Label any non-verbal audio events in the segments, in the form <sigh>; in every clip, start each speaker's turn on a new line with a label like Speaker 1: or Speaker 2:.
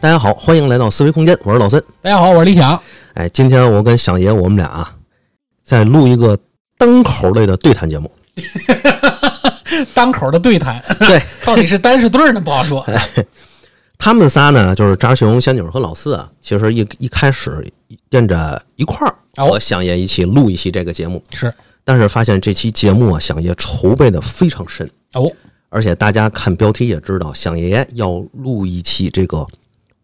Speaker 1: 大家好，欢迎来到思维空间，我是老孙。
Speaker 2: 大家好，我是李想。
Speaker 1: 哎，今天我跟响爷我们俩啊，在录一个单口类的对谈节目。
Speaker 2: 单口的
Speaker 1: <laughs>
Speaker 2: 对谈，
Speaker 1: 对，
Speaker 2: 到底是单是对儿呢？不好说。
Speaker 1: 哎他们仨呢，就是扎熊、仙女和老四啊，其实一一开始惦着一块儿
Speaker 2: 哦
Speaker 1: 和响爷一起录一期这个节目，
Speaker 2: 是
Speaker 1: 但是发现这期节目啊，响爷筹备的非常深，
Speaker 2: 哦，
Speaker 1: 而且大家看标题也知道，响爷要录一期这个，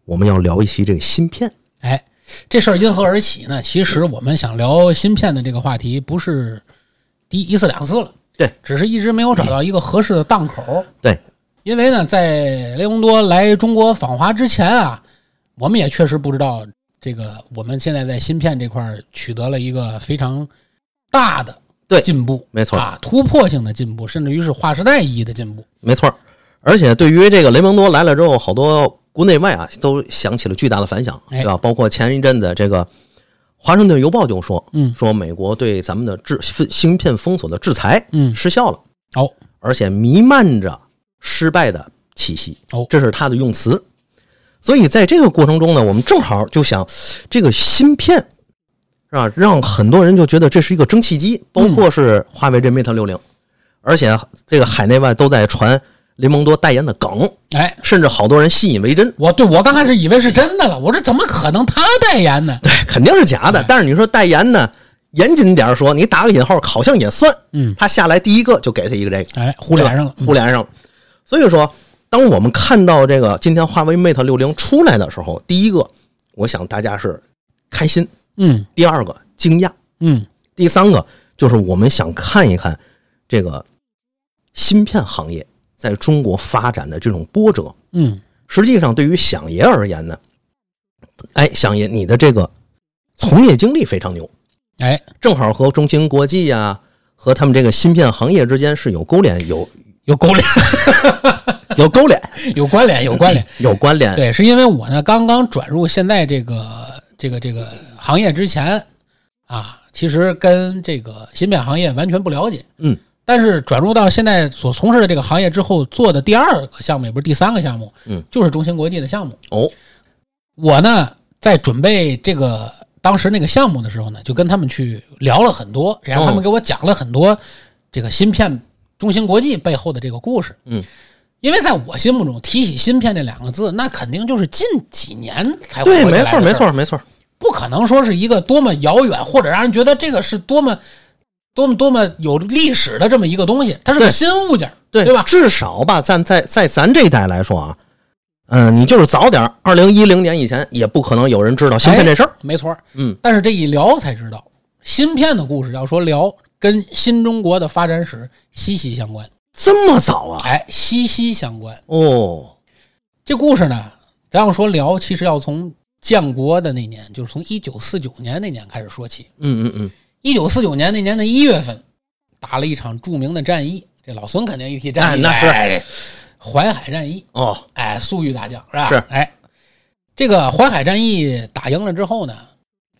Speaker 1: 我们要聊一期这个芯片。
Speaker 2: 哎，这事儿因何而起呢？其实我们想聊芯片的这个话题，不是第一次两次了，
Speaker 1: 对，
Speaker 2: 只是一直没有找到一个合适的档口。
Speaker 1: 对，
Speaker 2: 因为呢，在雷蒙多来中国访华之前啊，我们也确实不知道这个我们现在在芯片这块儿取得了一个非常大的
Speaker 1: 对
Speaker 2: 进步，
Speaker 1: 没错
Speaker 2: 啊，突破性的进步，甚至于是划时代意义的进步。
Speaker 1: 没错儿，而且对于这个雷蒙多来了之后，好多国内外啊都响起了巨大的反响，
Speaker 2: 哎
Speaker 1: 对吧？包括前一阵子这个《华盛顿邮报》就说，
Speaker 2: 嗯
Speaker 1: 说美国对咱们的制芯片封锁的制裁，
Speaker 2: 嗯
Speaker 1: 失效了，
Speaker 2: 哦，
Speaker 1: 而且弥漫着失败的气息，
Speaker 2: 哦
Speaker 1: 这是他的用词。所以在这个过程中呢，我们正好就想，这个芯片是吧，让很多人就觉得这是一个蒸汽机，包括是华为这 Mate 六零，而且这个海内外都在传雷蒙多代言的梗，
Speaker 2: 哎，
Speaker 1: 甚至好多人信以为真。 <laughs>
Speaker 2: 我对我刚开始以为是真的了，我说怎么可能他代言呢？
Speaker 1: 对，肯定是假的。但是你说代言呢，严谨点儿说，你打个引号，好像也算。
Speaker 2: 嗯，
Speaker 1: 他下来第一个就给他一个这个，
Speaker 2: 哎，互联上了，
Speaker 1: 互联上了。所以说，当我们看到这个今天华为 Mate 六零出来的时候，第一个，我想大家是开心；
Speaker 2: 嗯
Speaker 1: 第二个，惊讶；
Speaker 2: 嗯，
Speaker 1: 第三个，就是我们想看一看这个芯片行业在中国发展的这种波折。
Speaker 2: 嗯，
Speaker 1: 实际上，对于响爷而言呢，哎，响爷，你的这个从业经历非常牛，
Speaker 2: 哎，
Speaker 1: 正好和中芯国际呀、和他们这个芯片行业之间是有勾连，有
Speaker 2: 有勾连，
Speaker 1: 有勾连，
Speaker 2: 有关联，有关联。
Speaker 1: 有关联。
Speaker 2: 对，是因为我呢刚刚转入现在这个这个这个行业之前啊，其实跟这个芯片行业完全不了解。
Speaker 1: 嗯，
Speaker 2: 但是转入到现在所从事的这个行业之后，做的第二个项目也不是第三个项目，
Speaker 1: 嗯，
Speaker 2: 就是中芯国际的项目。
Speaker 1: 哦，
Speaker 2: 我呢在准备这个当时那个项目的时候呢，就跟他们去聊了很多，然后他们给我讲了很多这个芯片中芯国际背后的这个故事。
Speaker 1: 嗯，
Speaker 2: 因为在我心目中，提起芯片这两个字，那肯定就是近几年才
Speaker 1: 对，
Speaker 2: 火起
Speaker 1: 没
Speaker 2: 来
Speaker 1: 错，
Speaker 2: 的
Speaker 1: 没
Speaker 2: 事儿，
Speaker 1: 错，没错。
Speaker 2: 不可能说是一个多么遥远或者让人觉得这个是多么多么多么有历史的这么一个东西，它是
Speaker 1: 对
Speaker 2: 个新物件儿，
Speaker 1: 对，
Speaker 2: 对吧？
Speaker 1: 至少吧，咱在在咱这一代来说啊，嗯、你就是早点儿，二零一零年以前，也不可能有人知道芯
Speaker 2: 哎
Speaker 1: 片这事儿。
Speaker 2: 没错儿，
Speaker 1: 嗯，
Speaker 2: 但是这一聊才知道，芯片的故事要说聊，跟新中国的发展史息息相关，
Speaker 1: 这么早啊？
Speaker 2: 哎，息息相关。
Speaker 1: 哦，
Speaker 2: 这故事呢，咱要说聊，其实要从建国的那年，就是从一九四九年那年开始说起。
Speaker 1: 嗯嗯嗯，
Speaker 2: 一九四九年那年的一月份，打了一场著名的战役，这老孙肯定一提战役，
Speaker 1: 那那是
Speaker 2: 哎淮海战役。
Speaker 1: 哦，
Speaker 2: 哎，粟裕大将是吧？
Speaker 1: 是
Speaker 2: 哎，这个淮海战役打赢了之后呢，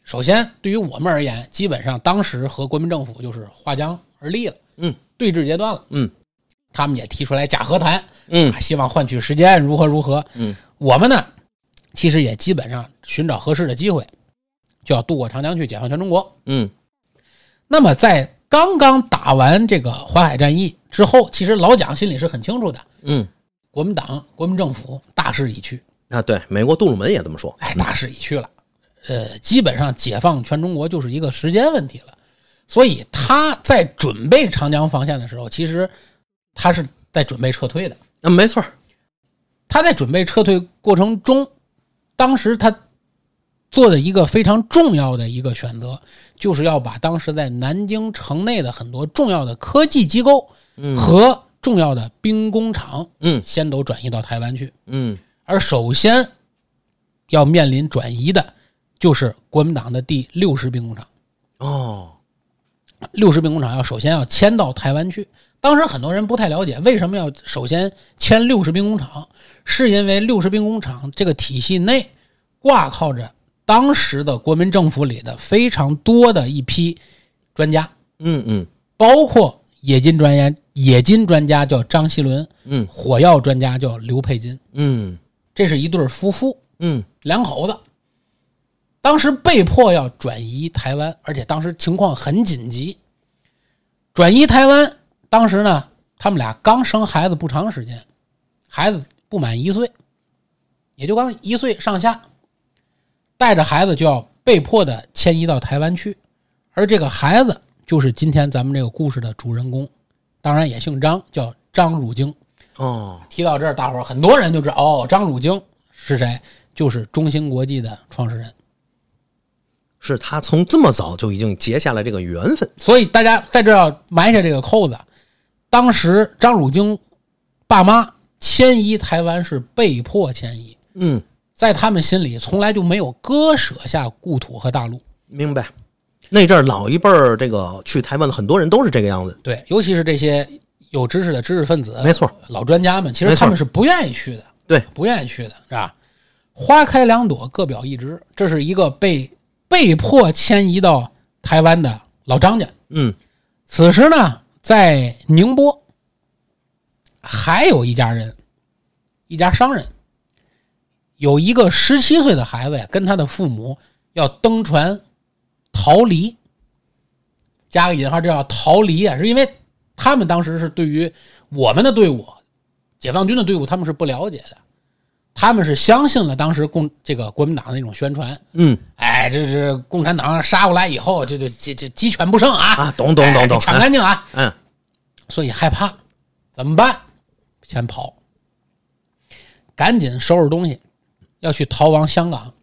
Speaker 2: 首先对于我们而言，基本上当时和国民政府就是划江而立了，
Speaker 1: 嗯，
Speaker 2: 对峙阶段了，
Speaker 1: 嗯，
Speaker 2: 他们也提出来假和谈，
Speaker 1: 嗯
Speaker 2: 啊，希望换取时间，如何如何，
Speaker 1: 嗯，
Speaker 2: 我们呢，其实也基本上寻找合适的机会，就要渡过长江去解放全中国，
Speaker 1: 嗯，
Speaker 2: 那么在刚刚打完这个淮海战役之后，其实老蒋心里是很清楚的，
Speaker 1: 嗯，
Speaker 2: 国民党、国民政府大势已去，
Speaker 1: 啊，对，美国杜鲁门也这么说。嗯
Speaker 2: 哎，大势已去了。呃，基本上解放全中国就是一个时间问题了。所以他在准备长江防线的时候，其实他是在准备撤退的。
Speaker 1: 嗯，没错儿，
Speaker 2: 他在准备撤退过程中，当时他做的一个非常重要的一个选择，就是要把当时在南京城内的很多重要的科技机构和重要的兵工厂，
Speaker 1: 嗯
Speaker 2: 先都转移到台湾去。
Speaker 1: 嗯，
Speaker 2: 而首先要面临转移的，就是国民党的第六十兵工厂。
Speaker 1: 哦，
Speaker 2: 六十兵工厂要首先要迁到台湾去，当时很多人不太了解为什么要首先签六十兵工厂，是因为六十兵工厂这个体系内挂靠着当时的国民政府里的非常多的一批专家，
Speaker 1: 嗯嗯
Speaker 2: 包括冶金专家，冶金专家叫张锡伦，
Speaker 1: 嗯
Speaker 2: 火药专家叫刘佩金，
Speaker 1: 嗯
Speaker 2: 这是一对儿夫妇，
Speaker 1: 嗯
Speaker 2: 两口子。当时被迫要转移台湾，而且当时情况很紧急。转移台湾，当时呢，他们俩刚生孩子不长时间，孩子不满一岁，也就刚一岁上下，带着孩子就要被迫的迁移到台湾去，而这个孩子就是今天咱们这个故事的主人公，当然也姓张，叫张汝京。
Speaker 1: 哦，
Speaker 2: 提到这儿，大伙儿很多人就知道哦，张汝京是谁？就是中芯国际的创始人。
Speaker 1: 是他从这么早就已经结下了这个缘分。
Speaker 2: 所以大家在这儿要埋下这个扣子。当时张汝京爸妈迁移台湾是被迫迁移，
Speaker 1: 嗯，
Speaker 2: 在他们心里从来就没有割舍下故土和大陆。
Speaker 1: 明白。那阵儿老一辈儿这个去台湾的很多人都是这个样子。
Speaker 2: 对，尤其是这些有知识的知识分子，
Speaker 1: 没错，
Speaker 2: 老专家们，其实
Speaker 1: 没错
Speaker 2: 他们是不愿意去的，
Speaker 1: 呃对，
Speaker 2: 不愿意去的，是吧？花开两朵，各表一枝，这是一个被被迫迁移到台湾的老张家。
Speaker 1: 嗯
Speaker 2: 此时呢，在宁波还有一家人，一家商人，有一个十七岁的孩子呀，跟他的父母要登船逃离，加个引号，这叫逃离啊，是因为他们当时是对于我们的队伍、解放军的队伍，他们是不了解的，他们是相信了当时共这个国民党的那种宣传，
Speaker 1: 嗯
Speaker 2: 哎，这是共产党杀过来以后，这这这这鸡犬不生啊
Speaker 1: 啊，懂懂懂
Speaker 2: 哎
Speaker 1: 懂。
Speaker 2: 抢干净啊！
Speaker 1: 嗯
Speaker 2: 所以害怕，怎么办？先跑，赶紧收拾东西，要去逃亡香港。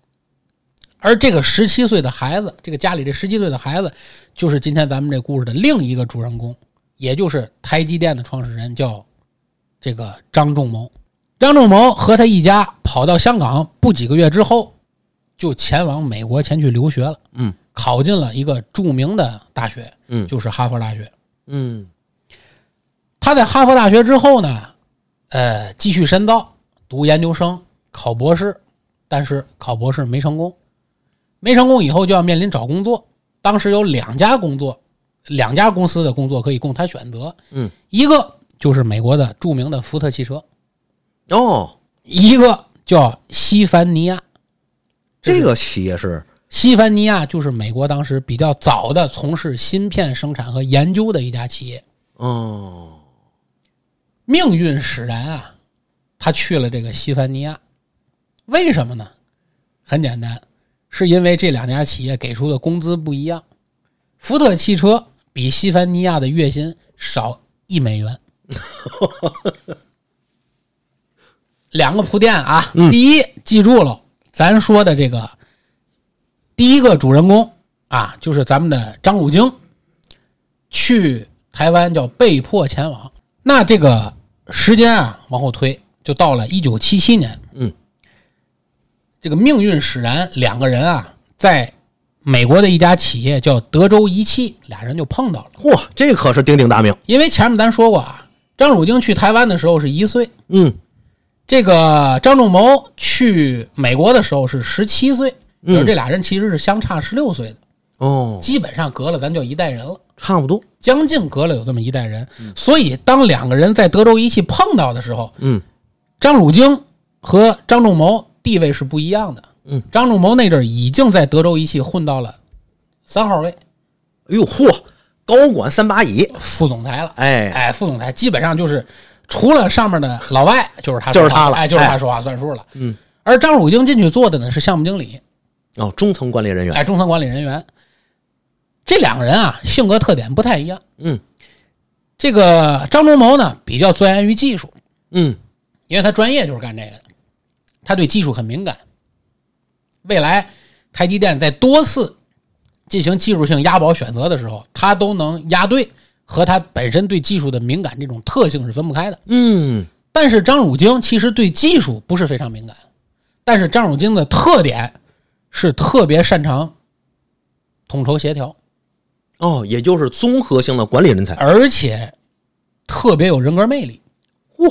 Speaker 2: 而这个十七岁的孩子，这个家里这十七岁的孩子，就是今天咱们这故事的另一个主人公，也就是台积电的创始人，叫这个张仲谋。张仲谋和他一家跑到香港，不几个月之后，就前往美国前去留学了。
Speaker 1: 嗯，
Speaker 2: 考进了一个著名的大学，
Speaker 1: 嗯
Speaker 2: 就是哈佛大学。
Speaker 1: 嗯
Speaker 2: 他在哈佛大学之后呢，呃，继续深造，读研究生，考博士，但是考博士没成功，没成功以后就要面临找工作。当时有两家工作，两家公司的工作可以供他选择，
Speaker 1: 嗯，
Speaker 2: 一个就是美国的著名的福特汽车，
Speaker 1: 哦，
Speaker 2: 一个叫西凡尼亚。
Speaker 1: 这个企业是
Speaker 2: 西凡尼亚就是美国当时比较早的从事芯片生产和研究的一家企业。
Speaker 1: 哦，
Speaker 2: 命运使然啊，他去了这个西凡尼亚，为什么呢？很简单，是因为这两家企业给出的工资不一样。福特汽车比西凡尼亚的月薪少一美元。两个铺垫啊，第一，记住了，咱说的这个第一个主人公啊，就是咱们的张汝京，去台湾叫被迫前往。那这个时间啊，往后推，就到了一九七七年。
Speaker 1: 嗯，
Speaker 2: 这个命运使然，两个人啊，在美国的一家企业叫德州仪器，俩人就碰到了。
Speaker 1: 嚯，这可是鼎鼎大名。
Speaker 2: 因为前面咱说过啊，张汝京去台湾的时候是一岁，
Speaker 1: 嗯
Speaker 2: 这个张仲谋去美国的时候是十七岁，就是这俩人其实是相差十六岁的，
Speaker 1: 哦，
Speaker 2: 基本上隔了咱就一代人了。
Speaker 1: 差不多。
Speaker 2: 将近隔了有这么一代人，所以当两个人在德州仪器碰到的时候，
Speaker 1: 嗯
Speaker 2: 张汝京和张仲谋地位是不一样的。
Speaker 1: 嗯，
Speaker 2: 张仲谋那阵儿已经在德州仪器混到了三号位，
Speaker 1: 哎呦嚯，高管三把椅，
Speaker 2: 副总裁了。
Speaker 1: 哎，
Speaker 2: 哎，副总裁基本上就是除了上面的老外，就是他
Speaker 1: 就是
Speaker 2: 说话
Speaker 1: 他了
Speaker 2: 哎，就是他
Speaker 1: 哎
Speaker 2: 说话算数了。
Speaker 1: 嗯，
Speaker 2: 而张汝京进去做的呢是项目经理，
Speaker 1: 哦，中层管理人员，
Speaker 2: 哎，中层管理人员。这两个人啊，性格特点不太一样。
Speaker 1: 嗯
Speaker 2: 这个张仲谋呢，比较钻研于技术，
Speaker 1: 嗯
Speaker 2: 因为他专业就是干这个的，他对技术很敏感。未来台积电在多次进行技术性押宝选择的时候，他都能押对，和他本身对技术的敏感这种特性是分不开的。
Speaker 1: 嗯，
Speaker 2: 但是张汝京其实对技术不是非常敏感，但是张汝京的特点是特别擅长统筹协调，
Speaker 1: 哦，也就是综合性的管理人才。
Speaker 2: 而且特别有人格魅力。
Speaker 1: 哇，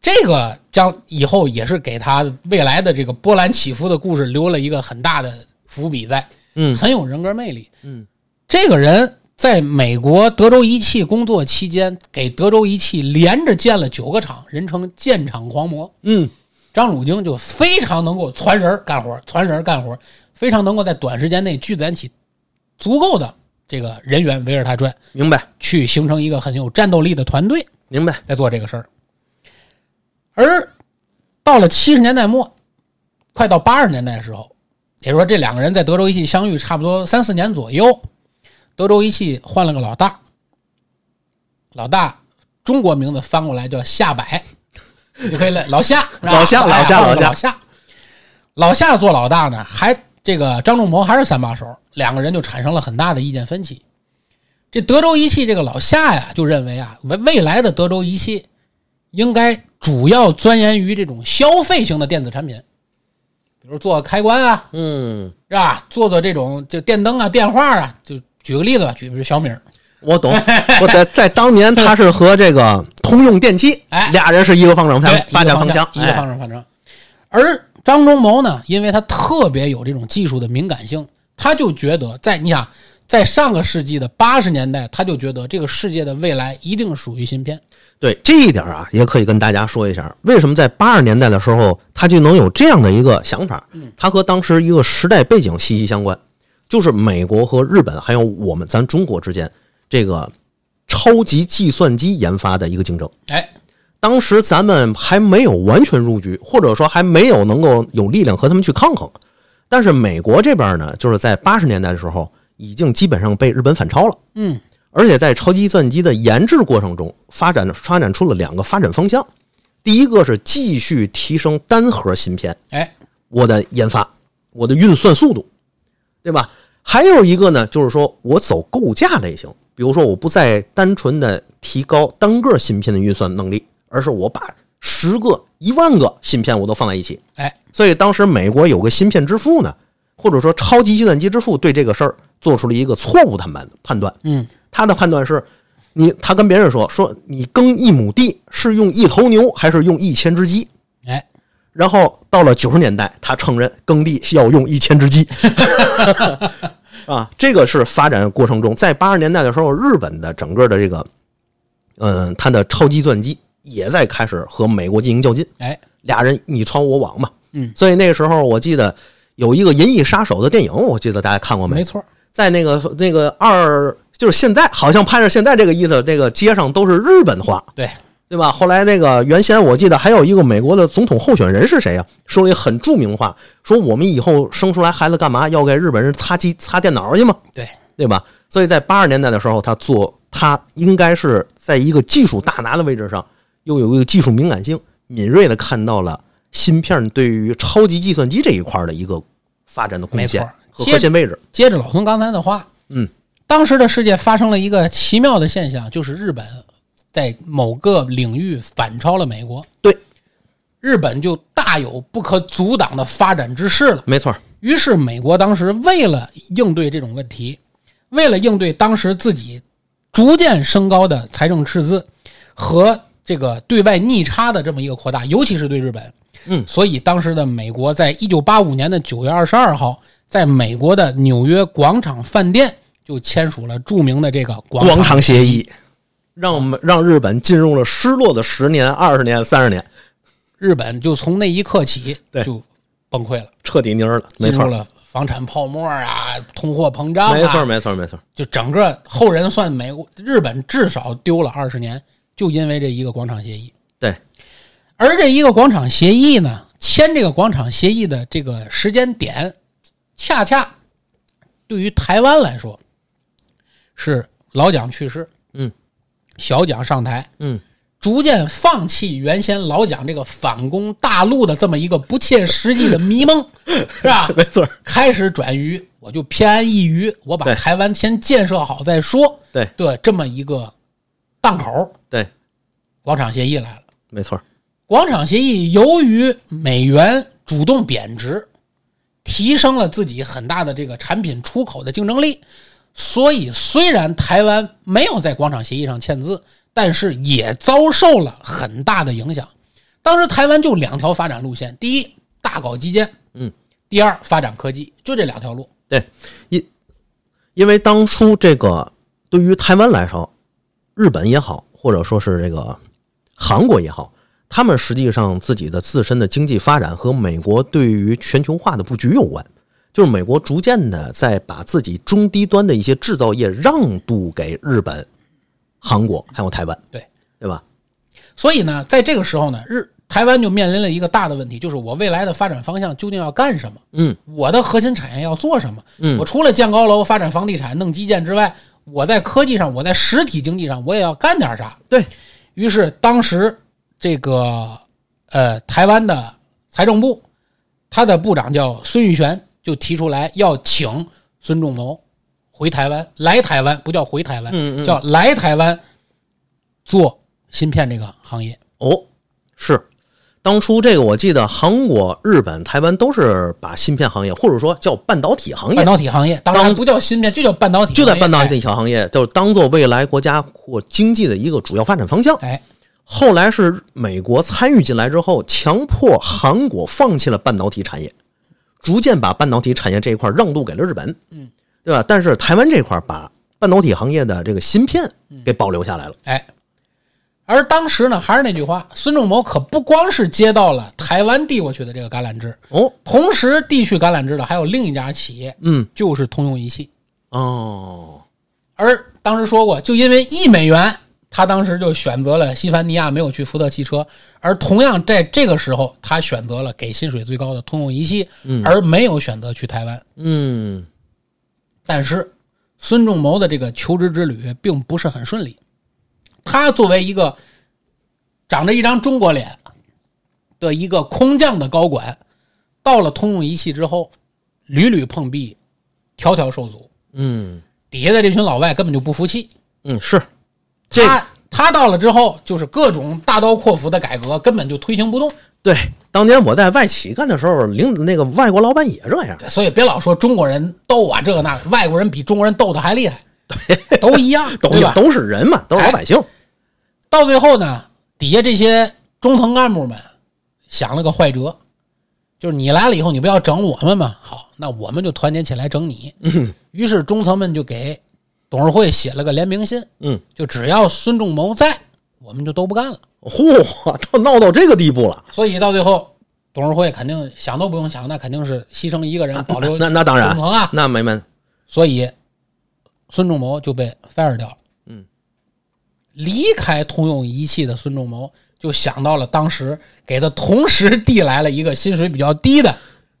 Speaker 2: 这个将以后也是给他未来的这个波澜起伏的故事留了一个很大的伏笔在，
Speaker 1: 嗯
Speaker 2: 很有人格魅力。
Speaker 1: 嗯，
Speaker 2: 这个人在美国德州仪器工作期间，给德州仪器连着建了九个厂，人称“建厂狂魔”。
Speaker 1: 嗯，
Speaker 2: 张汝京就非常能够攒人儿干活儿，攒人儿干活儿，非常能够在短时间内聚攒起足够的这个人员围着他转，
Speaker 1: 明白
Speaker 2: 去形成一个很有战斗力的团队
Speaker 1: 明白，
Speaker 2: 在做这个事儿。而到了七十年代末，快到八十年代的时候，也就是说这两个人在德州仪器相遇差不多三四年左右，德州仪器换了个老大，老大中国名字翻过来叫夏柏，你可以来老夏，是吧
Speaker 1: 老夏
Speaker 2: 哎
Speaker 1: 老夏
Speaker 2: 换了个
Speaker 1: 老
Speaker 2: 老夏，老夏做老大呢，还这个张仲谋还是三把手，两个人就产生了很大的意见分歧。这德州仪器这个老夏呀，就认为啊，未未来的德州仪器应该主要钻研于这种消费型的电子产品，比如做开关啊，
Speaker 1: 嗯，
Speaker 2: 是吧？做做这种就电灯啊、电话啊，就举个例子吧，举比如小米儿，
Speaker 1: 我懂。我在在当年他是和这个通用电机
Speaker 2: 哎
Speaker 1: 俩人是一个方向
Speaker 2: 对
Speaker 1: 盘，，发
Speaker 2: 一个
Speaker 1: 展
Speaker 2: 方
Speaker 1: 向，
Speaker 2: 一个
Speaker 1: 哎
Speaker 2: 方向方向。而张忠谋呢，因为他特别有这种技术的敏感性，他就觉得在你想在上个世纪的八十年代，他就觉得这个世界的未来一定属于芯片。
Speaker 1: 对这一点啊，也可以跟大家说一下，为什么在八十年代的时候，他就能有这样的一个想法？
Speaker 2: 嗯
Speaker 1: 他和当时一个时代背景息息相关，就是美国和日本还有我们咱中国之间这个超级计算机研发的一个竞争。
Speaker 2: 哎，
Speaker 1: 当时咱们还没有完全入局，或者说还没有能够有力量和他们去抗衡。但是美国这边呢，就是在八十年代的时候，已经基本上被日本反超了。
Speaker 2: 嗯，
Speaker 1: 而且在超级计算机的研制过程中，发展发展出了两个发展方向。第一个是继续提升单核芯片，
Speaker 2: 哎，
Speaker 1: 我的研发，我的运算速度，对吧？还有一个呢，就是说我走构架类型，比如说我不再单纯的提高单个芯片的运算能力，而是我把十个、一万个芯片我都放在一起。
Speaker 2: 哎，
Speaker 1: 所以当时美国有个芯片之父呢，或者说超级计算机之父，对这个事儿做出了一个错误的判判断。
Speaker 2: 嗯，
Speaker 1: 他的判断是，你他跟别人说说你耕一亩地是用一头牛还是用一千只鸡？
Speaker 2: 哎，
Speaker 1: 然后到了九十年代，他承认耕地需要用一千只鸡。啊，这个是发展过程中，在八十年代的时候，日本的整个的这个，嗯，它的超级计算机也在开始和美国进行较劲，
Speaker 2: 哎，
Speaker 1: 俩人你抄我往嘛。
Speaker 2: 嗯，
Speaker 1: 所以那个时候我记得有一个《银翼杀手》的电影，我记得大家看过没？
Speaker 2: 没错儿，
Speaker 1: 在那个那个二，就是现在好像拍着现在这个意思，这个街上都是日本话，
Speaker 2: 对，
Speaker 1: 对吧？后来那个原先我记得还有一个美国的总统候选人是谁呀、啊说了一个很著名话，说我们以后生出来孩子干嘛要给日本人擦机擦电脑去嘛，
Speaker 2: 对，
Speaker 1: 对吧？所以在八十年代的时候，他做他应该是在一个技术大拿的位置上，又有一个技术敏感性，敏锐的看到了芯片对于超级计算机这一块的一个发展的贡献
Speaker 2: 没错
Speaker 1: 和核心位置。
Speaker 2: 接着老孙刚才的话，
Speaker 1: 嗯，
Speaker 2: 当时的世界发生了一个奇妙的现象，就是日本在某个领域反超了美国，
Speaker 1: 对，
Speaker 2: 日本就大有不可阻挡的发展之势了。
Speaker 1: 没错，
Speaker 2: 于是，美国当时为了应对这种问题，为了应对当时自己逐渐升高的财政赤字和这个对外逆差的这么一个扩大，尤其是对日本，
Speaker 1: 嗯
Speaker 2: 所以当时的美国在一九八五年的九月二十二号，在美国的纽约广场饭店就签署了著名的这个广
Speaker 1: 广场协议，让我们让日本进入了失落的十年、二十年、三十年，
Speaker 2: 日本就从那一刻起
Speaker 1: 对
Speaker 2: 就崩溃了，
Speaker 1: 彻底蔫儿了。啊没
Speaker 2: 进
Speaker 1: 错
Speaker 2: 入，了房产泡沫啊，通货膨胀啊，
Speaker 1: 没错，没错，没错。
Speaker 2: 就整个后人算美国日本至少丢了二十年，就因为这一个广场协议。
Speaker 1: 对，
Speaker 2: 而这一个广场协议呢，签这个广场协议的这个时间点，恰恰对于台湾来说是老蒋去世，
Speaker 1: 嗯，
Speaker 2: 小蒋上台，
Speaker 1: 嗯，
Speaker 2: 逐渐放弃原先老蒋这个反攻大陆的这么一个不切实际的迷梦，是吧？
Speaker 1: <laughs> 没错，
Speaker 2: 开始转移，我就偏安一隅，我把
Speaker 1: 对
Speaker 2: 台湾先建设好再说。
Speaker 1: 对
Speaker 2: 对，这么一个档口，
Speaker 1: 对，
Speaker 2: 广场协议来了。
Speaker 1: 没错，
Speaker 2: 广场协议由于美元主动贬值，提升了自己很大的这个产品出口的竞争力，所以虽然台湾没有在广场协议上签字，但是也遭受了很大的影响。当时台湾就两条发展路线：第一，大搞基建；
Speaker 1: 嗯，
Speaker 2: 第二，发展科技，就这两条路。
Speaker 1: 对，因因为当初这个对于台湾来说，日本也好，或者说是这个韩国也好，他们实际上自己的自身的经济发展和美国对于全球化的布局有关。就是美国逐渐的在把自己中低端的一些制造业让渡给日本、韩国还有台湾，
Speaker 2: 对，
Speaker 1: 对吧？
Speaker 2: 所以呢，在这个时候呢，日台湾就面临了一个大的问题，就是我未来的发展方向究竟要干什么？
Speaker 1: 嗯，
Speaker 2: 我的核心产业要做什么？
Speaker 1: 嗯
Speaker 2: 我除了建高楼、发展房地产、弄基建之外，我在科技上，我在实体经济上，我也要干点啥。
Speaker 1: 对，
Speaker 2: 于是当时这个呃台湾的财政部，他的部长叫孙玉璇，就提出来要请孙仲谋回台湾，来台湾不叫回台湾，
Speaker 1: 嗯嗯
Speaker 2: 叫来台湾做芯片这个行业。
Speaker 1: 哦，是。当初这个我记得，韩国、日本、台湾都是把芯片行业，或者说叫半导体行业
Speaker 2: 半，导体行业当然不叫芯片，就叫半导
Speaker 1: 哎
Speaker 2: 体行业，
Speaker 1: 就在半导体小行业，就是当做未来国家或经济的一个主要发展方向。
Speaker 2: 哎。哎，
Speaker 1: 后来是美国参与进来之后，强迫韩国放弃了半导体产业，逐渐把半导体产业这一块让渡给了日本，
Speaker 2: 嗯，
Speaker 1: 对吧？但是台湾这块把半导体行业的这个芯片
Speaker 2: 嗯
Speaker 1: 给保留下来了，
Speaker 2: 哎，而当时呢，还是那句话，孙仲谋可不光是接到了台湾递过去的这个橄榄枝，
Speaker 1: 哦，
Speaker 2: 同时递去橄榄枝的还有另一家企业，
Speaker 1: 嗯，
Speaker 2: 就是通用仪器。
Speaker 1: 哦，
Speaker 2: 而当时说过，就因为一美元，他当时就选择了西凡尼亚，没有去福特汽车。而同样在这个时候，他选择了给薪水最高的通用仪器，而没有选择去台湾。
Speaker 1: 嗯，
Speaker 2: 但是孙仲谋的这个求职之旅并不是很顺利。他作为一个长着一张中国脸的一个空降的高管，到了通用仪器之后，屡屡碰壁，条条受阻。
Speaker 1: 嗯，
Speaker 2: 底下的这群老外根本就不服气。
Speaker 1: 嗯，是，这
Speaker 2: 他他到了之后，就是各种大刀阔斧的改革，根本就推行不动。
Speaker 1: 对，当年我在外企干的时候，领那个外国老板也这样，
Speaker 2: 所以别老说中国人斗啊这个那，个，外国人比中国人斗的还厉害，都一样，
Speaker 1: <laughs> 都
Speaker 2: 对吧？哎
Speaker 1: 都是人嘛，都是老百姓，
Speaker 2: 到最后呢，底下这些中层干部们想了个坏辙，就是你来了以后，你不要整我们嘛？好，那我们就团结起来
Speaker 1: <laughs>
Speaker 2: 整你。于是中层们就给董事会写了个联名信，
Speaker 1: 嗯，
Speaker 2: 就只要孙仲谋在，我们就都不干了。
Speaker 1: 嚯， <laughs> 都闹到这个地步了，
Speaker 2: 所以到最后，董事会肯定想都不用想，那肯定是牺牲一个人保留
Speaker 1: 啊 <laughs> 那那当然
Speaker 2: 中，层啊。
Speaker 1: 那没门，
Speaker 2: 所以孙仲谋就被 fire 掉了。
Speaker 1: 嗯，
Speaker 2: 离开通用仪器的孙仲谋就想到了当时给他同时递来了一个薪水比较低的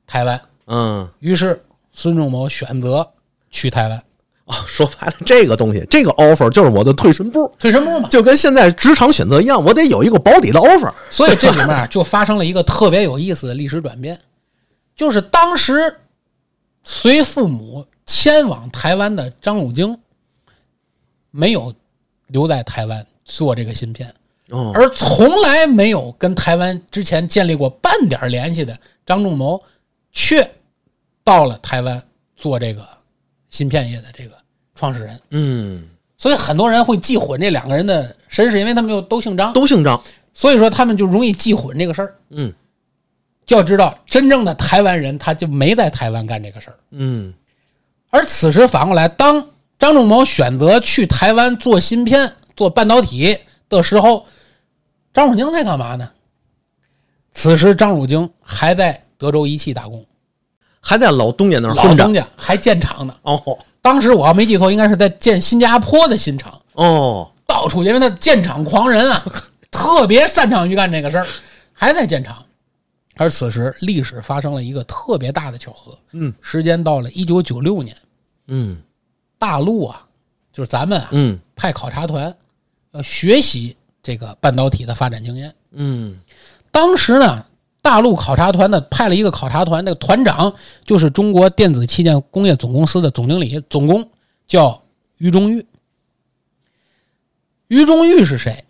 Speaker 2: 台湾，
Speaker 1: 嗯。
Speaker 2: 于是孙仲谋选择去台湾
Speaker 1: 啊、说白了，这个东西，这个 offer 就是我的退身步，
Speaker 2: 退身步嘛。
Speaker 1: 就跟现在职场选择一样，我得有一个保底的 offer。
Speaker 2: 所以这里面啊，就发生了一个特别有意思的历史转变，就是当时随父母迁往台湾的张汝京，没有留在台湾做这个芯片，
Speaker 1: 哦，
Speaker 2: 而从来没有跟台湾之前建立过半点联系的张仲谋，却到了台湾做这个芯片业的这个创始人。
Speaker 1: 嗯，
Speaker 2: 所以很多人会记混这两个人的身世，因为他们又都姓张，
Speaker 1: 都姓张。
Speaker 2: 所以说他们就容易记混这个事儿。
Speaker 1: 嗯
Speaker 2: 就要知道，真正的台湾人他就没在台湾干这个事儿。
Speaker 1: 嗯
Speaker 2: 而此时反过来，当张仲谋选择去台湾做芯片、做半导体的时候，张汝京在干嘛呢？此时张汝京还在德州仪器打工，
Speaker 1: 还在老东家那儿
Speaker 2: 老
Speaker 1: 混着
Speaker 2: 东。家还建厂呢。
Speaker 1: 哦
Speaker 2: 当时我要没记错，应该是在建新加坡的新厂，
Speaker 1: 哦，
Speaker 2: 到处因为他建厂狂人啊， <laughs> 特别擅长于干这个事儿，还在建厂。而此时，历史发生了一个特别大的巧合，
Speaker 1: 嗯，
Speaker 2: 时间到了一九九六年，
Speaker 1: 嗯
Speaker 2: 大陆啊，就是咱们啊，
Speaker 1: 嗯
Speaker 2: 派考察团，呃，学习这个半导体的发展经验。
Speaker 1: 嗯
Speaker 2: 当时呢，大陆考察团呢派了一个考察团，那个团长就是中国电子器件工业总公司的总经理，总工叫于中玉。于中玉是谁？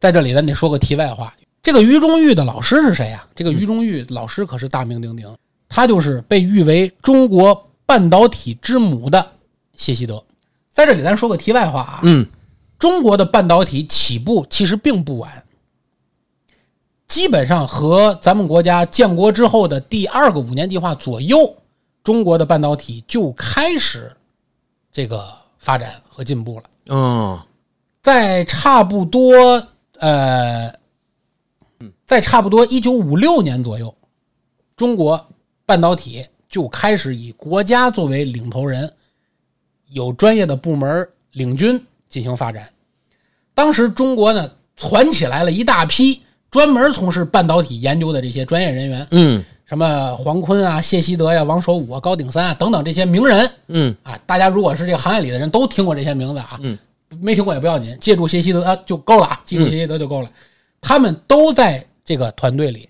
Speaker 2: 在这里咱得说个题外话，啊这个于中玉的老师是谁啊？这个于中玉老师可是大名鼎鼎，他就是被誉为中国半导体之母的谢希德。在这里咱说个题外话啊，
Speaker 1: 嗯
Speaker 2: 中国的半导体起步其实并不晚，基本上和咱们国家建国之后的第二个五年计划左右，中国的半导体就开始这个发展和进步了。
Speaker 1: 嗯
Speaker 2: 在差不多呃，在差不多一九五六年左右，中国半导体就开始以国家作为领头人，有专业的部门领军进行发展。当时中国呢，攒起来了一大批专门从事半导体研究的这些专业人员，
Speaker 1: 嗯
Speaker 2: 什么黄坤啊、谢希德呀、王守武啊、高鼎三啊等等这些名人，
Speaker 1: 嗯
Speaker 2: 啊，大家如果是这个行业里的人都听过这些名字啊，
Speaker 1: 嗯，
Speaker 2: 没听过也不要紧，借助谢希德、啊、就够了啊，记住谢希德就够了。他们都在这个团队里。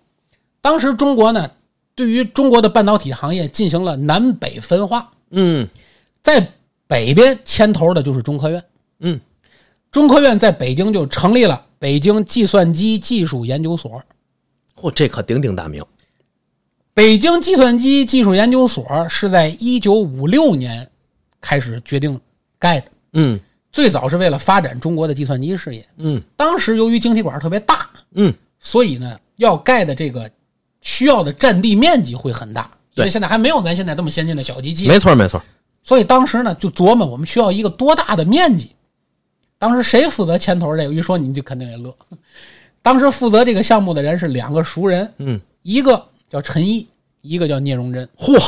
Speaker 2: 当时中国呢，对于中国的半导体行业进行了南北分化，
Speaker 1: 嗯
Speaker 2: 在北边牵头的就是中科院，
Speaker 1: 嗯，
Speaker 2: 中科院在北京就成立了北京计算机技术研究所，
Speaker 1: 嚯，这可鼎鼎大名。
Speaker 2: 北京计算机技术研究所是在一九五六年开始决定盖的。
Speaker 1: 嗯
Speaker 2: 最早是为了发展中国的计算机事业。
Speaker 1: 嗯
Speaker 2: 当时由于晶体管特别大，
Speaker 1: 嗯
Speaker 2: 所以呢，要盖的这个需要的占地面积会很大，因为
Speaker 1: 对
Speaker 2: 现在还没有咱现在这么先进的小机器。
Speaker 1: 没错没错。
Speaker 2: 所以当时呢，就琢磨我们需要一个多大的面积。当时谁负责牵头这个？一说你们就肯定也乐。 <laughs> 当时负责这个项目的人是两个熟人，
Speaker 1: 嗯，
Speaker 2: 一个叫陈毅，一个叫聂荣臻，
Speaker 1: 嚯，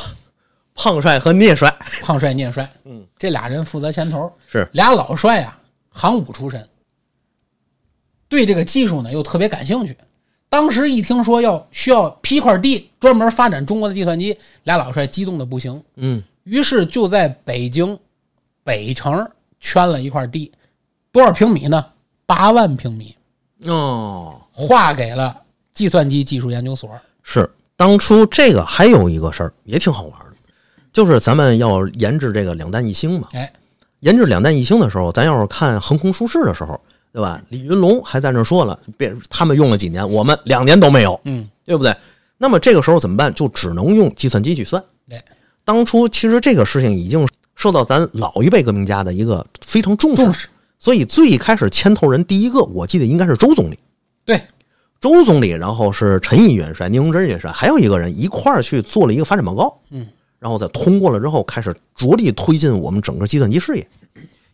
Speaker 1: 胖帅和聂帅
Speaker 2: 胖帅聂帅，
Speaker 1: 嗯，
Speaker 2: 这俩人负责牵头。
Speaker 1: 是
Speaker 2: 俩老帅啊，行武出身，对这个技术呢又特别感兴趣。当时一听说要需要批块地专门发展中国的计算机，俩老帅激动的不行，
Speaker 1: 嗯
Speaker 2: 于是就在北京北城圈了一块地，多少平米呢？八万平米，
Speaker 1: 哦
Speaker 2: 划给了计算机技术研究所。
Speaker 1: 是。当初这个还有一个事儿也挺好玩的，就是咱们要研制这个两弹一星嘛。
Speaker 2: 哎，
Speaker 1: 研制两弹一星的时候，咱要是看《横空出世》的时候，对吧？李云龙还在那说了，别他们用了几年，我们两年都没有，
Speaker 2: 嗯，
Speaker 1: 对不对？那么这个时候怎么办？就只能用计算机去算。
Speaker 2: 对，
Speaker 1: 当初其实这个事情已经受到咱老一辈革命家的一个非常重视，
Speaker 2: 重视，
Speaker 1: 所以最开始牵头人第一个，我记得应该是周总理。
Speaker 2: 对，
Speaker 1: 周总理，然后是陈毅元帅、聂荣臻元帅，还有一个人一块儿去做了一个发展报告，
Speaker 2: 嗯，
Speaker 1: 然后再通过了之后，开始着力推进我们整个计算机事业。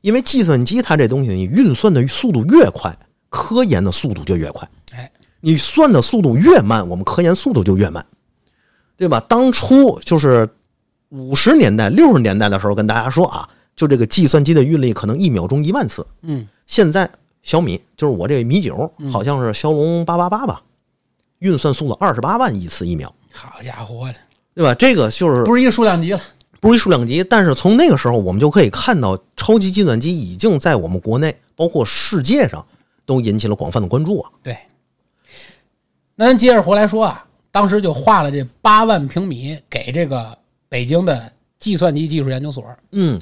Speaker 1: 因为计算机它这东西，你运算的速度越快，科研的速度就越快；
Speaker 2: 哎，
Speaker 1: 你算的速度越慢，我们科研速度就越慢，对吧？当初就是五十年代、六十年代的时候，跟大家说啊，就这个计算机的运力可能一秒钟一万次，
Speaker 2: 嗯，
Speaker 1: 现在小米就是我这米九，好像是骁龙八八八吧，运算速度二十八万一次一秒，
Speaker 2: 好家伙的，
Speaker 1: 对吧？这个就是
Speaker 2: 不是一个数量级了。
Speaker 1: 不是一数量级，但是从那个时候我们就可以看到，超级计算机已经在我们国内，包括世界上，都引起了广泛的关注啊。
Speaker 2: 对，那咱接着回来说啊，当时就划了这八万平米给这个北京的计算机技术研究所。
Speaker 1: 嗯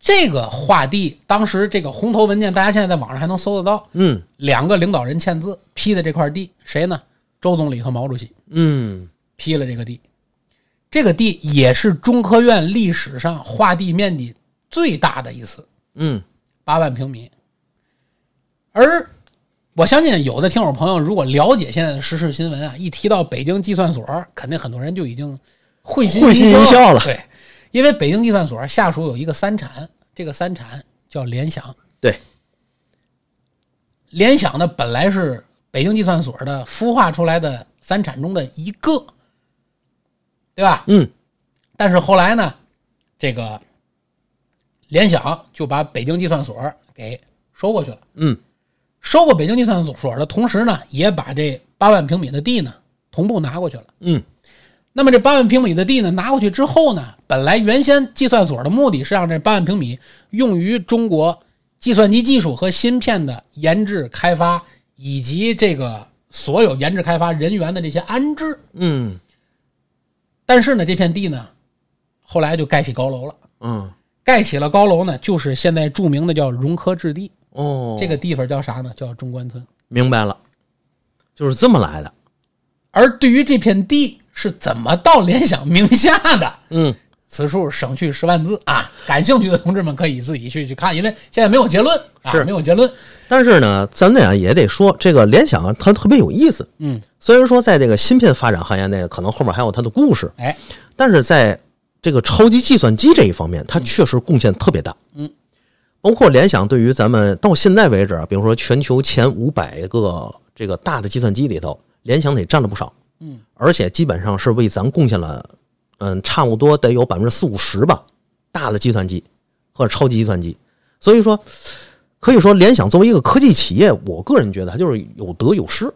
Speaker 2: 这个划地，当时这个红头文件，大家现在在网上还能搜得到。
Speaker 1: 嗯
Speaker 2: 两个领导人签字批的这块地，谁呢？周总理和毛主席
Speaker 1: 嗯，
Speaker 2: 批了这个地。这个地也是中科院历史上划地面积最大的一次。
Speaker 1: 嗯
Speaker 2: 八万平米。而我相信有的听友朋友如果了解现在的时事新闻啊，一提到北京计算所，肯定很多人就已经会心
Speaker 1: 会心一笑了
Speaker 2: 对，因为北京计算所下属有一个三产，这个三产叫联想。
Speaker 1: 对，
Speaker 2: 联想呢本来是北京计算所的孵化出来的三产中的一个，对吧？
Speaker 1: 嗯
Speaker 2: 但是后来呢，这个联想就把北京计算所给收过去了。
Speaker 1: 嗯
Speaker 2: 收过北京计算所的同时呢，也把这八万平米的地呢同步拿过去了。
Speaker 1: 嗯
Speaker 2: 那么这八万平米的地呢拿过去之后呢，本来原先计算所的目的是让这八万平米用于中国计算机技术和芯片的研制开发，以及这个所有研制开发人员的这些安置。
Speaker 1: 嗯
Speaker 2: 但是呢，这片地呢，后来就盖起高楼了。
Speaker 1: 嗯，
Speaker 2: 盖起了高楼呢，就是现在著名的叫融科置地。
Speaker 1: 哦，
Speaker 2: 这个地方叫啥呢？叫中关村。
Speaker 1: 明白了，就是这么来的。
Speaker 2: 而对于这片地是怎么到联想名下的，
Speaker 1: 嗯
Speaker 2: 此处省去十万字啊！感兴趣的同志们可以自己去去看，因为现在没有结论啊，
Speaker 1: 是
Speaker 2: 没有结论。
Speaker 1: 但是呢，咱俩也得说，这个联想啊它特别有意思。
Speaker 2: 嗯，
Speaker 1: 虽然说在这个芯片发展行业内，可能后面还有它的故事，
Speaker 2: 哎，
Speaker 1: 但是在这个超级计算机这一方面，它确实贡献特别大。
Speaker 2: 嗯，
Speaker 1: 包括联想对于咱们到现在为止啊，比如说全球前五百个这个大的计算机里头，联想得占了不少。
Speaker 2: 嗯，
Speaker 1: 而且基本上是为咱贡献了，嗯，差不多得有百分之四五十吧，大的计算机或者超级计算机。所以说，可以说联想作为一个科技企业，我个人觉得它就是有得有失。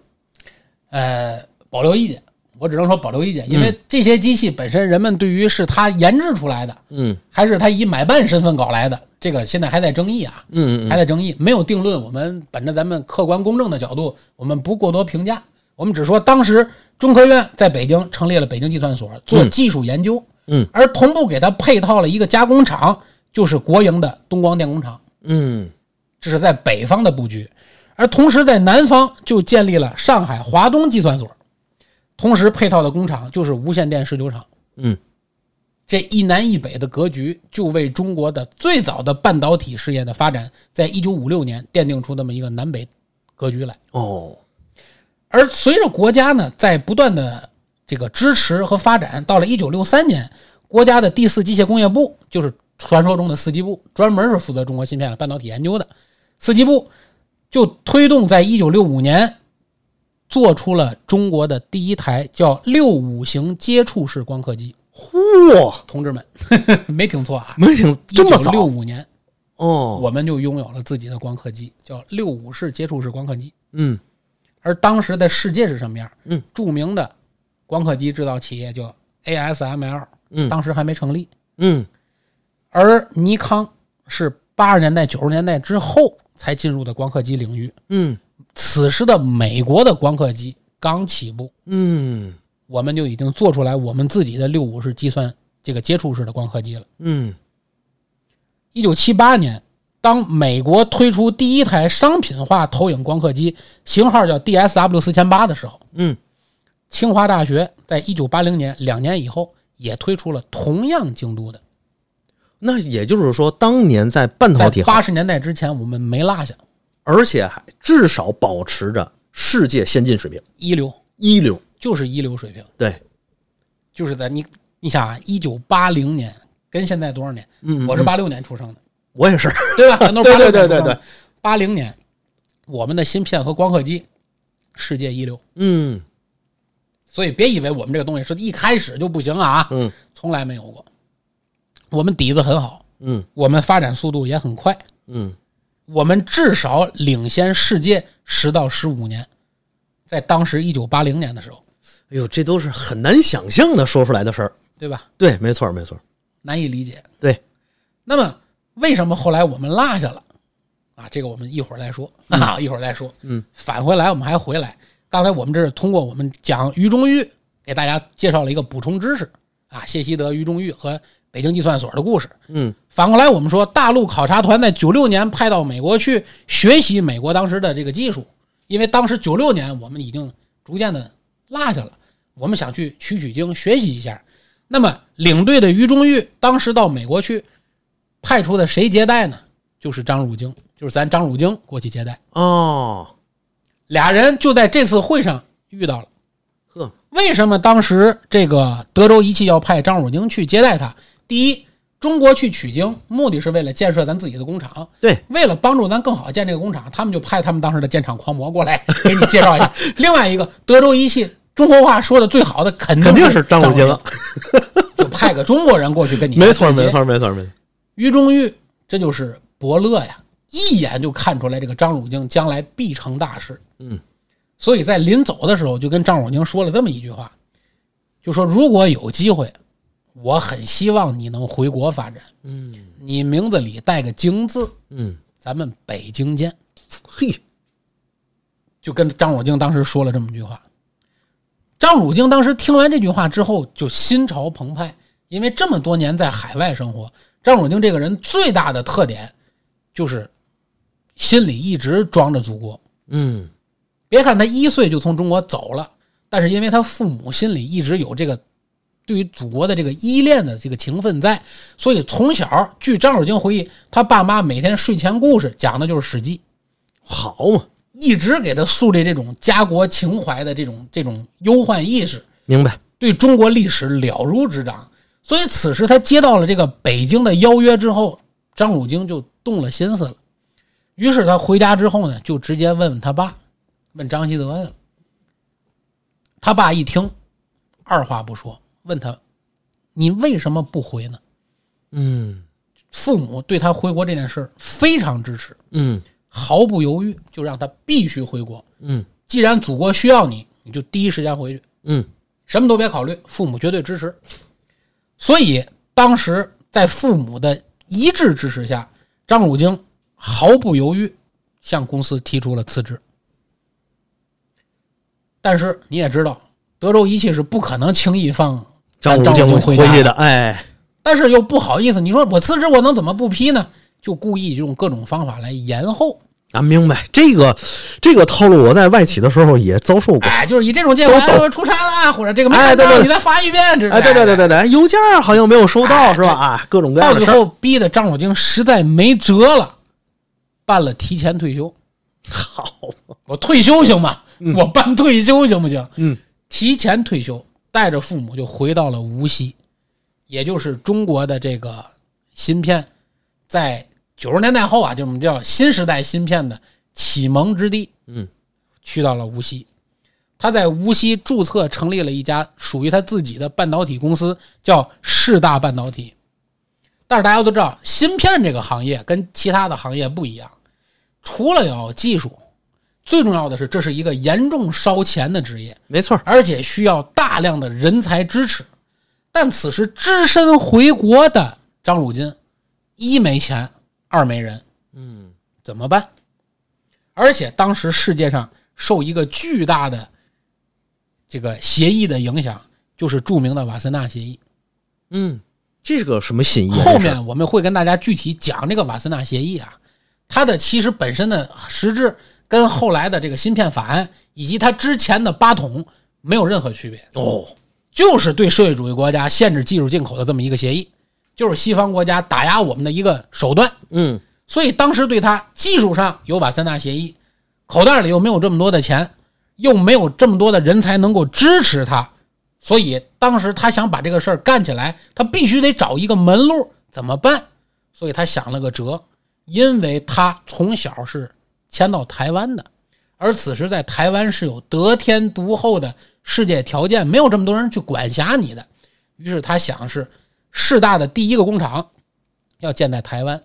Speaker 2: 呃，保留意见，我只能说保留意见，因为这些机器本身，人们对于是它研制出来的，
Speaker 1: 嗯
Speaker 2: 还是它以买办身份搞来的，这个现在还在争议啊，
Speaker 1: 嗯
Speaker 2: 还在争议，没有定论。我们本着咱们客观公正的角度，我们不过多评价，我们只说当时中科院在北京成立了北京计算所做技术研究，
Speaker 1: 嗯，
Speaker 2: 而同步给它配套了一个加工厂，就是国营的东光电工厂。
Speaker 1: 嗯
Speaker 2: 这是在北方的布局，而同时在南方就建立了上海华东计算所，同时配套的工厂就是无线电十九厂。
Speaker 1: 嗯，
Speaker 2: 这一南一北的格局，就为中国的最早的半导体事业的发展，在一九五六年奠定出这么一个南北格局来。
Speaker 1: 哦，
Speaker 2: 而随着国家呢在不断的这个支持和发展，到了一九六三年，国家的第四机械工业部就是传说中的四机部，专门是负责中国芯片和半导体研究的。四机部就推动在一九六五年做出了中国的第一台叫六五型接触式光刻机，
Speaker 1: 嚯，
Speaker 2: 同志们 <laughs> 没听错啊，
Speaker 1: 没挺这么
Speaker 2: 六
Speaker 1: 早
Speaker 2: 五年
Speaker 1: 哦，
Speaker 2: 我们就拥有了自己的光刻机，叫六五式接触式光刻机。
Speaker 1: 嗯
Speaker 2: 而当时的世界是什么样？
Speaker 1: 嗯，
Speaker 2: 著名的光刻机制造企业叫 ASML，
Speaker 1: 嗯
Speaker 2: 当时还没成立。
Speaker 1: 嗯
Speaker 2: 而尼康是八十年代、九十年代之后才进入的光刻机领域。
Speaker 1: 嗯
Speaker 2: 此时的美国的光刻机刚起步，
Speaker 1: 嗯
Speaker 2: 我们就已经做出来我们自己的六五式计算这个接触式的光刻机了。
Speaker 1: 嗯
Speaker 2: 一九七八年，当美国推出第一台商品化投影光刻机，型号叫 DSW 四千八的时候，
Speaker 1: 嗯
Speaker 2: 清华大学在一九八零年两年以后也推出了同样精度的，
Speaker 1: 那也就是说，当年在半导
Speaker 2: 在
Speaker 1: 体行
Speaker 2: 八十年代之前我们没落下，
Speaker 1: 而且还至少保持着世界先进水平，
Speaker 2: 一流
Speaker 1: 一流。
Speaker 2: 就是一流水平，
Speaker 1: 对，
Speaker 2: 就是在你你想啊，一九八零年跟现在多少年？
Speaker 1: 嗯，
Speaker 2: 我是八六年出生的，
Speaker 1: 我也是，
Speaker 2: 对吧？咱都是八
Speaker 1: 对
Speaker 2: 六
Speaker 1: 对对
Speaker 2: 年出生
Speaker 1: 对对
Speaker 2: 的，八零年我们的芯片和光刻机世界一流，
Speaker 1: 嗯
Speaker 2: 所以别以为我们这个东西是一开始就不行啊，
Speaker 1: 嗯
Speaker 2: 从来没有过，我们底子很好，
Speaker 1: 嗯
Speaker 2: 我们发展速度也很快，
Speaker 1: 嗯
Speaker 2: 我们至少领先世界十到十五年，在当时一九八零年的时候，
Speaker 1: 哎呦，这都是很难想象的说出来的事儿。
Speaker 2: 对吧？
Speaker 1: 对，没错，没错。
Speaker 2: 难以理解。
Speaker 1: 对，
Speaker 2: 那么为什么后来我们落下了？啊，这个我们一会儿再说啊， <laughs> 一会儿再说。
Speaker 1: 嗯，
Speaker 2: 返回来我们还回来。刚才我们这是通过我们讲于中玉给大家介绍了一个补充知识啊，谢希德、于中玉和北京计算所的故事。
Speaker 1: 嗯
Speaker 2: 反过来，我们说大陆考察团在九六年派到美国去学习美国当时的这个技术，因为当时九六年我们已经逐渐的落下了，我们想去取取经学习一下。那么领队的于中玉当时到美国去，派出的谁接待呢？就是张汝京，就是咱张汝京过去接待。
Speaker 1: 哦，
Speaker 2: 俩人就在这次会上遇到了。
Speaker 1: 呵，
Speaker 2: 为什么当时这个德州仪器要派张汝京去接待他？第一，中国去取经，目的是为了建设咱自己的工厂，
Speaker 1: 对，
Speaker 2: 为了帮助咱更好建这个工厂，他们就派他们当时的建厂狂魔
Speaker 1: <laughs>
Speaker 2: 过来给你介绍一下。另外一个，德州仪器中国话说的最好的肯
Speaker 1: 肯
Speaker 2: 定
Speaker 1: 定是张
Speaker 2: 张
Speaker 1: 汝京
Speaker 2: 京，就派个中国人过去跟你
Speaker 1: 没错，
Speaker 2: 对接
Speaker 1: 没。错，没错，没错。
Speaker 2: 于中玉，这就是伯乐呀，一眼就看出来这个张汝京将来必成大事。
Speaker 1: 嗯，
Speaker 2: 所以在临走的时候，就跟张汝京说了这么一句话，就说如果有机会，我很希望你能回国发展，
Speaker 1: 嗯
Speaker 2: 你名字里带个“京”字，
Speaker 1: 嗯，
Speaker 2: 咱们北京见。
Speaker 1: 嘿，
Speaker 2: 就跟张汝京当时说了这么一句话。张汝京当时听完这句话之后，就心潮澎湃，因为这么多年在海外生活，张汝京这个人最大的特点就是心里一直装着祖国。
Speaker 1: 嗯
Speaker 2: 别看他一岁就从中国走了，但是因为他父母心里一直有这个对于祖国的这个依恋的这个情分在，所以从小，据张守京回忆，他爸妈每天睡前故事讲的就是《史记》，
Speaker 1: 好嘛，
Speaker 2: 一直给他树立这种家国情怀的这种这种忧患意识，
Speaker 1: 明白？
Speaker 2: 对中国历史了如指掌。所以此时他接到了这个北京的邀约之后，张汝京就动了心思了。于是他回家之后呢，就直接问问他爸，问张希德去了。他爸一听，二话不说，问他：“你为什么不回呢
Speaker 1: 嗯？”
Speaker 2: 父母对他回国这件事儿非常支持，
Speaker 1: 嗯
Speaker 2: 毫不犹豫就让他必须回国。
Speaker 1: 嗯
Speaker 2: 既然祖国需要你，你就第一时间回去。
Speaker 1: 嗯，
Speaker 2: 什么都别考虑，父母绝对支持。所以当时在父母的一致支持下，张汝京毫不犹豫向公司提出了辞职。但是你也知道，德州仪器是不可能轻易放
Speaker 1: 张
Speaker 2: 武
Speaker 1: 武
Speaker 2: 京
Speaker 1: 回
Speaker 2: 家
Speaker 1: 去的，哎，
Speaker 2: 但是又不好意思，你说我辞职，我能怎么不批呢？就故意用各种方法来延后，
Speaker 1: 啊，明白这个这个套路，我在外企的时候也遭受过。
Speaker 2: 哎，就是以这种借口，
Speaker 1: 都懂
Speaker 2: 哎我出差了，或者这个没
Speaker 1: 哎
Speaker 2: 看
Speaker 1: 对
Speaker 2: 到，
Speaker 1: 对对
Speaker 2: 你再发一遍之类的。
Speaker 1: 哎，对对对对对，邮件儿好像没有收到是吧？啊，各种各样
Speaker 2: 哎到
Speaker 1: 的
Speaker 2: 最
Speaker 1: 事儿。
Speaker 2: 后逼得张汝京实在没辙了，办了提前退休。
Speaker 1: 好，
Speaker 2: 我退休行吗？我办退休行不行？
Speaker 1: 嗯，
Speaker 2: 提前退休，带着父母就回到了无锡，也就是中国的这个芯片在九十年代后啊，就我们叫新时代芯片的启蒙之地。
Speaker 1: 嗯，
Speaker 2: 去到了无锡，他在无锡注册成立了一家属于他自己的半导体公司，叫世大半导体。但是大家都知道，芯片这个行业跟其他的行业不一样，除了要有技术，最重要的是，这是一个严重烧钱的职业，
Speaker 1: 没错儿，
Speaker 2: 而且需要大量的人才支持。但此时只身回国的张汝京，一没钱，二没人，
Speaker 1: 嗯，
Speaker 2: 怎么办？而且当时世界上受一个巨大的这个协议的影响，就是著名的瓦森纳协议。
Speaker 1: 嗯，这是个什么新意啊？
Speaker 2: 后
Speaker 1: 这是
Speaker 2: 面我们会跟大家具体讲这个瓦森纳协议啊，它的其实本身的实质跟后来的这个芯片法案以及它之前的八桶没有任何区别，
Speaker 1: 哦，
Speaker 2: 就是对社会主义国家限制技术进口的这么一个协议，就是西方国家打压我们的一个手段。
Speaker 1: 嗯，
Speaker 2: 所以当时对他技术上有瓦森纳协议，口袋里又没有这么多的钱，又没有这么多的人才能够支持他，所以当时他想把这个事儿干起来，他必须得找一个门路，怎么办？所以他想了个辙，因为他从小是迁到台湾的，而此时在台湾是有得天独厚的世界条件，没有这么多人去管辖你的，于是他想是世大的第一个工厂要建在台湾。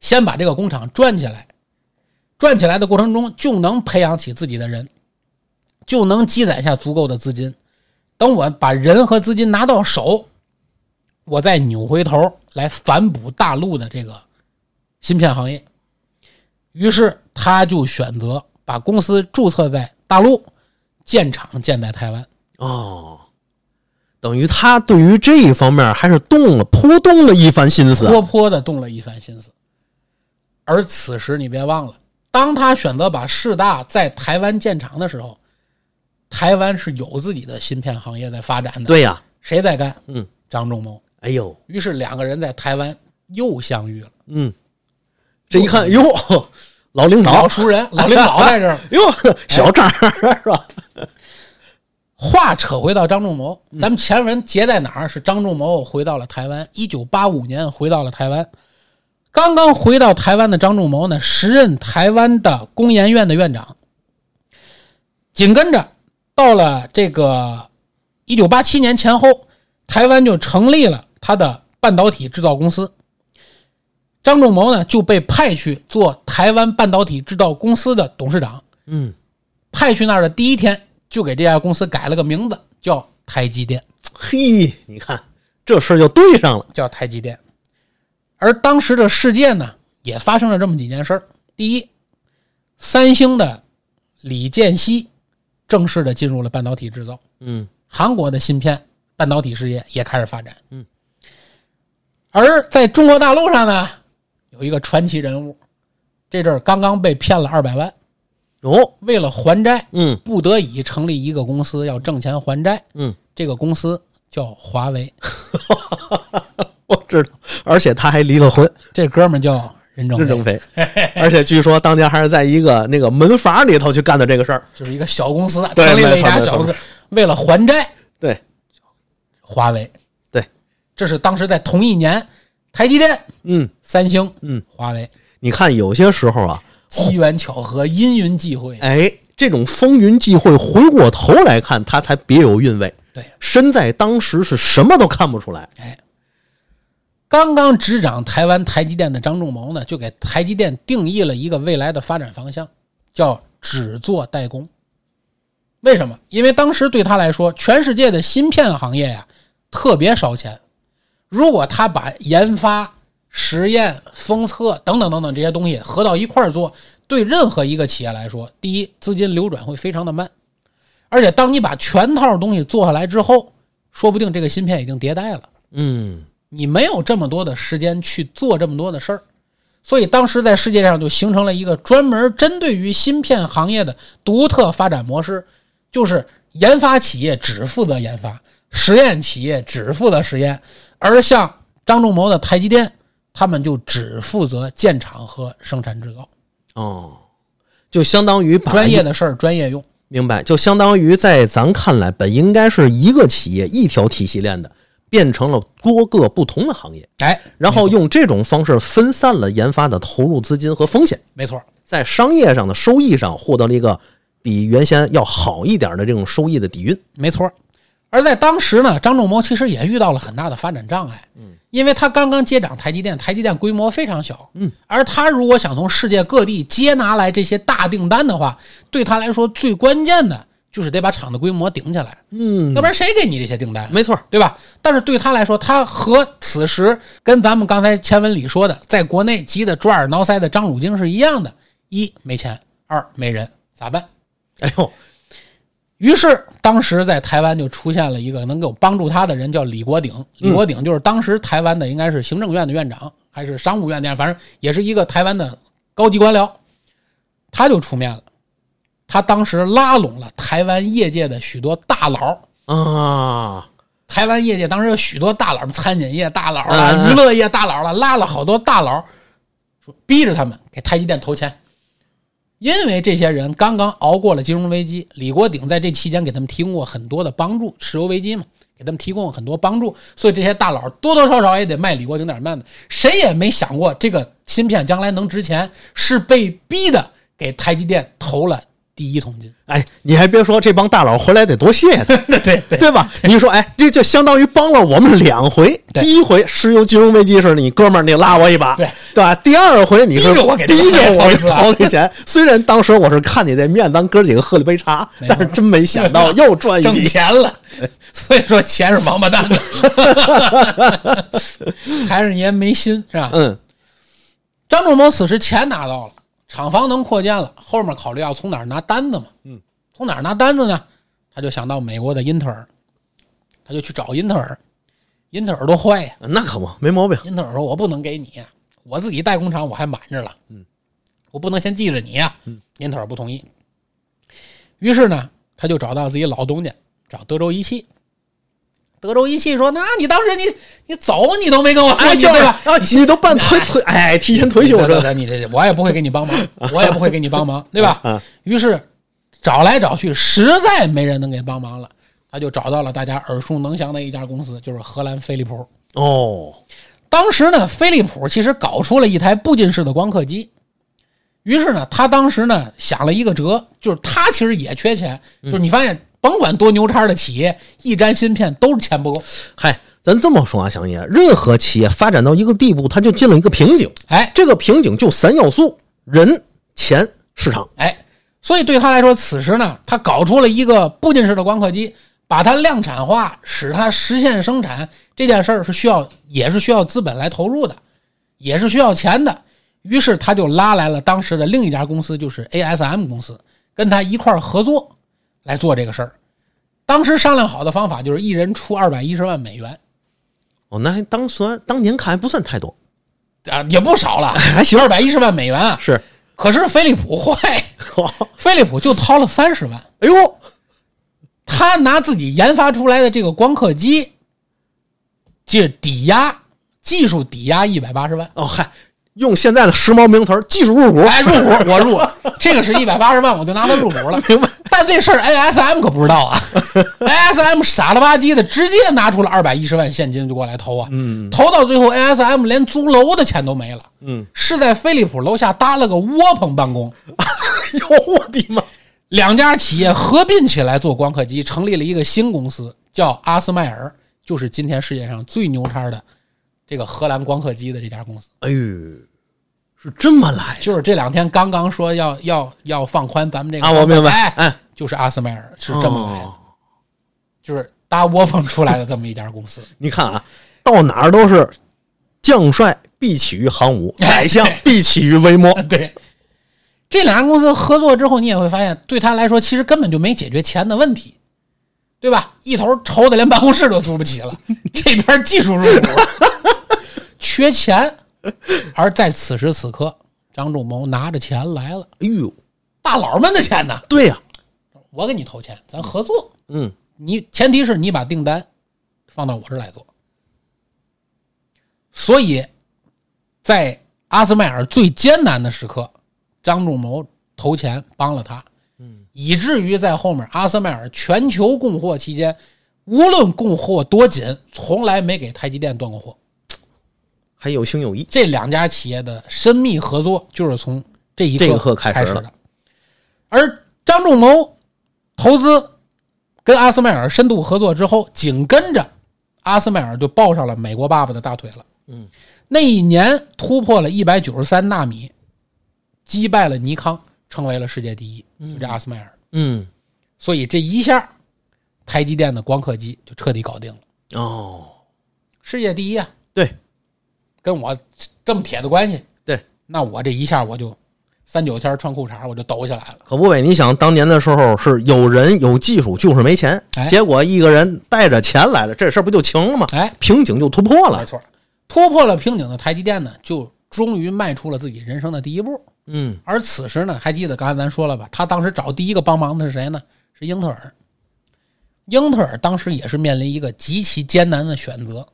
Speaker 2: 先把这个工厂转起来，转起来的过程中就能培养起自己的人，就能积攒下足够的资金。等我把人和资金拿到手，我再扭回头来反哺大陆的这个芯片行业。于是他就选择把公司注册在大陆，建厂建在台湾。
Speaker 1: 哦，等于他对于这一方面还是动了颇动了一番心思。啊
Speaker 2: 活泼的动了一番心思。而此时，你别忘了，当他选择把世大在台湾建厂的时候，台湾是有自己的芯片行业在发展的。，
Speaker 1: 对呀、
Speaker 2: 谁在干？
Speaker 1: 嗯，
Speaker 2: 张仲谋。
Speaker 1: 哎呦，
Speaker 2: 于是两个人在台湾又相遇了，
Speaker 1: 嗯，这一看，哟，老领
Speaker 2: 老
Speaker 1: 导，
Speaker 2: 熟人，老领导在这儿。
Speaker 1: 哟，小张、是吧？
Speaker 2: 话扯回到张仲谋，咱们前文结在哪儿？是张仲谋回到了台湾，一九八五年回到了台湾。刚刚回到台湾的张仲谋呢，时任台湾的工研院的院长。紧跟着，到了这个一九八七年前后，台湾就成立了他的半导体制造公司。张仲谋呢就被派去做台湾半导体制造公司的董事长。
Speaker 1: 嗯，
Speaker 2: 派去那儿的第一天，就给这家公司改了个名字，叫台积电，
Speaker 1: 嘿，你看这事儿就对上了。
Speaker 2: 叫台积电。而当时的世界呢，也发生了这么几件事儿：第一，三星的李健熙正式的进入了半导体制造，
Speaker 1: 嗯
Speaker 2: 韩国的芯片半导体事业也开始发展。
Speaker 1: 嗯，
Speaker 2: 而在中国大陆上呢，有一个传奇人物，这阵儿刚刚被骗了二百万，
Speaker 1: 哦，
Speaker 2: 为了还债，
Speaker 1: 嗯
Speaker 2: 不得已成立一个公司要挣钱还债。
Speaker 1: 嗯，
Speaker 2: 这个公司叫华为，
Speaker 1: <laughs> 我知道，而且他还离了婚，
Speaker 2: 这哥们儿叫任正
Speaker 1: 任正
Speaker 2: 非，
Speaker 1: 非，
Speaker 2: 哎
Speaker 1: <laughs> 而且据说当年还是在一个那个门阀里头去干的这个事儿。
Speaker 2: 就是一个小公司，啊
Speaker 1: 对
Speaker 2: 成立了
Speaker 1: 没
Speaker 2: 一
Speaker 1: 错
Speaker 2: 家
Speaker 1: 没
Speaker 2: 小公
Speaker 1: 错
Speaker 2: 司，为了还债，
Speaker 1: 对，
Speaker 2: 华为，
Speaker 1: 对，
Speaker 2: 这是当时在同一年，台积电、
Speaker 1: 嗯，
Speaker 2: 三星、
Speaker 1: 嗯，
Speaker 2: 华为，
Speaker 1: 你看有些时候啊，
Speaker 2: 机缘巧合，因缘际会，
Speaker 1: 哎，这种风云际会，回过头来看，它才别有韵味。
Speaker 2: 对，
Speaker 1: 身在当时是什么都看不出来。
Speaker 2: 哎，刚刚执掌台湾台积电的张仲谋呢，就给台积电定义了一个未来的发展方向，叫只做代工。为什么？因为当时对他来说，全世界的芯片行业呀、特别烧钱。如果他把研发、实验、封测等等等等这些东西合到一块儿做，对任何一个企业来说，第一，资金流转会非常的慢，而且当你把全套东西做下来之后，说不定这个芯片已经迭代了。
Speaker 1: 嗯，
Speaker 2: 你没有这么多的时间去做这么多的事儿，所以当时在世界上就形成了一个专门针对于芯片行业的独特发展模式，就是研发企业只负责研发，实验企业只负责实验，而像张仲谋的台积电，他们就只负责建厂和生产制造，
Speaker 1: 哦，就相当于把
Speaker 2: 专业的事儿专业用。
Speaker 1: 明白，就相当于在咱看来，本应该是一个企业一条体系链的，变成了多个不同的行业，
Speaker 2: 哎，
Speaker 1: 然后用这种方式分散了研发的投入资金和风险，
Speaker 2: 没错，
Speaker 1: 在商业上的收益上获得了一个比原先要好一点的这种收益的底蕴。
Speaker 2: 没错。而在当时呢，张仲谋其实也遇到了很大的发展障碍，嗯，因为他刚刚接掌台积电，台积电规模非常小，嗯，而他如果想从世界各地接拿来这些大订单的话，对他来说最关键的就是得把厂的规模顶起来，
Speaker 1: 嗯，
Speaker 2: 要不然谁给你这些订单？
Speaker 1: 没错，
Speaker 2: 对吧？但是对他来说，他和此时跟咱们刚才前文里说的，在国内急得抓耳挠腮的张汝京是一样的：一没钱，二没人，咋办？
Speaker 1: 哎呦，
Speaker 2: 于是，当时在台湾就出现了一个能够帮助他的人，叫李国鼎。李国鼎就是当时台湾的，应该是行政院的院长，还是商务院的院长，反正也是一个台湾的高级官僚。他就出面了，他当时拉拢了台湾业界的许多大佬。
Speaker 1: 啊，
Speaker 2: 台湾业界当时有许多大佬，餐饮业大佬啊，
Speaker 1: 嗯
Speaker 2: 娱乐业大佬了，拉了好多大佬，说逼着他们给台积电投钱，因为这些人刚刚熬过了金融危机，李国鼎在这期间给他们提供过很多的帮助，石油危机嘛，给他们提供过很多帮助，所以这些大佬多多少少也得卖李国鼎点面子，谁也没想过这个芯片将来能值钱，是被逼的给台积电投了第一桶金， <laughs>
Speaker 1: 哎，你还别说，这帮大佬回来得多谢他。
Speaker 2: 对 <laughs>
Speaker 1: <laughs>
Speaker 2: 对
Speaker 1: 对吧？你说，哎，这就相当于帮了我们两回。
Speaker 2: 对
Speaker 1: 第一回石油金融危机时，你哥们儿你拉我一把，
Speaker 2: 对
Speaker 1: 吧？第二回你是
Speaker 2: 逼着我给这
Speaker 1: 逼着
Speaker 2: 钱
Speaker 1: 我
Speaker 2: 掏
Speaker 1: 给
Speaker 2: 出来
Speaker 1: 掏这钱，虽然当时我是看你这面，咱哥几个喝了杯茶
Speaker 2: 没，错
Speaker 1: 但是真没想到又赚一
Speaker 2: 挣
Speaker 1: 笔。
Speaker 2: 钱了，所以说钱是王八蛋的，还是爷没心是吧？
Speaker 1: 嗯，
Speaker 2: 张仲谋此时钱拿到了，厂房能扩建了，后面考虑要从哪儿拿单子嘛。嗯，从哪儿拿单子呢？他就想到美国的英特尔，他就去找英特尔。英特尔多坏呀！
Speaker 1: 那可不，没毛病。
Speaker 2: 英特尔说：“我不能给你，我自己代工厂我还瞒着了，嗯，我不能先记着你呀、
Speaker 1: 嗯
Speaker 2: 英特尔不同意。于是呢，他就找到自己老东家，找德州仪器。德州仪器说：“那你当时你你走你都没跟我说，
Speaker 1: 哎，
Speaker 2: 你
Speaker 1: 就
Speaker 2: 对
Speaker 1: 是
Speaker 2: 吧？
Speaker 1: 啊，你都办退退，哎，提前退休
Speaker 2: 对
Speaker 1: 这
Speaker 2: 对
Speaker 1: 个
Speaker 2: 对你这我也不会给你帮忙，
Speaker 1: <laughs>
Speaker 2: 我也不会给你帮忙，对吧？
Speaker 1: 嗯
Speaker 2: 于是找来找去，实在没人能给帮忙了，他就找到了大家耳熟能详的一家公司，就是荷兰飞利浦。
Speaker 1: 哦，
Speaker 2: 当时呢，飞利浦其实搞出了一台步进式的光刻机，于是呢，他当时呢想了一个辙，就是他其实也缺钱，就是你发现甭管多牛叉的企业，一沾芯片都是钱不够。
Speaker 1: 嗨，咱这么说啊，祥爷，任何企业发展到一个地步，它就进了一个瓶颈，
Speaker 2: 哎
Speaker 1: 这个瓶颈就三要素：人、钱、市场。
Speaker 2: 哎，所以对他来说，此时呢，他搞出了一个步进式的光刻机，把它量产化，使它实现生产这件事儿是需要，也是需要资本来投入的，也是需要钱的。于是他就拉来了当时的另一家公司，就是 ASM 公司，跟他一块儿合作来做这个事儿。当时商量好的方法就是一人出二百一十万美元
Speaker 1: 哦，那还当算当年看还不算太多，
Speaker 2: 啊，也不少了，
Speaker 1: <laughs> 还行
Speaker 2: 二百一十万美元啊。
Speaker 1: 是。哦
Speaker 2: 可是飞利浦坏，飞利浦就掏了三十万。
Speaker 1: 哎呦，
Speaker 2: 他拿自己研发出来的这个光刻机，借抵押技术抵押一百八十万。
Speaker 1: 哦嗨，用现在的时髦名词儿，技术入股，
Speaker 2: 哎，入股我入， <laughs> 这个是一百八十万，我就拿它入股了。 <laughs> 明白？但这事儿 ASM 可不知 <laughs> 道啊，ASM 傻了吧唧的，直接拿出了二百一十万现金就过来投啊。嗯，投到最后，ASM 连租楼的钱都没了。
Speaker 1: 嗯，
Speaker 2: 是在飞利浦楼下搭了个窝棚办公，
Speaker 1: 哟我的妈！
Speaker 2: 两家企业合并起来做光刻机，成立了一个新公司，叫阿斯麦尔，就是今天世界上最牛叉的这个荷兰光刻机的这家公司。
Speaker 1: 哎呦，是这么来的
Speaker 2: 就是这两天刚刚说要要要放宽咱们这个
Speaker 1: 啊？我明白，
Speaker 2: 哎，
Speaker 1: 哎，
Speaker 2: 就是阿斯麦尔是这么来的，
Speaker 1: 哦，
Speaker 2: 就是搭窝棚出来的这么一家公司。
Speaker 1: 你看啊，到哪儿都是将帅必起于航 <laughs> 母，宰相必起于微末。
Speaker 2: <laughs> 对，这两家公司合作之后，你也会发现，对他来说其实根本就没解决钱的问题，对吧？一头愁的连办公室都租不起了，这边技术入股，缺钱。而在此时此刻，张仲谋拿着钱来了，
Speaker 1: 哎呦，
Speaker 2: 大佬们的钱呢？
Speaker 1: 对呀、
Speaker 2: 我给你投钱，咱合作。
Speaker 1: 嗯，
Speaker 2: 你前提是你把订单放到我这儿来做。所以，在阿斯麦尔最艰难的时刻，张仲谋投钱帮了他，嗯，以至于在后面阿斯麦尔全球供货期间，无论供货多紧，从来没给台积电断过货。
Speaker 1: 还有情有义。
Speaker 2: 这两家企业的深密合作就是从这一
Speaker 1: 这一刻
Speaker 2: 刻
Speaker 1: 开始
Speaker 2: 开始
Speaker 1: 的
Speaker 2: 的。而张仲谋投资跟阿斯麦尔深度合作之后，紧跟着阿斯麦尔就抱上了美国爸爸的大腿了。
Speaker 1: 嗯，
Speaker 2: 那一年突破了一百九十三纳米，击败了尼康，成为了世界第一。就这阿斯麦尔，
Speaker 1: 嗯，
Speaker 2: 所以这一下，台积电的光刻机就彻底搞定了，
Speaker 1: 哦，
Speaker 2: 世界第一啊！
Speaker 1: 对，
Speaker 2: 跟我这么铁的关系，
Speaker 1: 对，
Speaker 2: 那我这一下我就三九天穿裤衩我就抖起来了。
Speaker 1: 可不呗？你想当年的时候是有人有技术，就是没钱，
Speaker 2: 哎
Speaker 1: 结果一个人带着钱来了，这事儿不就晴了吗？
Speaker 2: 哎，
Speaker 1: 瓶颈就突破
Speaker 2: 没
Speaker 1: 了。
Speaker 2: 错，突破了瓶颈的台积电呢，就终于迈出了自己人生的第一步。
Speaker 1: 嗯，
Speaker 2: 而此时呢，还记得刚才咱说了吧？他当时找第一个帮忙的是谁呢？是英特尔。英特尔当时也是面临一个极其艰难的选择。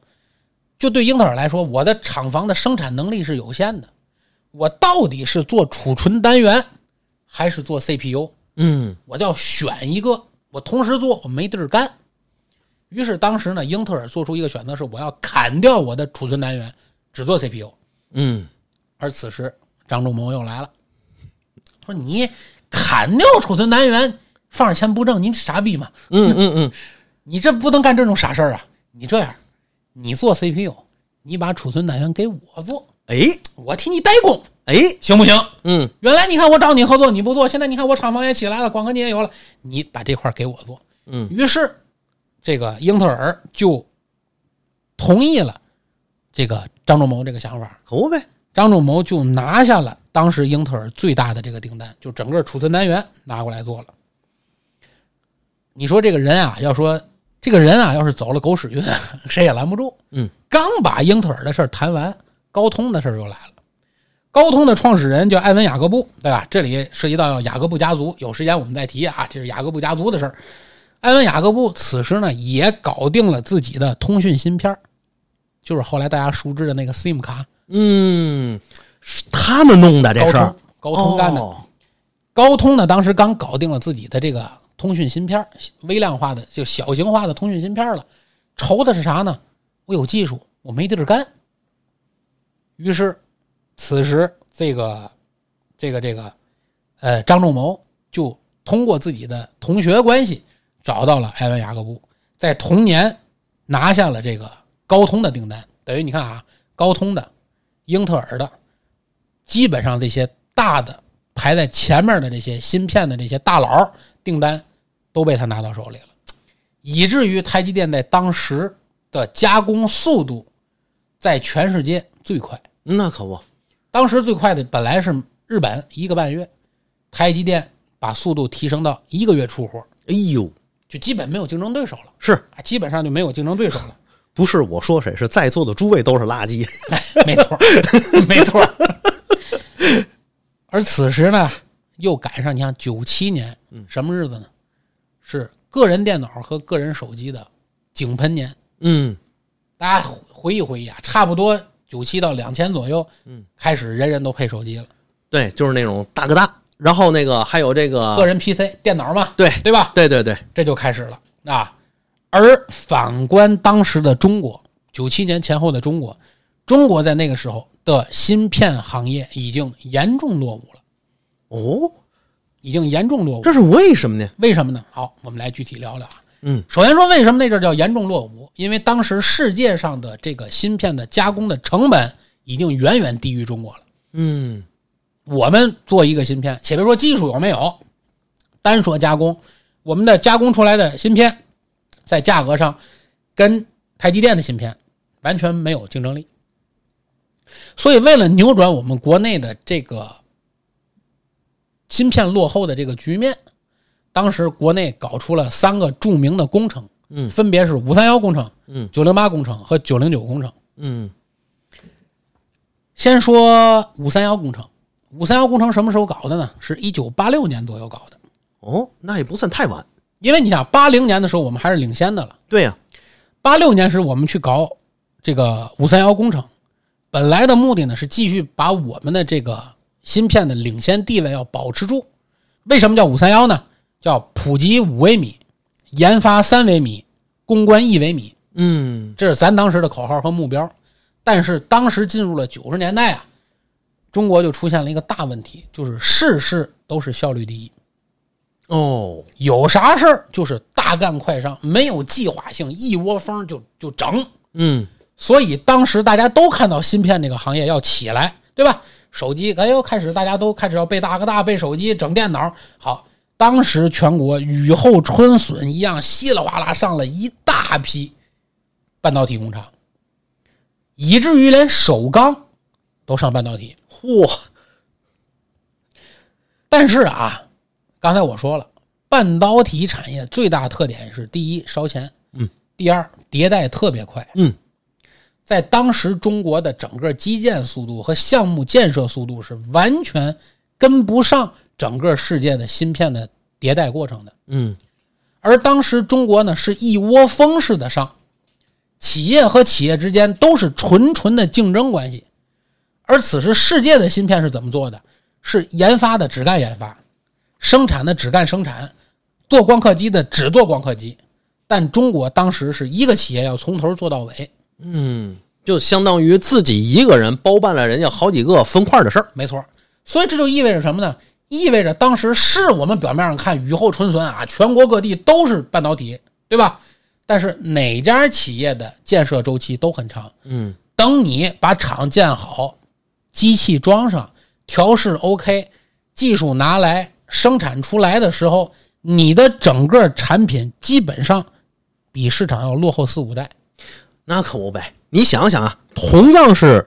Speaker 2: 就对英特尔来说，我的厂房的生产能力是有限的，我到底是做储存单元，还是做 CPU？
Speaker 1: 嗯，
Speaker 2: 我就要选一个，我同时做，我没地儿干。于是当时呢，英特尔做出一个选择是，我要砍掉我的储存单元，只做 CPU。
Speaker 1: 嗯，
Speaker 2: 而此时，张仲谋又来了，说：“你砍掉储存单元，放着钱不挣，您傻逼吗？
Speaker 1: 嗯嗯嗯，
Speaker 2: 你这不能干这种傻事儿啊！你这样，你做 CPU，你把储存单元给我做，
Speaker 1: 哎
Speaker 2: 我替你代工，
Speaker 1: <laughs> 哎，
Speaker 2: 行不行？
Speaker 1: 嗯，
Speaker 2: <laughs> 原来你看我找你合作你不做，现在你看我厂房也起来了，广告你也有了，你把这块儿给我做。
Speaker 1: 嗯
Speaker 2: 于是这个英特尔就同意了这个张仲谋这个想法，
Speaker 1: 可不呗？
Speaker 2: 张仲谋就拿下了当时英特尔最大的这个订单，就整个储存单元拿过来做了。你说这个人啊，要说这个人啊，要是走了狗屎运，谁也拦不住。
Speaker 1: 嗯，
Speaker 2: 刚把英特尔的事儿谈完，高通的事儿又来了。高通的创始人叫埃文·雅各布，对吧？这里涉及到雅各布家族，有时间我们再提啊，这是雅各布家族的事儿。埃文·雅各布此时呢，也搞定了自己的通讯芯片儿，就是后来大家熟知的那个 SIM 卡。
Speaker 1: 嗯，是他们弄的这
Speaker 2: 高
Speaker 1: 事
Speaker 2: 通
Speaker 1: 儿，
Speaker 2: 高通干的。
Speaker 1: 哦
Speaker 2: 高通呢，当时刚搞定了自己的这个通讯芯片儿，微量化的就小型化的通讯芯片儿了，愁的是啥呢？我有技术，我没地儿干。于是，此时这个这个这个呃张仲谋就通过自己的同学关系找到了埃文雅各布，在同年拿下了这个高通的订单。等于你看啊，高通的、英特尔的，基本上这些大的排在前面的这些芯片的这些大佬儿订单都被他拿到手里了，以至于台积电在当时的加工速度在全世界最快。
Speaker 1: 那可不，
Speaker 2: 当时最快的本来是日本一个半月，台积电把速度提升到一个月出货，
Speaker 1: 哎呦，
Speaker 2: 就基本没有竞争对手了，
Speaker 1: 是
Speaker 2: 啊，基本上就没有竞争对手了。
Speaker 1: 不是我说谁？是在座的诸位都是垃圾。 <laughs>
Speaker 2: 哎， <laughs> 没错儿，没错儿。而此时呢，又赶上你看九七年，什么日子呢？是个人电脑和个人手机的井喷年，
Speaker 1: 嗯，
Speaker 2: 大家回忆回忆啊，差不多九七到两千左右，
Speaker 1: 嗯，
Speaker 2: 开始人人都配手机了，
Speaker 1: 对，就是那种大哥大，然后那个还有这
Speaker 2: 个
Speaker 1: 个，
Speaker 2: 人 PC 电脑嘛，
Speaker 1: 对
Speaker 2: 对吧？
Speaker 1: 对对对，
Speaker 2: 这就开始了啊。而反观当时的中国，九七年前后的中国，中国在那个时候的芯片行业已经严重落伍了，
Speaker 1: 哦，
Speaker 2: 已经严重落伍。
Speaker 1: 这是为什么呢？
Speaker 2: 为什么呢？好，我们来具体聊聊啊。
Speaker 1: 嗯，
Speaker 2: 首先说为什么那阵儿叫严重落伍，因为当时世界上的这个芯片的加工的成本已经远远低于中国了。
Speaker 1: 嗯
Speaker 2: 我们做一个芯片，且别说技术有没有，单说加工，我们的加工出来的芯片，在价格上跟台积电的芯片完全没有竞争力。所以，为了扭转我们国内的这个芯片落后的这个局面，当时国内搞出了三个著名的工程，
Speaker 1: 嗯
Speaker 2: 分别是五三幺工程、
Speaker 1: 嗯
Speaker 2: 九零八工程和九零九工程。
Speaker 1: 嗯
Speaker 2: 先说五三幺工程，五三幺工程什么时候搞的呢？是一九八六年左右搞的，
Speaker 1: 哦，那也不算太晚。
Speaker 2: 因为你想，八零年的时候我们还是领先的了，
Speaker 1: 对呀、
Speaker 2: 八六年时我们去搞这个五三幺工程，本来的目的呢是继续把我们的这个芯片的领先地位要保持住。为什么叫五三幺呢？叫普及五微米，研发三微米，攻关一微米。
Speaker 1: 嗯
Speaker 2: 这是咱当时的口号和目标。但是当时进入了九十年代啊，中国就出现了一个大问题，就是事事都是效率第一，
Speaker 1: 哦，
Speaker 2: 有啥事儿就是大干快上，没有计划性，一窝蜂就就整。
Speaker 1: 嗯
Speaker 2: 所以当时大家都看到芯片这个行业要起来，对吧？手机，哎呦，开始大家都开始要背大哥大、背手机、整电脑。好，当时全国雨后春笋一样，稀里哗啦上了一大批半导体工厂，以至于连首钢都上半导体。
Speaker 1: 嚯，
Speaker 2: 但是啊，刚才我说了，半导体产业最大特点是：第一，烧钱；
Speaker 1: 嗯，
Speaker 2: 第二，迭代特别快。
Speaker 1: 嗯，
Speaker 2: 在当时中国的整个基建速度和项目建设速度是完全跟不上整个世界的芯片的迭代过程的。
Speaker 1: 嗯
Speaker 2: 而当时中国呢是一窝蜂似的上，企业和企业之间都是纯纯的竞争关系。而此时世界的芯片是怎么做的？是研发的只干研发，生产的只干生产，做光刻机的只做光刻机。但中国当时是一个企业要从头做到尾，
Speaker 1: 嗯，就相当于自己一个人包办了人家好几个分块的事儿。
Speaker 2: 没错。所以这就意味着什么呢？意味着当时是我们表面上看雨后春笋啊，全国各地都是半导体，对吧？但是哪家企业的建设周期都很长，
Speaker 1: 嗯
Speaker 2: 等你把厂建好，机器装上，调试 OK，技术拿来生产出来的时候，你的整个产品基本上比市场要落后四五代。
Speaker 1: 那可不呗！你想想啊，同样是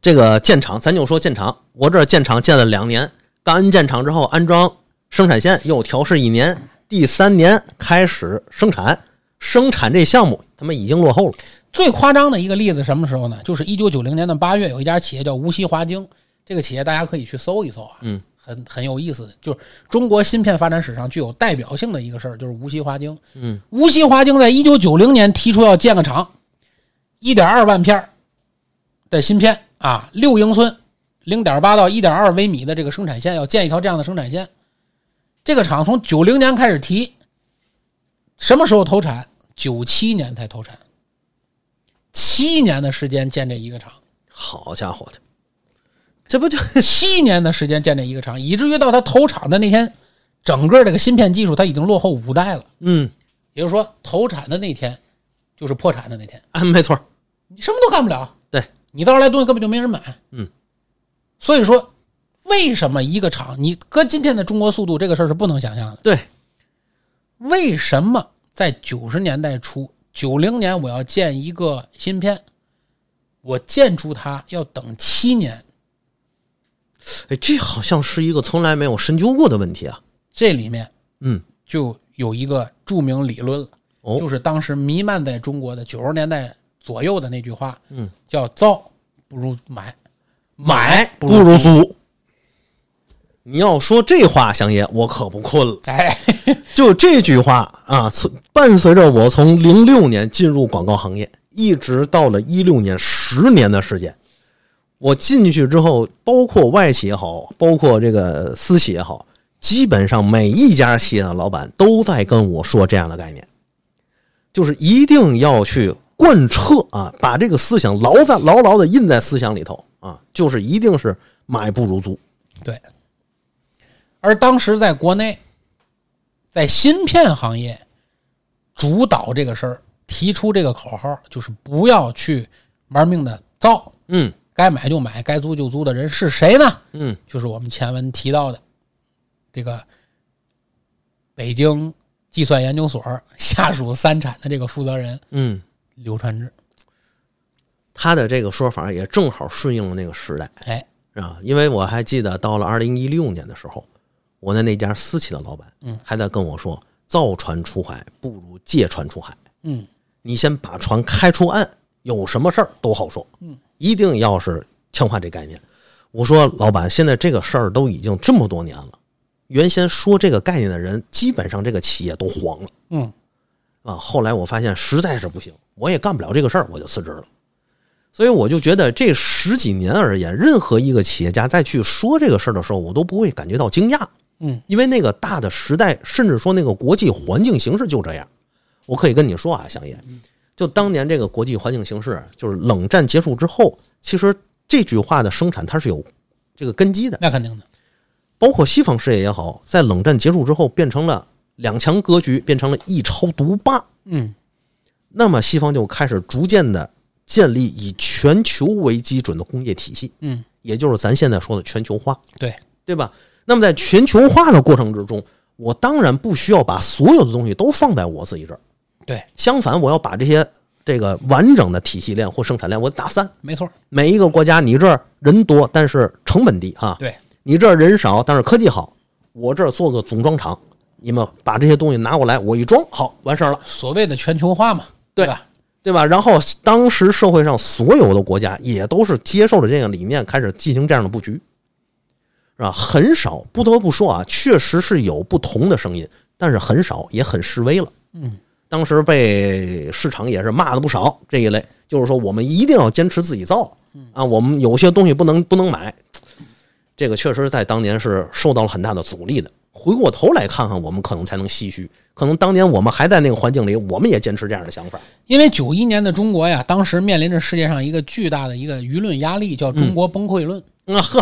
Speaker 1: 这个建厂，咱就说建厂，我这建厂建了两年，刚安建厂之后安装生产线，又调试一年，第三年开始生产，生产这项目他们已经落后了。
Speaker 2: 最夸张的一个例子什么时候呢？就是一九九零年的八月，有一家企业叫无锡华晶，这个企业大家可以去搜一搜啊，
Speaker 1: 嗯，
Speaker 2: 很很有意思的，就是中国芯片发展史上具有代表性的一个事儿，就是无锡华晶。
Speaker 1: 嗯，
Speaker 2: 无锡华晶在一九九零年提出要建个厂，一点二万片儿的芯片啊，六英寸，零点八到一点二微米的这个生产线，要建一条这样的生产线。这个厂从九零年开始提，什么时候投产？九七年才投产。七年的时间建这一个厂，
Speaker 1: 好家伙的，这不就 <laughs>
Speaker 2: 七年的时间建这一个厂，以至于到他投产的那天，整个这个芯片技术它已经落后五代了。
Speaker 1: 嗯
Speaker 2: 也就是说，投产的那天就是破产的那天，
Speaker 1: 啊，没错儿，
Speaker 2: 你什么都干不了。
Speaker 1: 对
Speaker 2: 你到时候来东西根本就没人买。
Speaker 1: 嗯，
Speaker 2: 所以说，为什么一个厂，你搁今天的中国速度，这个事儿是不能想象的。
Speaker 1: 对，
Speaker 2: 为什么在九十年代初，九零年我要建一个芯片，我建出它要等七年？
Speaker 1: 哎，这好像是一个从来没有深究过的问题啊。
Speaker 2: 这里面
Speaker 1: 嗯，
Speaker 2: 就有一个著名理论了，
Speaker 1: 哦
Speaker 2: 就是当时弥漫在中国的九十年代左右的那句话，
Speaker 1: 嗯，
Speaker 2: 叫“造不如买，
Speaker 1: 买
Speaker 2: 不
Speaker 1: 不
Speaker 2: 如
Speaker 1: 如租。你要说这话，祥爷，我可不困了。
Speaker 2: <laughs> 哎，
Speaker 1: 就这句话，啊，从伴随着我从零六年进入广告行业，一直到了一六年，十年的时间。我进去之后，包括外企也好，包括这个私企也好，基本上每一家企业的老板都在跟我说这样的概念，就是一定要去贯彻啊，把这个思想牢在牢牢的印在思想里头啊，就是一定是买不如租。
Speaker 2: 对。而当时在国内，在芯片行业主导这个事儿，提出这个口号，就是不要去玩命的造，
Speaker 1: 嗯
Speaker 2: 该买就买，该租就租的人是谁呢？
Speaker 1: 嗯
Speaker 2: 就是我们前文提到的这个北京计算研究所 <laughs> 下属三产的这个负责人
Speaker 1: 嗯，
Speaker 2: 刘传志。
Speaker 1: 他的这个说法也正好顺应了那个时代。
Speaker 2: 哎，
Speaker 1: 啊，因为我还记得到了二零一六年的时候，我的那家私企的老板，
Speaker 2: 嗯，
Speaker 1: 还在跟我说，造船出海不如借船出海，
Speaker 2: 嗯，
Speaker 1: 你先把船开出岸，有什么事儿都好说，嗯，一定要是强化这概念。我说，老板，现在这个事儿都已经这么多年了，原先说这个概念的人，基本上这个企业都黄了。
Speaker 2: 嗯，
Speaker 1: 啊，后来我发现实在是不行，我也干不了这个事儿，我就辞职了。所以我就觉得这十几年而言，任何一个企业家再去说这个事儿的时候，我都不会感觉到惊讶。
Speaker 2: 嗯，
Speaker 1: 因为那个大的时代，甚至说那个国际环境形势就这样。我可以跟你说啊，祥爷，就当年这个国际环境形势，就是冷战结束之后，其实这句话的生产它是有这个根基的。
Speaker 2: 那肯定的。
Speaker 1: 包括西方事业也好，在冷战结束之后，变成了两强格局，变成了一超独霸。
Speaker 2: 嗯，
Speaker 1: 那么西方就开始逐渐的建立以全球为基准的工业体系，
Speaker 2: 嗯，
Speaker 1: 也就是咱现在说的全球化，
Speaker 2: 对，
Speaker 1: 对吧？那么在全球化的过程之中，我当然不需要把所有的东西都放在我自己这儿，
Speaker 2: 对，
Speaker 1: 相反，我要把这些这个完整的体系链或生产链，我打散。
Speaker 2: 没错，
Speaker 1: 每一个国家，你这儿人多，但是成本低哈，
Speaker 2: 对，
Speaker 1: 你这儿人少，但是科技好，我这儿做个总装厂，你们把这些东西拿过来，我一装，好，完事儿了。
Speaker 2: 所谓的全球化嘛，
Speaker 1: 对
Speaker 2: 吧？
Speaker 1: 对吧？然后当时社会上所有的国家也都是接受了这个理念，开始进行这样的布局，是吧？很少，不得不说啊，确实是有不同的声音，但是很少，也很示威了。
Speaker 2: 嗯，
Speaker 1: 当时被市场也是骂了不少这一类，就是说我们一定要坚持自己造啊，我们有些东西不能不能买，这个确实在当年是受到了很大的阻力的。回过头来看看，我们可能才能唏嘘，可能当年我们还在那个环境里，我们也坚持这样的想法。
Speaker 2: 因为九一年的中国呀，当时面临着世界上一个巨大的一个舆论压力，叫
Speaker 1: 嗯
Speaker 2: 中国崩溃论。
Speaker 1: 啊呵，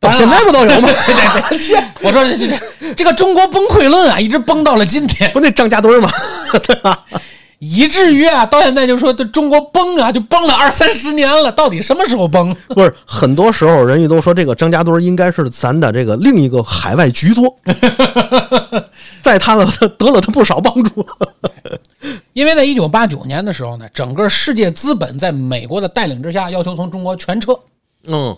Speaker 2: 当
Speaker 1: 到
Speaker 2: 然
Speaker 1: 现
Speaker 2: 了
Speaker 1: 在不都 <laughs> 有吗？对 <laughs> 对对，
Speaker 2: 我说这这这这个中国崩溃论啊，一直崩到了今天，
Speaker 1: 不那张家墩儿吗？
Speaker 2: 以至于啊，到现在就说这中国崩啊，就崩了二三十年了，到底什么时候崩？
Speaker 1: <laughs> 不是，很多时候人家都说这个张家墩儿应该是咱的这个另一个海外局 <laughs> 座，在他的得了他不少帮助。
Speaker 2: 因为在一九八九年的时候呢，整个世界资本在美国的带领之下，要求从中国全撤，
Speaker 1: <laughs> 嗯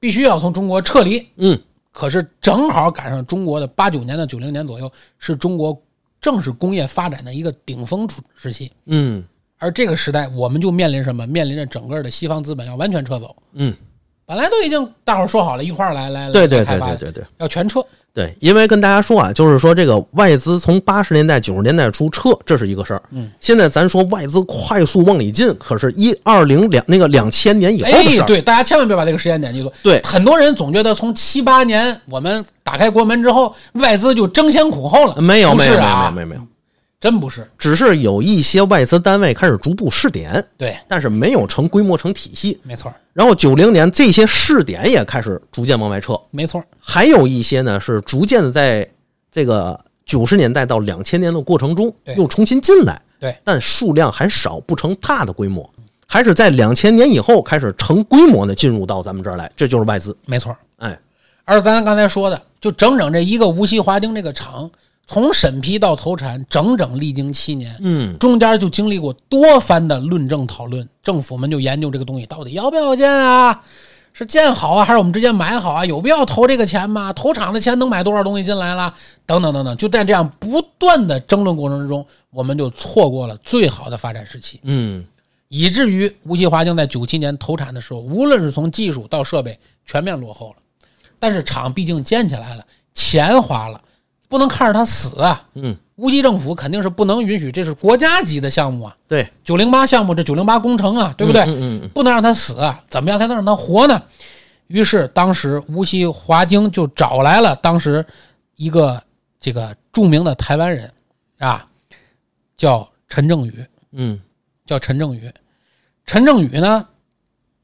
Speaker 2: 必须要从中国撤离。
Speaker 1: 嗯，
Speaker 2: 可是正好赶上中国的八九年到九零年左右，是中国正是工业发展的一个顶峰处时期。
Speaker 1: 嗯
Speaker 2: 而这个时代，我们就面临什么？面临着整个的西方资本要完全撤走。
Speaker 1: 嗯，
Speaker 2: 本来都已经大伙儿说好了，一块儿来来来
Speaker 1: 对对
Speaker 2: 来开
Speaker 1: 对
Speaker 2: 发
Speaker 1: 对
Speaker 2: 的
Speaker 1: 对对
Speaker 2: 要全撤。
Speaker 1: 对，因为跟大家说啊，就是说这个外资从八十年代九十年代初撤，这是一个事儿。嗯，现在咱说外资快速往里进，可是一二零两那个两千年以后的
Speaker 2: 哎
Speaker 1: 事，儿。
Speaker 2: 对，大家千万别把这个时间点记错。
Speaker 1: 对
Speaker 2: 很多人总觉得从七八年我们打开国门之后，外资就争先恐后了。
Speaker 1: 没有
Speaker 2: 不
Speaker 1: 没
Speaker 2: 是
Speaker 1: 有没有没
Speaker 2: 啊
Speaker 1: 有没有没有，
Speaker 2: 真不是。
Speaker 1: 只是有一些外资单位开始逐步试点。
Speaker 2: 对，
Speaker 1: 但是没有成规模成体系。
Speaker 2: 没错儿，
Speaker 1: 然后九零年这些试点也开始逐渐往外撤，
Speaker 2: 没错儿。
Speaker 1: 还有一些呢是逐渐的在这个九十年代到两千年的过程中
Speaker 2: 对
Speaker 1: 又重新进来，
Speaker 2: 对，
Speaker 1: 但数量还少，不成大的规模，还是在两千年以后开始成规模的进入到咱们这儿来，这就是外资。
Speaker 2: 没错儿。
Speaker 1: 哎，
Speaker 2: 而咱刚才说的，就整整这一个无锡华晶这个厂，从审批到投产，整整历经七年。
Speaker 1: 嗯，
Speaker 2: 中间就经历过多番的论证讨论，政府们就研究这个东西到底要不要建啊，是建好啊，还是我们直接买好啊？有必要投这个钱吗？投厂的钱能买多少东西进来了？等等等等，就在这样不断的争论过程之中，我们就错过了最好的发展时期，
Speaker 1: 嗯，
Speaker 2: 以至于无锡华晶在九七年投产的时候，无论是从技术到设备全面落后了。但是厂毕竟建起来了，钱花了，不能看着它死啊。
Speaker 1: 嗯，
Speaker 2: 无锡政府肯定是不能允许，这是国家级的项目啊，
Speaker 1: 对，
Speaker 2: 九零八项目，这九零八工程啊，对不对？
Speaker 1: 嗯嗯嗯
Speaker 2: 不能让他死啊，怎么样才能让他活呢？于是当时无锡华经就找来了当时一个这个著名的台湾人啊，叫陈正宇，
Speaker 1: 嗯，
Speaker 2: 叫陈正宇。陈正宇呢，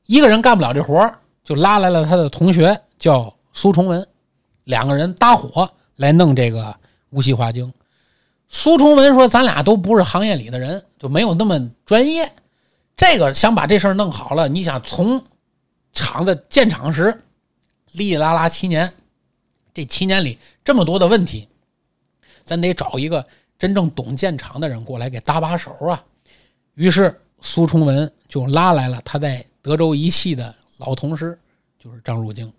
Speaker 2: 一个人干不了这活儿，就拉来了他的同学叫苏崇文，两个人搭伙来弄这个无锡华经。苏崇文说：“咱俩都不是行业里的人，就没有那么专业。这个想把这事儿弄好了，你想从厂子建厂时，哩哩啦啦七年，这七年里这么多的问题，咱得找一个真正懂建厂的人过来给搭把手啊。”于是苏崇文就拉来了他在德州仪器的老同事，就是张汝京。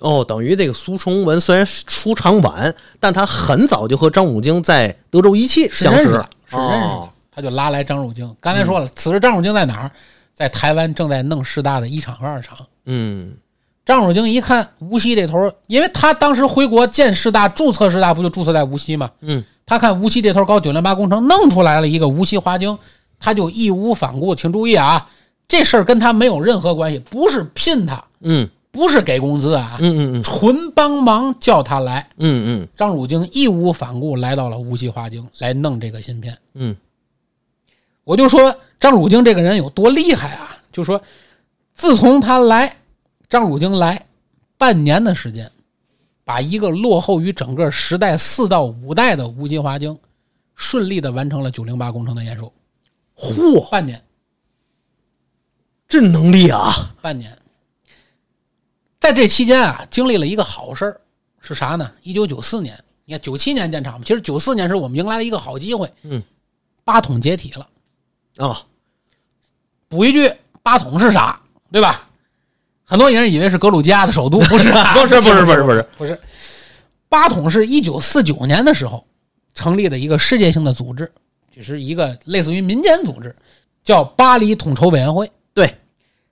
Speaker 1: 哦，等于这个苏崇文虽然出场晚，但他很早就和张武京在德州仪器
Speaker 2: 是
Speaker 1: 相
Speaker 2: 认识
Speaker 1: 识
Speaker 2: 的，，是认识的。
Speaker 1: 哦
Speaker 2: 他就拉来张汝京。刚才说了，此时张汝京在哪儿？在台湾正在弄师大的一厂和二厂。
Speaker 1: 嗯，
Speaker 2: 张汝京一看无锡这头儿，因为他当时回国建师大、注册师大，不就注册在无锡吗？
Speaker 1: 嗯，
Speaker 2: 他看无锡这头搞九零八工程，弄出来了一个无锡华经，他就义无反顾。请注意啊，这事儿跟他没有任何关系，不是聘他，
Speaker 1: 嗯
Speaker 2: 不是给工资啊，
Speaker 1: 嗯嗯嗯
Speaker 2: 纯帮忙叫他来。
Speaker 1: 嗯嗯
Speaker 2: 张汝京义无反顾来到了无锡华经来弄这个芯片。
Speaker 1: 嗯，
Speaker 2: 我就说张汝京这个人有多厉害啊！就说自从他来，张汝京来半年的时间，把一个落后于整个时代四到五代的无锡华经，顺利的完成了九零八工程的验收。
Speaker 1: 嚯，
Speaker 2: 半年，
Speaker 1: 这能力啊！
Speaker 2: 半年，在这期间啊，经历了一个好事儿是啥呢？一九九四年，你看九七年建厂嘛，其实九四年时候我们迎来了一个好机会，
Speaker 1: 嗯，
Speaker 2: 八桶解体了。
Speaker 1: 啊，
Speaker 2: 补一句，八桶是啥？对吧？很多人以为是格鲁吉亚的首都，不是啊、
Speaker 1: <laughs> 不是不是不是不是，
Speaker 2: 不是。八桶是一九四九年的时候成立的一个世界性的组织，只是一个类似于民间组织，叫巴黎统筹委员会。
Speaker 1: 对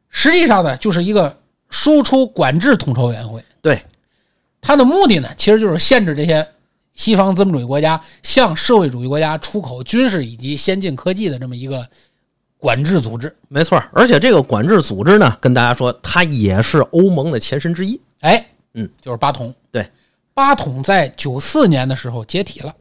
Speaker 2: 实际上呢，就是一个输出管制统筹委员会。
Speaker 1: 对，
Speaker 2: 它的目的呢，其实就是限制这些西方资本主义国家向社会主义国家出口军事以及先进科技的这么一个管制组织。
Speaker 1: 没错儿。而且这个管制组织呢，跟大家说，它也是欧盟的前身之一。
Speaker 2: 哎，
Speaker 1: 嗯，
Speaker 2: 就是八桶。
Speaker 1: 对，
Speaker 2: 八桶在九四年的时候解体了，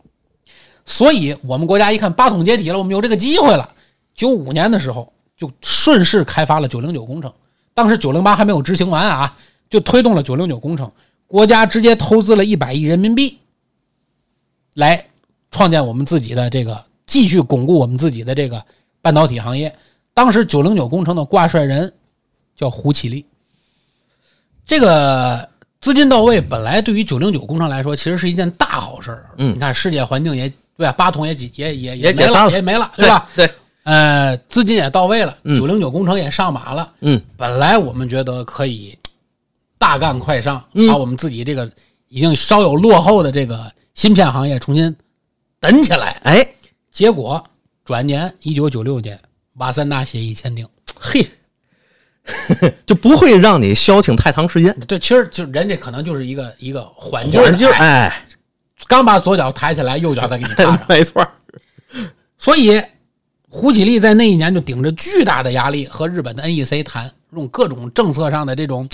Speaker 2: 所以我们国家一看八桶解体了，我们有这个机会了。九五年的时候就顺势开发了九零九工程，当时九零八还没有执行完啊，就推动了九零九工程，国家直接投资了一百亿人民币，来创建我们自己的这个，继续巩固我们自己的这个半导体行业。当时九零九工程的挂帅人叫胡启立，这个资金到位，本来对于九零九工程来说，其实是一件大好事儿。
Speaker 1: 嗯
Speaker 2: 你看世界环境也对吧？八桶也解也也
Speaker 1: 也
Speaker 2: 没
Speaker 1: 解散
Speaker 2: 了，
Speaker 1: 了
Speaker 2: 也没了，对吧？？
Speaker 1: 对，
Speaker 2: 呃，资金也到位了，
Speaker 1: 嗯
Speaker 2: 九零九工程也上马了。
Speaker 1: 嗯
Speaker 2: 本来我们觉得可以大干快上，
Speaker 1: 嗯
Speaker 2: 把我们自己这个已经稍有落后的这个芯片行业重新蹬起来。
Speaker 1: 哎
Speaker 2: 结果转年一九九六年，马三大协议签订。
Speaker 1: 嘿， <laughs> 就不会让你消停太长时间。
Speaker 2: 对，其实就人家可能就是一个一个缓劲儿
Speaker 1: 环
Speaker 2: 的，
Speaker 1: 境儿哎，
Speaker 2: 刚把左脚抬起来，右脚再给你踏上。
Speaker 1: <laughs> 没错儿。
Speaker 2: 所以胡启立在那一年就顶着巨大的压力和日本的 NEC 谈，用各种政策上的这种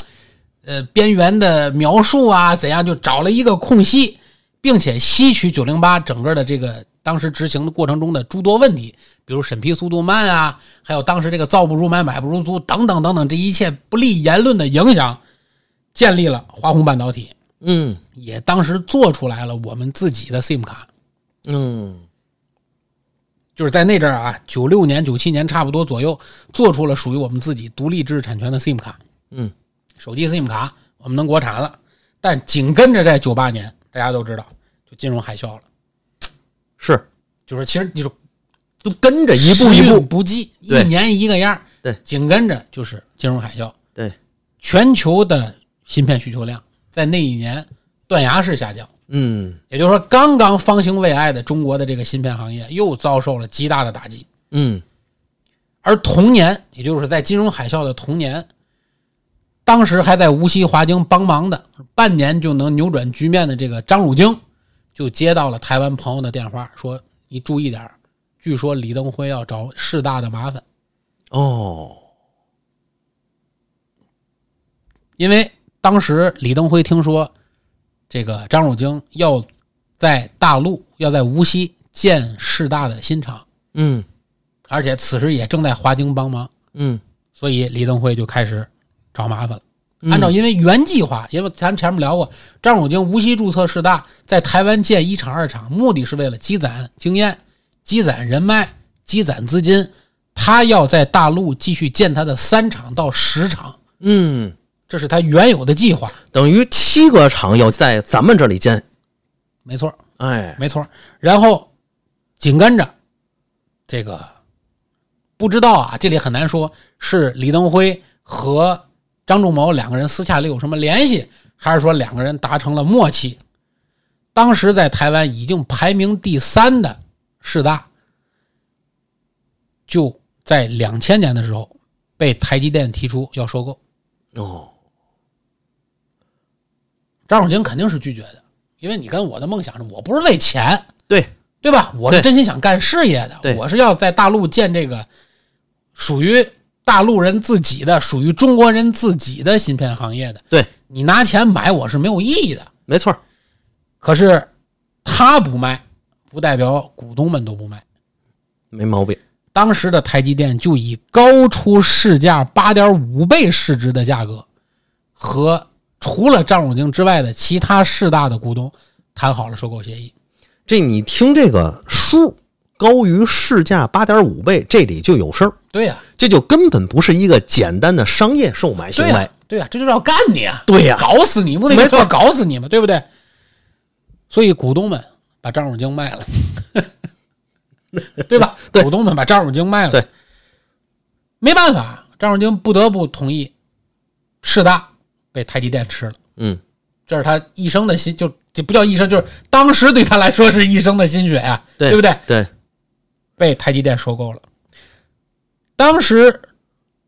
Speaker 2: 呃边缘的描述啊，怎样就找了一个空隙，并且吸取九零八整个的这个当时执行的过程中的诸多问题，比如审批速度慢啊，还有当时这个造不如买买不如租等等等等这一切不利言论的影响，建立了华虹半导体，
Speaker 1: 嗯
Speaker 2: 也当时做出来了我们自己的 SIM 卡。
Speaker 1: 嗯
Speaker 2: 就是在那阵儿啊，九六年、九七年差不多左右，做出了属于我们自己独立知识产权的 SIM 卡，
Speaker 1: 嗯，
Speaker 2: 手机 SIM 卡，我们能国产了。但紧跟着在九八年，大家都知道，就金融海啸了，
Speaker 1: 是，
Speaker 2: 就是其实就是
Speaker 1: 都跟着一步一
Speaker 2: 时运
Speaker 1: 步。
Speaker 2: 不济，一
Speaker 1: 对
Speaker 2: 年一个样儿
Speaker 1: 对，
Speaker 2: 紧跟着就是金融海啸，
Speaker 1: 对，
Speaker 2: 全球的芯片需求量在那一年断崖式下降。
Speaker 1: 嗯
Speaker 2: 也就是说，刚刚方兴未艾的中国的这个芯片行业又遭受了极大的打击。
Speaker 1: 嗯
Speaker 2: 而同年，也就是在金融海啸的同年，当时还在无锡华经帮忙的，半年就能扭转局面的这个张汝京，就接到了台湾朋友的电话，说你注意点儿，据说李登辉要找事大的麻烦，
Speaker 1: 哦，
Speaker 2: 因为当时李登辉听说这个张汝京要在大陆要在无锡建事大的新厂，
Speaker 1: 嗯
Speaker 2: 而且此时也正在华京帮忙，
Speaker 1: 嗯，
Speaker 2: 所以李登辉就开始找麻烦了。
Speaker 1: 嗯
Speaker 2: 按照因为原计划，因为咱前面聊过，张汝京无锡注册事大，在台湾建一厂二厂，目的是为了积攒经验、积攒人脉、积攒资金。他要在大陆继续建他的三厂到十厂，
Speaker 1: 嗯，
Speaker 2: 这是他原有的计划。
Speaker 1: 等于七个厂要在咱们这里建，
Speaker 2: 没错，
Speaker 1: 哎，
Speaker 2: 没错。然后紧跟着这个不知道啊，这里很难说是李登辉和张仲谋两个人私下里有什么联系，还是说两个人达成了默契。当时在台湾已经排名第三的士大，就在两千年的时候被台积电提出要收购。
Speaker 1: 哦，
Speaker 2: 张汝京肯定是拒绝的，因为你跟我的梦想是，我不是为钱，
Speaker 1: 对，
Speaker 2: 对吧？我是
Speaker 1: 对
Speaker 2: 真心想干事业的
Speaker 1: 对，
Speaker 2: 我是要在大陆建这个属于大陆人自己的、属于中国人自己的芯片行业的。
Speaker 1: 对，
Speaker 2: 你拿钱买我是没有意义的。
Speaker 1: 没错儿，
Speaker 2: 可是他不卖，不代表股东们都不卖。
Speaker 1: 没毛病，
Speaker 2: 当时的台积电就以高出市价八点五倍市值的价格，和除了张汝京之外的其他市大的股东谈好了收购协议。
Speaker 1: 这你听这个数高于市价八点五倍，这里就有事儿，
Speaker 2: 对呀、
Speaker 1: 这就根本不是一个简单的商业售买行
Speaker 2: 对呀、
Speaker 1: 为，
Speaker 2: 对呀、这就是要干你啊！
Speaker 1: 对呀、
Speaker 2: 搞死你不得
Speaker 1: 没错
Speaker 2: 要搞死你嘛，对不对？所以股东们把张汝京卖
Speaker 1: <laughs>
Speaker 2: 了，对吧？
Speaker 1: 对
Speaker 2: 股东们把张汝京卖了，
Speaker 1: 对，
Speaker 2: 没办法，张汝京不得不同意士大被台积电吃了，
Speaker 1: 嗯，
Speaker 2: 这是他一生的心，就这不叫一生，就是当时对他来说是一生的心血啊，
Speaker 1: 对
Speaker 2: 不对？
Speaker 1: 对，
Speaker 2: 被台积电收购了。当时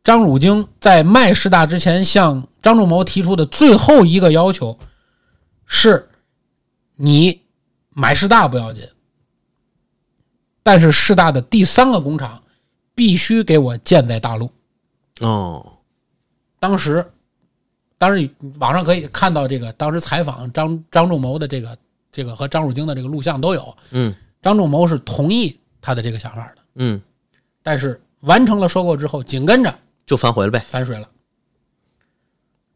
Speaker 2: 张汝京在卖师大之前，向张仲谋提出的最后一个要求是：你买师大不要紧，但是师大的第三个工厂必须给我建在大陆。
Speaker 1: 哦，
Speaker 2: 当时，当时网上可以看到这个当时采访张张仲谋的这个这个和张汝京的这个录像都有。
Speaker 1: 嗯
Speaker 2: 张仲谋是同意他的这个想法的。
Speaker 1: 嗯，
Speaker 2: 但是完成了收购之后，紧跟着
Speaker 1: 就反悔了呗，
Speaker 2: 反水了。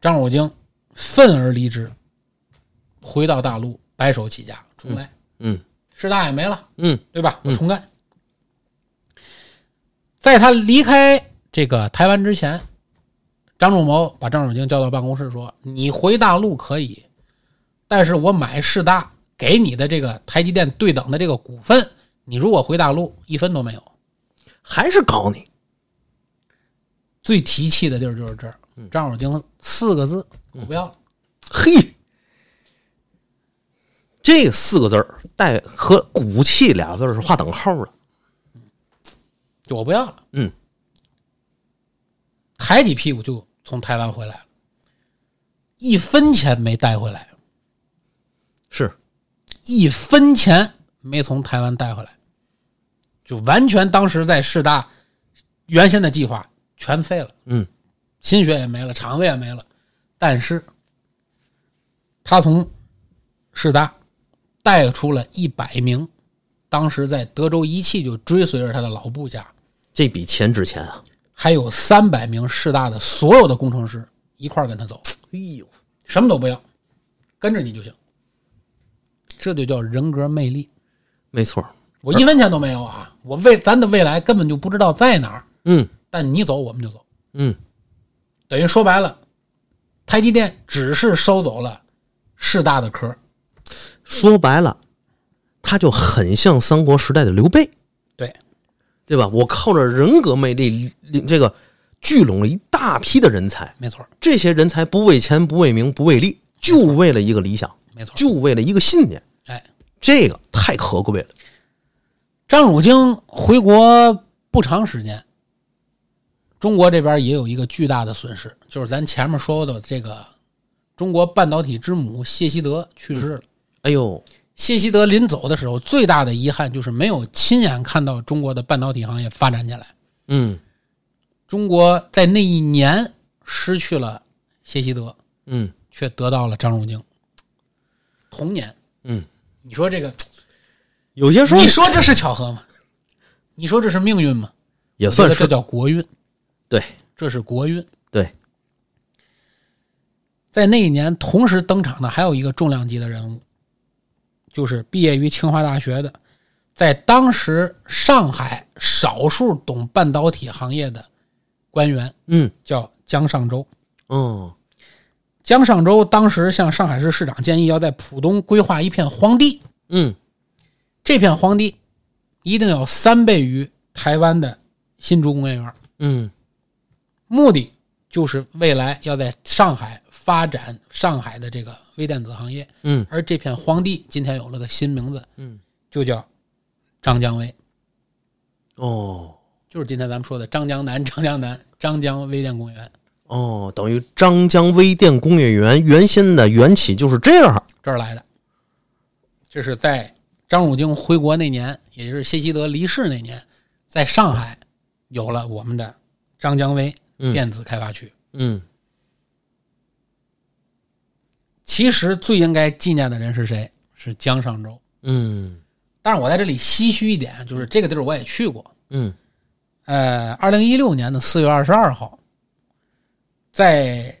Speaker 2: 张汝京愤而离职，回到大陆白手起家重来，
Speaker 1: 嗯
Speaker 2: 师大也没了，
Speaker 1: 嗯
Speaker 2: 对吧？我重干。在他离开这个台湾之前，张仲谋把张汝京叫到办公室说：“你回大陆可以，但是我买师大给你的这个台积电对等的这个股份，你如果回大陆一分都没有。”
Speaker 1: 还是搞你，
Speaker 2: 最提气的地儿就是这儿。张汝京四个字，我不要了。
Speaker 1: 嘿，这四个字儿带和骨气俩字儿是画等号的，
Speaker 2: 就我不要了。
Speaker 1: 嗯，
Speaker 2: 抬起屁股就从台湾回来了，一分钱没带回来，
Speaker 1: 是，
Speaker 2: 一分钱没从台湾带回来，就完全当时在师大原先的计划全废了，
Speaker 1: 嗯，
Speaker 2: 心血也没了，肠子也没了。但是，他从师大带出了一百名，当时在德州仪器就追随着他的老部下，
Speaker 1: 这笔钱值钱啊！
Speaker 2: 还有三百名师大的所有的工程师一块儿跟他走，
Speaker 1: 哎呦，
Speaker 2: 什么都不要，跟着你就行。这就叫人格魅力。
Speaker 1: 没错儿，
Speaker 2: 我一分钱都没有啊！我未咱的未来根本就不知道在哪儿，
Speaker 1: 嗯
Speaker 2: 但你走我们就走，
Speaker 1: 嗯，
Speaker 2: 等于说白了，台积电只是收走了士大的壳儿，
Speaker 1: 说白了，他就很像三国时代的刘备，
Speaker 2: 对，
Speaker 1: 对吧？我靠着人格魅力，这个聚拢了一大批的人才，
Speaker 2: 没错儿，
Speaker 1: 这些人才不为钱，不为名，不为利，就为了一个理想，
Speaker 2: 没错儿。
Speaker 1: 就为了一个信念，
Speaker 2: 哎，
Speaker 1: 这个太可贵了。
Speaker 2: 张汝京回国不长时间，中国这边也有一个巨大的损失，就是咱前面说的这个中国半导体之母谢希德去世了。
Speaker 1: 哎呦，
Speaker 2: 谢希德临走的时候，最大的遗憾就是没有亲眼看到中国的半导体行业发展起来。
Speaker 1: 嗯
Speaker 2: 中国在那一年失去了谢希德，
Speaker 1: 嗯
Speaker 2: 却得到了张汝京。同年，
Speaker 1: 嗯，
Speaker 2: 你说这个，
Speaker 1: 有些时候
Speaker 2: 你说这是巧合吗？你说这是命运吗？
Speaker 1: 也
Speaker 2: 我觉
Speaker 1: 算
Speaker 2: 得这
Speaker 1: 是
Speaker 2: 叫国运，
Speaker 1: 对
Speaker 2: 这是国运。
Speaker 1: 对，
Speaker 2: 在那一年同时登场的还有一个重量级的人物，就是毕业于清华大学的，在当时上海少数懂半导体行业的官员
Speaker 1: 嗯
Speaker 2: 叫江上周。
Speaker 1: 嗯
Speaker 2: 江上周当时向上海市市长建议，要在浦东规划一片荒地，
Speaker 1: 嗯
Speaker 2: 这片荒地一定要三倍于台湾的新竹工业园，
Speaker 1: 嗯
Speaker 2: 目的就是未来要在上海发展上海的这个微电子行业。
Speaker 1: 嗯
Speaker 2: 而这片荒地今天有了个新名字，
Speaker 1: 嗯
Speaker 2: 就叫张江威，
Speaker 1: 哦
Speaker 2: 就是今天咱们说的张江南、张江南、张江微电工业园。
Speaker 1: 哦，等于张江微电工业园原先的缘起就是这样。
Speaker 2: 这儿来的。这是在张汝京回国那年，也就是谢希德离世那年，在上海有了我们的张江威
Speaker 1: 嗯
Speaker 2: 电子开发区。
Speaker 1: 嗯
Speaker 2: 其实最应该纪念的人是谁？是江上周。
Speaker 1: 嗯
Speaker 2: 但是我在这里唏嘘一点，啊就是这个地儿我也去过。
Speaker 1: 嗯
Speaker 2: 呃，二零一六年的四月二十二号，在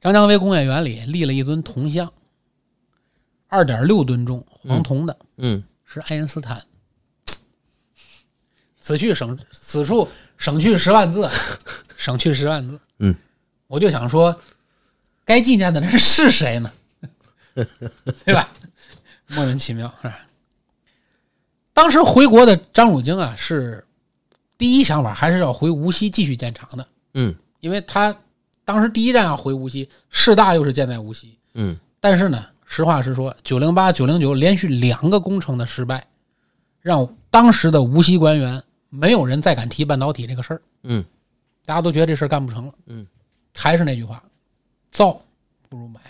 Speaker 2: 张江威工业园里立了一尊铜像，二点六吨重，黄铜的。
Speaker 1: 嗯
Speaker 2: 是爱因斯坦。此去省此处省去十万字，省去十万字。
Speaker 1: 嗯，
Speaker 2: 我就想说，该纪念的人是谁呢？ <laughs> 对吧？莫名其妙是吧？当时回国的张汝京啊，是第一想法还是要回无锡继续建厂的，
Speaker 1: 嗯
Speaker 2: 因为他当时第一站要回无锡，师大又是建在无锡，
Speaker 1: 嗯
Speaker 2: 但是呢，实话实说，九零八、九零九连续两个工程的失败，让当时的无锡官员没有人再敢提半导体这个事儿，
Speaker 1: 嗯
Speaker 2: 大家都觉得这事儿干不成了。
Speaker 1: 嗯，
Speaker 2: 还是那句话，造不如买，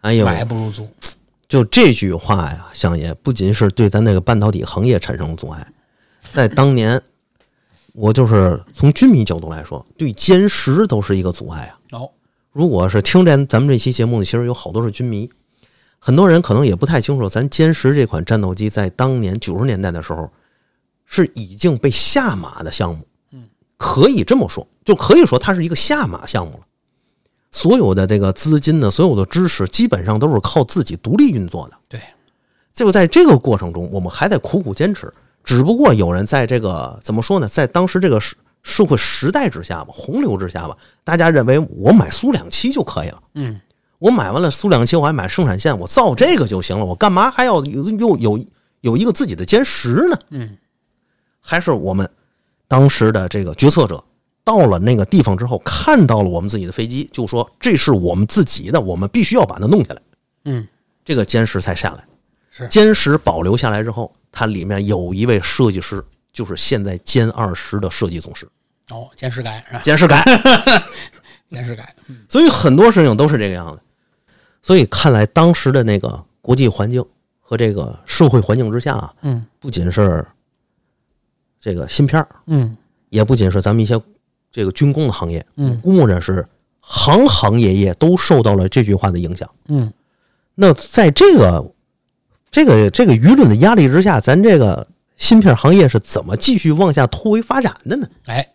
Speaker 1: 哎呦，
Speaker 2: 买不如租。
Speaker 1: 就这句话呀，相爷不仅是对咱那个半导体行业产生了阻碍，在当年，我就是从军迷角度来说，对歼十都是一个阻碍啊。
Speaker 2: 哦，
Speaker 1: 如果是听咱咱们这期节目的，其实有好多是军迷，很多人可能也不太清楚，咱歼十这款战斗机在当年九十年代的时候是已经被下马的项目，可以这么说，就可以说它是一个下马项目了。所有的这个资金呢，所有的知识，基本上都是靠自己独立运作的。
Speaker 2: 对，
Speaker 1: 就在这个过程中，我们还得苦苦坚持。只不过有人在这个怎么说呢，在当时这个社社会时代之下吧，洪流之下吧，大家认为我买苏两七就可以了。
Speaker 2: 嗯，
Speaker 1: 我买完了苏两七，我还买生产线，我造这个就行了，我干嘛还要有有有有一个自己的歼十呢？
Speaker 2: 嗯，
Speaker 1: 还是我们当时的这个决策者到了那个地方之后，看到了我们自己的飞机，就说这是我们自己的，我们必须要把它弄下来。
Speaker 2: 嗯，
Speaker 1: 这个歼十才下来。
Speaker 2: 是
Speaker 1: 歼十保留下来之后，它里面有一位设计师，就是现在歼二十的设计总师
Speaker 2: 哦，坚实改是吧？
Speaker 1: 歼十改。
Speaker 2: 坚实改，
Speaker 1: <laughs> 所以很多事情都是这个样子。所以看来当时的那个国际环境和这个社会环境之下啊，
Speaker 2: 嗯
Speaker 1: 不仅是这个芯片儿，
Speaker 2: 嗯
Speaker 1: 也不仅是咱们一些这个军工的行业，
Speaker 2: 嗯
Speaker 1: 我默认是行行业业都受到了这句话的影响。
Speaker 2: 嗯，
Speaker 1: 那在这个这个这个舆论的压力之下，咱这个芯片行业是怎么继续往下突围发展的呢？
Speaker 2: 哎，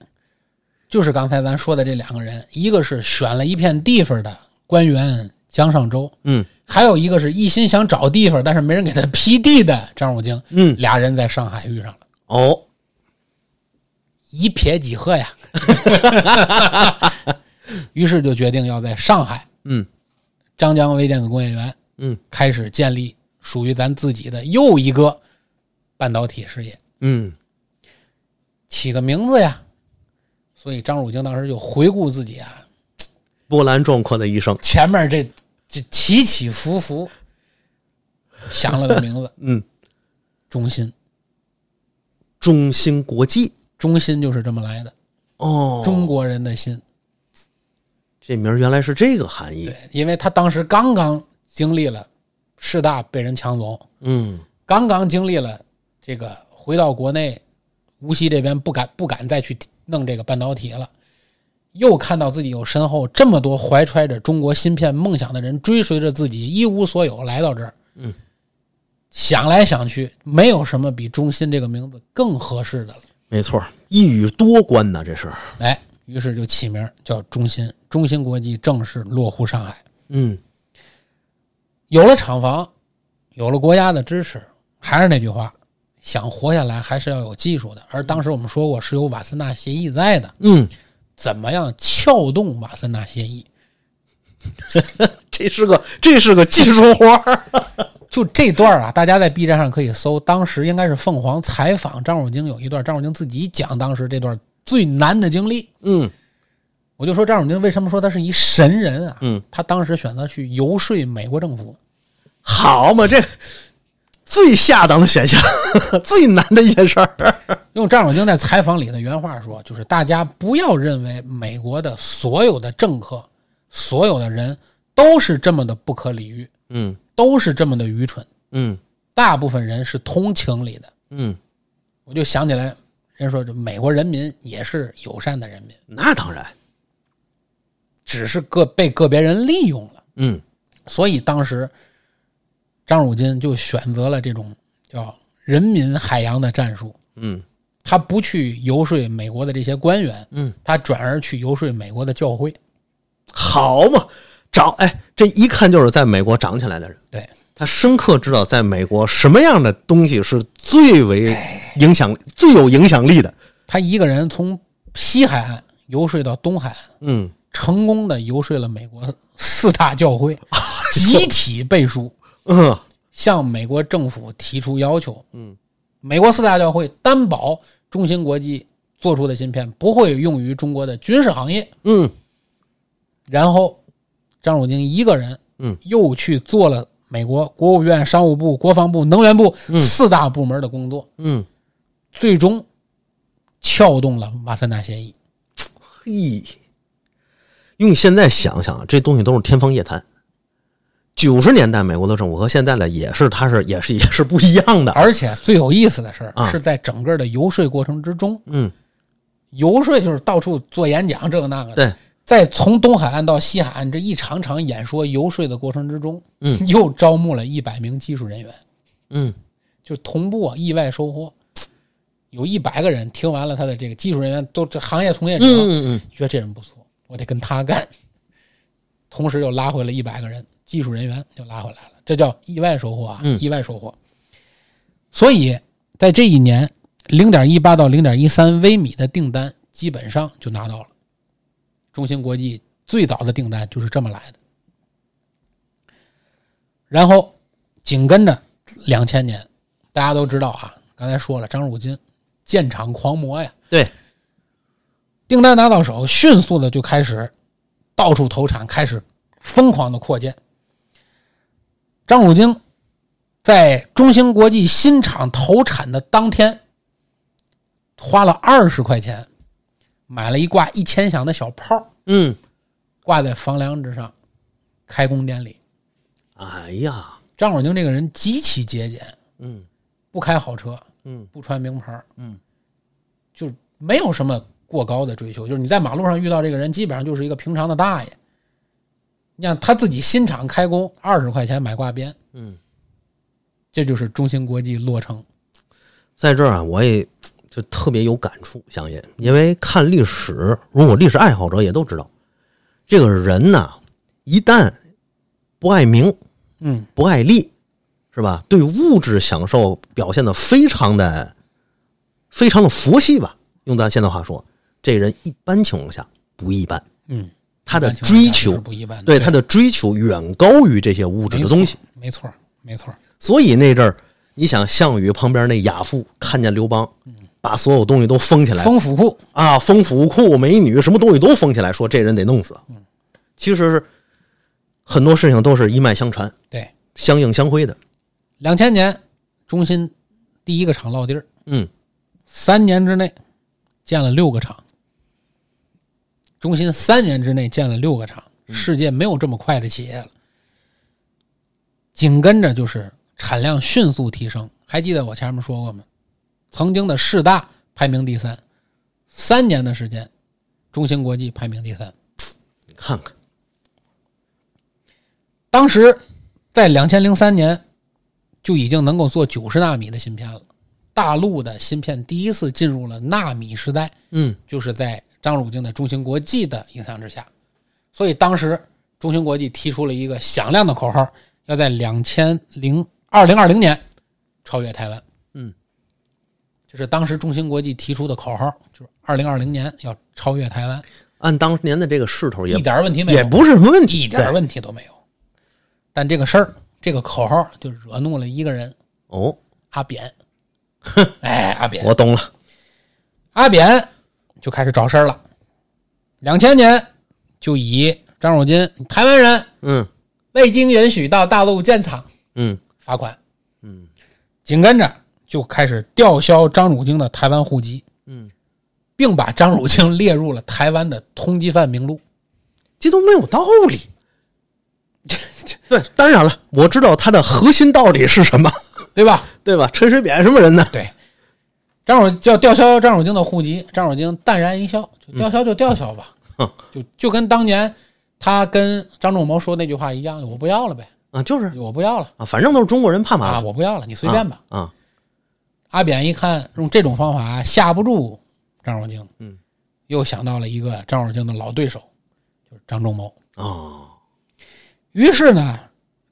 Speaker 2: 就是刚才咱说的这两个人，一个是选了一片地方的官员江上周，
Speaker 1: 嗯
Speaker 2: 还有一个是一心想找地方，但是没人给他批地的张汝京，
Speaker 1: 嗯，
Speaker 2: <laughs> 俩人在上海遇上了，
Speaker 1: 哦，
Speaker 2: 一撇几合呀， <laughs> 于是就决定要在上海
Speaker 1: 嗯
Speaker 2: 张江微电子工业园
Speaker 1: 嗯
Speaker 2: 开始建立属于咱自己的又一个半导体事业，
Speaker 1: 嗯
Speaker 2: 起个名字呀。所以张汝京当时就回顾自己啊，
Speaker 1: 波澜壮阔的一生。
Speaker 2: 前面这这起起伏伏，想了个名字
Speaker 1: 嗯，
Speaker 2: 中心，
Speaker 1: 中芯国际
Speaker 2: 中心就是这么来的，
Speaker 1: 哦，
Speaker 2: 中国人的心。
Speaker 1: 这名儿原来是这个含义
Speaker 2: 对。，因为他当时刚刚经历了市大被人抢走，
Speaker 1: 嗯
Speaker 2: 刚刚经历了这个回到国内，无锡这边不敢不敢再去弄这个半导体了，又看到自己有身后这么多怀揣着中国芯片梦想的人追随着自己一无所有来到这儿，嗯，想来想去，没有什么比中芯这个名字更合适的了。
Speaker 1: 没错，一语多关呐，这是。
Speaker 2: 哎，于是就起名叫中芯，中芯国际正式落户上海。
Speaker 1: 嗯
Speaker 2: 有了厂房，有了国家的支持，还是那句话，想活下来还是要有技术的。而当时我们说过，是有瓦森纳协议在的，
Speaker 1: 嗯，
Speaker 2: 怎么样撬动瓦森纳协议？
Speaker 1: 这是个这是个技术活儿。
Speaker 2: 就这段啊，大家在 B 站上可以搜，当时应该是凤凰采访张汝京有一段，张汝京自己讲当时这段最难的经历。
Speaker 1: <laughs> 嗯
Speaker 2: 我就说张汝京为什么说他是一神人啊？
Speaker 1: 嗯，
Speaker 2: 他当时选择去游说美国政府，
Speaker 1: 好嘛，这最下档的选项， <laughs> 最难的一件事儿。
Speaker 2: 用张汝京在采访里的原话说，就是大家不要认为美国的所有的政客、所有的人都是这么的不可理喻，
Speaker 1: 嗯
Speaker 2: 都是这么的愚蠢。
Speaker 1: 嗯
Speaker 2: 大部分人是通情理的。
Speaker 1: 嗯，
Speaker 2: 我就想起来，人说这美国人民也是友善的人民，
Speaker 1: 那当然。
Speaker 2: 只是个被个别人利用了。
Speaker 1: 嗯
Speaker 2: 所以当时张汝京就选择了这种叫“人民海洋”的战术，
Speaker 1: 嗯
Speaker 2: 他不去游说美国的这些官员，
Speaker 1: 嗯，
Speaker 2: 他转而去游说美国的教会。
Speaker 1: 好嘛，长哎，这一看就是在美国长起来的人。
Speaker 2: 对，
Speaker 1: 他深刻知道，在美国什么样的东西是最为影响、最有影响力的。
Speaker 2: 他一个人从西海岸游说到东海岸，
Speaker 1: 嗯，
Speaker 2: 成功的游说了美国四大教会，
Speaker 1: 啊 <laughs>
Speaker 2: 集体背书，
Speaker 1: 嗯，
Speaker 2: 向美国政府提出要求。嗯，美国四大教会担保中芯国际做出的芯片不会用于中国的军事行业。
Speaker 1: 嗯，
Speaker 2: 然后，张汝京一个人，
Speaker 1: 嗯，
Speaker 2: 又去做了美国国务院、商务部、国防部、能源部、四大部门的工作，
Speaker 1: 嗯，
Speaker 2: 最终撬动了马三纳协议。
Speaker 1: 嘿，用现在想想，这东西都是天方夜谭。九十年代美国的政府和现在的也是，它是也是也是不一样的。
Speaker 2: 而且最有意思的事儿、
Speaker 1: 啊
Speaker 2: 是在整个的游说过程之中，
Speaker 1: 嗯，
Speaker 2: 游说就是到处做演讲，这个那个的。
Speaker 1: 对，
Speaker 2: 在从东海岸到西海岸这一场场演说游说的过程之中，
Speaker 1: 嗯，
Speaker 2: 又招募了一百名技术人员，
Speaker 1: 嗯，
Speaker 2: 就同步啊，意外收获，有一百个人听完了他的这个技术人员都这行业从业者，
Speaker 1: 嗯嗯
Speaker 2: 觉得这人不错，我得跟他干。同时又拉回了一百个人，技术人员又拉回来了，这叫意外收获啊！
Speaker 1: 嗯
Speaker 2: 意外收获。所以在这一年，零点一八到零点一三微米的订单基本上就拿到了。中芯国际最早的订单就是这么来的。然后紧跟着两千年，大家都知道啊，刚才说了，张汝京建厂狂魔呀，
Speaker 1: 对，
Speaker 2: 订单拿到手，迅速的就开始到处投产，开始疯狂的扩建。张汝京在中芯国际新厂投产的当天，花了二十块钱买了一挂一千响的小炮儿，
Speaker 1: 嗯。
Speaker 2: 挂在房梁之上，开工典礼。
Speaker 1: 哎呀，
Speaker 2: 张汝京这个人极其节俭，
Speaker 1: 嗯
Speaker 2: 不开好车，
Speaker 1: 嗯
Speaker 2: 不穿名牌儿，
Speaker 1: 嗯，
Speaker 2: 就没有什么过高的追求。就是你在马路上遇到这个人，基本上就是一个平常的大爷。你想他自己新厂开工，二十块钱买挂鞭，
Speaker 1: 嗯，
Speaker 2: 这就是中芯国际落成。
Speaker 1: 在这儿啊，我也就特别有感触，相信，因为看历史，如果历史爱好者也都知道，这个人呐、一旦不爱名，
Speaker 2: 嗯，
Speaker 1: 不爱利，是吧？对物质享受表现的非常的非常的佛系吧，用咱现在话说，这人一般情况下不一般，
Speaker 2: 嗯，
Speaker 1: 他的
Speaker 2: 完全完
Speaker 1: 追
Speaker 2: 全
Speaker 1: 求
Speaker 2: 是不一般的，
Speaker 1: 对他的追求远高于这些物质的东西。
Speaker 2: 没错，没错，
Speaker 1: 所以那阵儿，你想项羽旁边那亚父看见刘邦，把所有东西都封起
Speaker 2: 没错
Speaker 1: 来
Speaker 2: 丰府库
Speaker 1: 啊，封府库、美女，什么东西都封起来，说这人得弄死。其实是很多事情都是一脉相传、
Speaker 2: 对，
Speaker 1: 相映相辉的。
Speaker 2: 两千年中芯第一个厂落地儿，
Speaker 1: 嗯
Speaker 2: 三年之内建了六个厂，中芯三年之内建了六个厂，世界没有这么快的企业了。紧跟着就是产量迅速提升。还记得我前面说过吗？曾经的市大排名第三，三年的时间，中芯国际排名第三。
Speaker 1: 你看看，
Speaker 2: 当时在两千零三年就已经能够做九十纳米的芯片了。大陆的芯片第一次进入了纳米时代，
Speaker 1: 嗯，
Speaker 2: 就是在张汝京的中芯国际的影响之下。所以当时中芯国际提出了一个响亮的口号，要在两千零二零二零年超越台湾。
Speaker 1: 嗯，
Speaker 2: 就是当时中芯国际提出的口号，就是二零二零年要超越台湾，
Speaker 1: 按当年的这个势头也
Speaker 2: 一点问题没有，
Speaker 1: 也不是什么问题，
Speaker 2: 一点
Speaker 1: 对
Speaker 2: 问题都没有。但这个事儿，这个口号就惹怒了一个人，
Speaker 1: 哦，
Speaker 2: 阿
Speaker 1: <laughs>
Speaker 2: 扁。哎，阿扁，
Speaker 1: 我懂了，
Speaker 2: 阿扁就开始找事儿了。两千年就以张汝京台湾人
Speaker 1: 嗯
Speaker 2: 未经允许到大陆建厂
Speaker 1: 嗯
Speaker 2: 罚款，
Speaker 1: 嗯
Speaker 2: 紧跟着就开始吊销张汝京的台湾户籍，
Speaker 1: 嗯，
Speaker 2: <laughs> 并把张汝京列入了台湾的通缉犯名录。
Speaker 1: 这都没有道理。 <laughs> 对，当然了，我知道它的核心道理是什么，
Speaker 2: 对吧？
Speaker 1: 对吧？陈水扁什么人呢？
Speaker 2: 对，张汝叫吊销张汝京的户籍，张汝京淡然一笑，就吊销就吊销吧，
Speaker 1: 哼
Speaker 2: 就就跟当年他跟张仲谋说那句话一样，我不要了呗，
Speaker 1: 啊，就是
Speaker 2: 我不要了
Speaker 1: 啊，反正都是中国人，怕嘛
Speaker 2: 啊，
Speaker 1: 了
Speaker 2: 我不要了，你随便吧。
Speaker 1: 啊，
Speaker 2: 阿扁一看用这种方法吓不住张汝京，
Speaker 1: 嗯，
Speaker 2: 又想到了一个张汝京的老对手，就是张仲谋。
Speaker 1: 啊哦，
Speaker 2: 于是呢，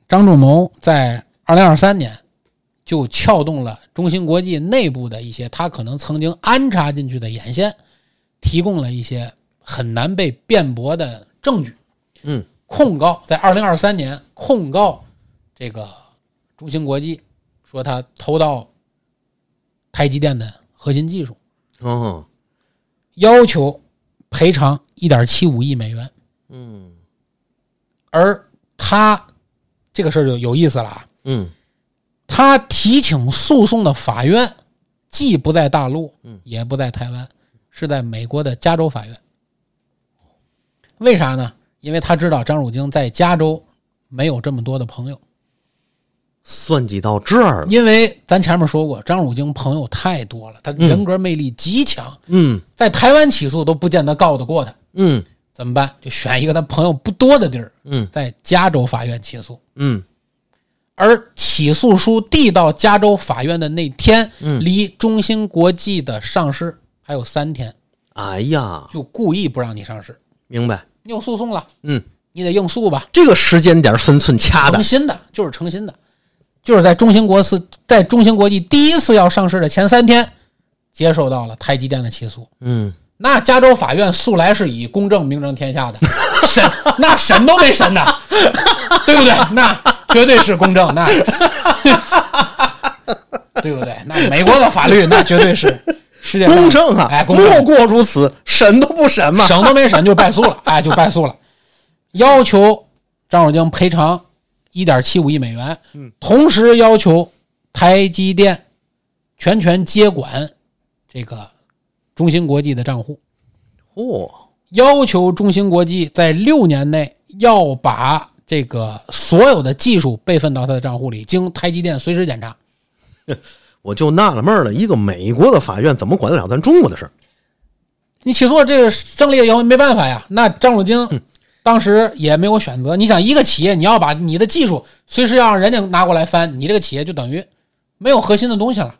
Speaker 2: 张仲谋在二零二三年就撬动了中芯国际内部的一些他可能曾经安插进去的眼线，提供了一些很难被辩驳的证据，
Speaker 1: 嗯，
Speaker 2: 控告在二零二三年控告这个中芯国际说他偷盗台积电的核心技术，
Speaker 1: 哦，
Speaker 2: 要求赔偿一点七五亿美元。
Speaker 1: 嗯
Speaker 2: 而他这个事儿就有意思了啊，
Speaker 1: 嗯
Speaker 2: 他提请诉讼的法院既不在大陆
Speaker 1: 嗯，
Speaker 2: 也不在台湾，是在美国的加州法院。为啥呢？因为他知道张汝京在加州没有这么多的朋友，
Speaker 1: 算计到这儿了，
Speaker 2: 因为咱前面说过，张汝京朋友太多了，他人格魅力极强，
Speaker 1: 嗯
Speaker 2: 在台湾起诉都不见得告得过他，
Speaker 1: 嗯
Speaker 2: 怎么办？就选一个他朋友不多的地儿，
Speaker 1: 嗯
Speaker 2: 在加州法院起诉。
Speaker 1: 嗯
Speaker 2: 而起诉书递到加州法院的那天，
Speaker 1: 嗯
Speaker 2: 离中芯国际的上市还有三天，
Speaker 1: 哎呀，
Speaker 2: 就故意不让你上市。
Speaker 1: 明白，
Speaker 2: 你有诉讼了，
Speaker 1: 嗯，
Speaker 2: 你得应诉吧？
Speaker 1: 这个时间点分寸掐的
Speaker 2: 诚，心的，就是诚心的，就是在中芯国次在中芯国际第一次要上市的前三天，接受到了台积电的起诉。
Speaker 1: 嗯，
Speaker 2: 那加州法院素来是以公正名正
Speaker 1: <laughs>
Speaker 2: 天下的，审那审都没审呐，对不对？那绝对是公正，那 <laughs> 对不对？那美国的法律那绝对是世界上
Speaker 1: 公正啊，
Speaker 2: 哎，公
Speaker 1: 莫
Speaker 2: 正，
Speaker 1: 过如此，审都不审嘛，
Speaker 2: 审都没审就败诉了，哎，就败诉了，要求张汝京赔偿一点七五亿美元，
Speaker 1: 嗯
Speaker 2: 同时要求台积电全权接管这个中芯国际的账户。
Speaker 1: 哦，
Speaker 2: 要求中芯国际在六年内要把这个所有的技术备份到他的账户里，经台积电随时检查。
Speaker 1: 我就纳了闷儿了，一个美国的法院怎么管得了咱中国的事儿？
Speaker 2: 你起诉这个胜利以后没办法呀，那张汝京当时也没有选择。你想，一个企业你要把你的技术随时要让人家拿过来翻，你这个企业就等于没有核心的东西了，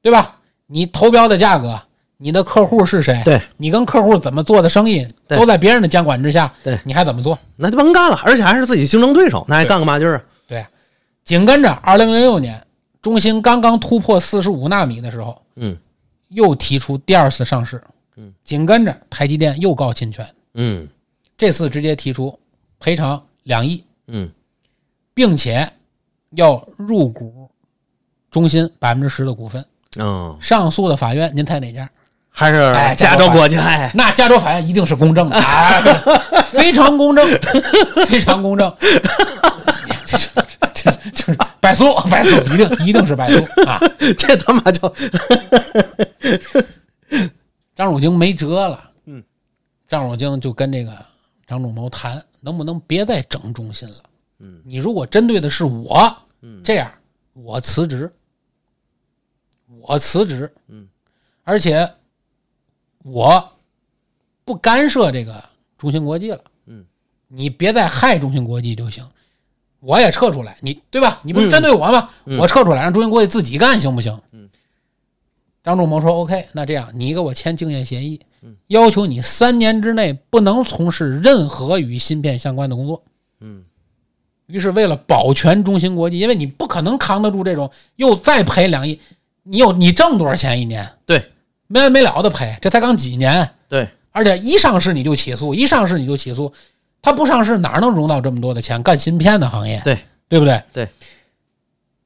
Speaker 2: 对吧？你投标的价格，你的客户是谁？
Speaker 1: 对，
Speaker 2: 你跟客户怎么做的生意，
Speaker 1: 对
Speaker 2: 都在别人的监管之下，
Speaker 1: 对
Speaker 2: 你还怎么做？
Speaker 1: 那就甭干了，而且还是自己竞争对手，那还干个嘛劲儿啊？
Speaker 2: 对，紧跟着二零零六年，中芯刚刚突破四十五纳米的时候，
Speaker 1: 嗯
Speaker 2: 又提出第二次上市。
Speaker 1: 嗯，
Speaker 2: 紧跟着台积电又告侵权，
Speaker 1: 嗯
Speaker 2: 这次直接提出赔偿两亿，
Speaker 1: 嗯，
Speaker 2: 并且要入股中芯百分之十的股份。
Speaker 1: 哦，
Speaker 2: 上诉的法院，您猜哪家？
Speaker 1: 还是
Speaker 2: 哎
Speaker 1: 加
Speaker 2: 加
Speaker 1: 州
Speaker 2: 州
Speaker 1: 国
Speaker 2: 国
Speaker 1: 际，哎， <laughs>
Speaker 2: 那加州法院一定是公正的，哎非常公正，非常公正。这这这这这百诉，百诉，一定一定是百诉啊！
Speaker 1: 这他妈就
Speaker 2: 张汝京没辙了，
Speaker 1: 嗯，
Speaker 2: 张汝京就跟这个张仲谋谈，能不能别再整中心了？
Speaker 1: 嗯，
Speaker 2: 你如果针对的是我，这样我辞职，我辞职，
Speaker 1: 嗯，
Speaker 2: 而且我不干涉这个中芯国际了，
Speaker 1: 嗯，
Speaker 2: 你别再害中芯国际就行。我也撤出来，你对吧？你不是
Speaker 1: 嗯
Speaker 2: 针对我吗？
Speaker 1: 嗯
Speaker 2: 我撤出来，让中芯国际自己干，行不行？
Speaker 1: 嗯。
Speaker 2: 张仲谋说：“OK，那这样，你给我签竞业协议，
Speaker 1: 嗯
Speaker 2: 要求你三年之内不能从事任何与芯片相关的工作。”
Speaker 1: 嗯
Speaker 2: 于是为了保全中芯国际，因为你不可能扛得住这种又再赔两亿，你有你挣多少钱一年？
Speaker 1: 对，
Speaker 2: 没完没了的赔，这才刚几年，
Speaker 1: 对，
Speaker 2: 而且一上市你就起诉，一上市你就起诉，它不上市哪能融到这么多的钱？干芯片的行业，
Speaker 1: 对
Speaker 2: 对不对？
Speaker 1: 对，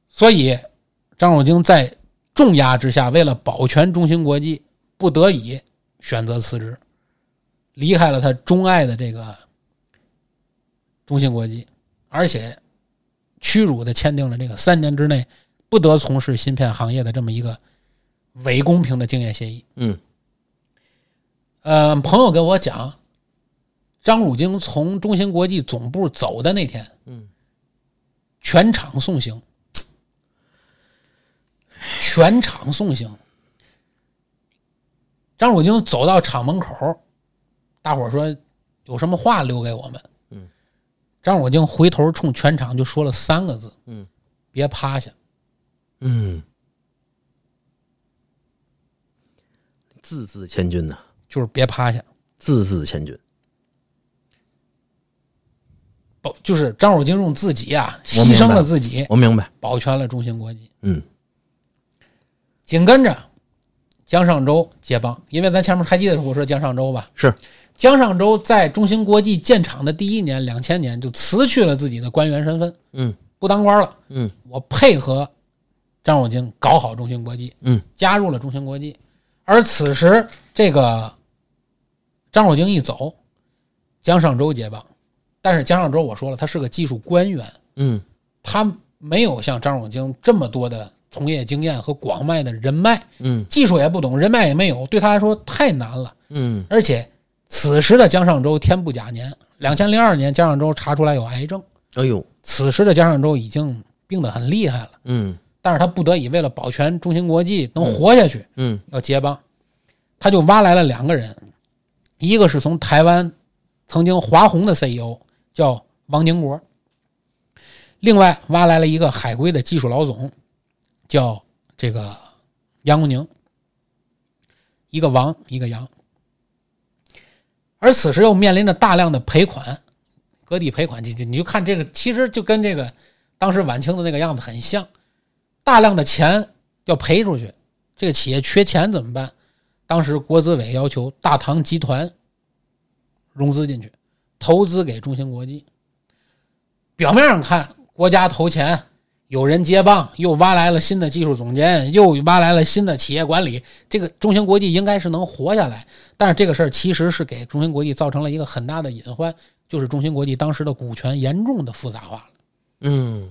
Speaker 2: 所以张仲京在重压之下，为了保全中芯国际，不得已选择辞职，离开了他钟爱的这个中芯国际，而且屈辱的签订了这个三年之内不得从事芯片行业的这么一个伪公平的竞业协议。
Speaker 1: 嗯，
Speaker 2: 呃，朋友跟我讲，张汝京从中芯国际总部走的那天，
Speaker 1: 嗯，
Speaker 2: 全场送行，全场送行。张汝京走到厂门口，大伙儿说有什么话留给我们？
Speaker 1: 嗯，
Speaker 2: 张汝京回头冲全场就说了三个字：
Speaker 1: 嗯，
Speaker 2: 别趴下。
Speaker 1: 嗯，字字千钧呐、
Speaker 2: 就是别趴下。
Speaker 1: 字字千钧。
Speaker 2: 保就是张汝京用自己啊，
Speaker 1: 我明
Speaker 2: 牺
Speaker 1: 白
Speaker 2: 牲了自己，
Speaker 1: 我明白，
Speaker 2: 保全了中芯国际。
Speaker 1: 嗯
Speaker 2: 紧跟着，江上周接棒，因为咱前面还记得我说江上周吧？
Speaker 1: 是，
Speaker 2: 江上周在中芯国际建厂的第一年，两千年就辞去了自己的官员身份，
Speaker 1: 嗯
Speaker 2: 不当官了。
Speaker 1: 嗯
Speaker 2: 我配合张汝京搞好中芯国际，
Speaker 1: 嗯，
Speaker 2: 加入了中芯国际。而此时，这个张汝京一走，江上周接棒。但是江上周，我说了，他是个技术官员，
Speaker 1: 嗯
Speaker 2: 他没有像张汝京这么多的从业经验和广脉的人脉，
Speaker 1: 嗯
Speaker 2: 技术也不懂，人脉也没有，对他来说太难了。
Speaker 1: 嗯
Speaker 2: 而且此时的江上周天不假年，两千零二年江上周查出来有癌症，
Speaker 1: 哎呦，
Speaker 2: 此时的江上周已经病得很厉害了，
Speaker 1: 嗯
Speaker 2: 但是他不得已为了保全中芯国际能活下去，
Speaker 1: 嗯
Speaker 2: 要接棒，他就挖来了两个人，一个是从台湾曾经华虹的 CEO 叫王宁国，另外挖来了一个海归的技术老总，叫这个杨国宁，一个王一个杨。而此时又面临着大量的赔款，割地赔款，你你你就看这个，其实就跟这个当时晚清的那个样子很像，大量的钱要赔出去，这个企业缺钱怎么办？当时国资委要求大唐集团融资进去，投资给中芯国际。表面上看，国家投钱，有人接棒，又挖来了新的技术总监，又挖来了新的企业管理，这个中芯国际应该是能活下来。但是这个事儿其实是给中芯国际造成了一个很大的隐患，就是中芯国际当时的股权严重的复杂化了。
Speaker 1: 嗯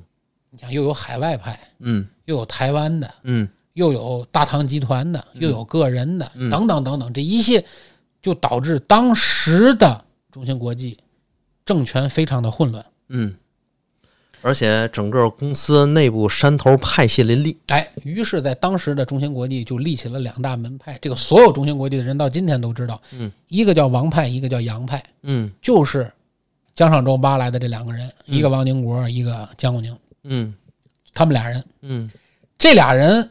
Speaker 2: 你想，又有海外派，
Speaker 1: 嗯
Speaker 2: 又有台湾的，
Speaker 1: 嗯
Speaker 2: 又有大唐集团的，又有个人的，
Speaker 1: 嗯
Speaker 2: 等等等等，这一切就导致当时的中芯国际政权非常的混乱。
Speaker 1: 嗯，而且整个公司内部山头派系林立。
Speaker 2: 哎，于是，在当时的中芯国际就立起了两大门派。这个所有中芯国际的人到今天都知道，
Speaker 1: 嗯，
Speaker 2: 一个叫王派，一个叫杨派，
Speaker 1: 嗯
Speaker 2: 就是江上周挖来的这两个人，
Speaker 1: 嗯
Speaker 2: 一个王宁国，一个江国宁，
Speaker 1: 嗯
Speaker 2: 他们俩人。
Speaker 1: 嗯
Speaker 2: 这俩人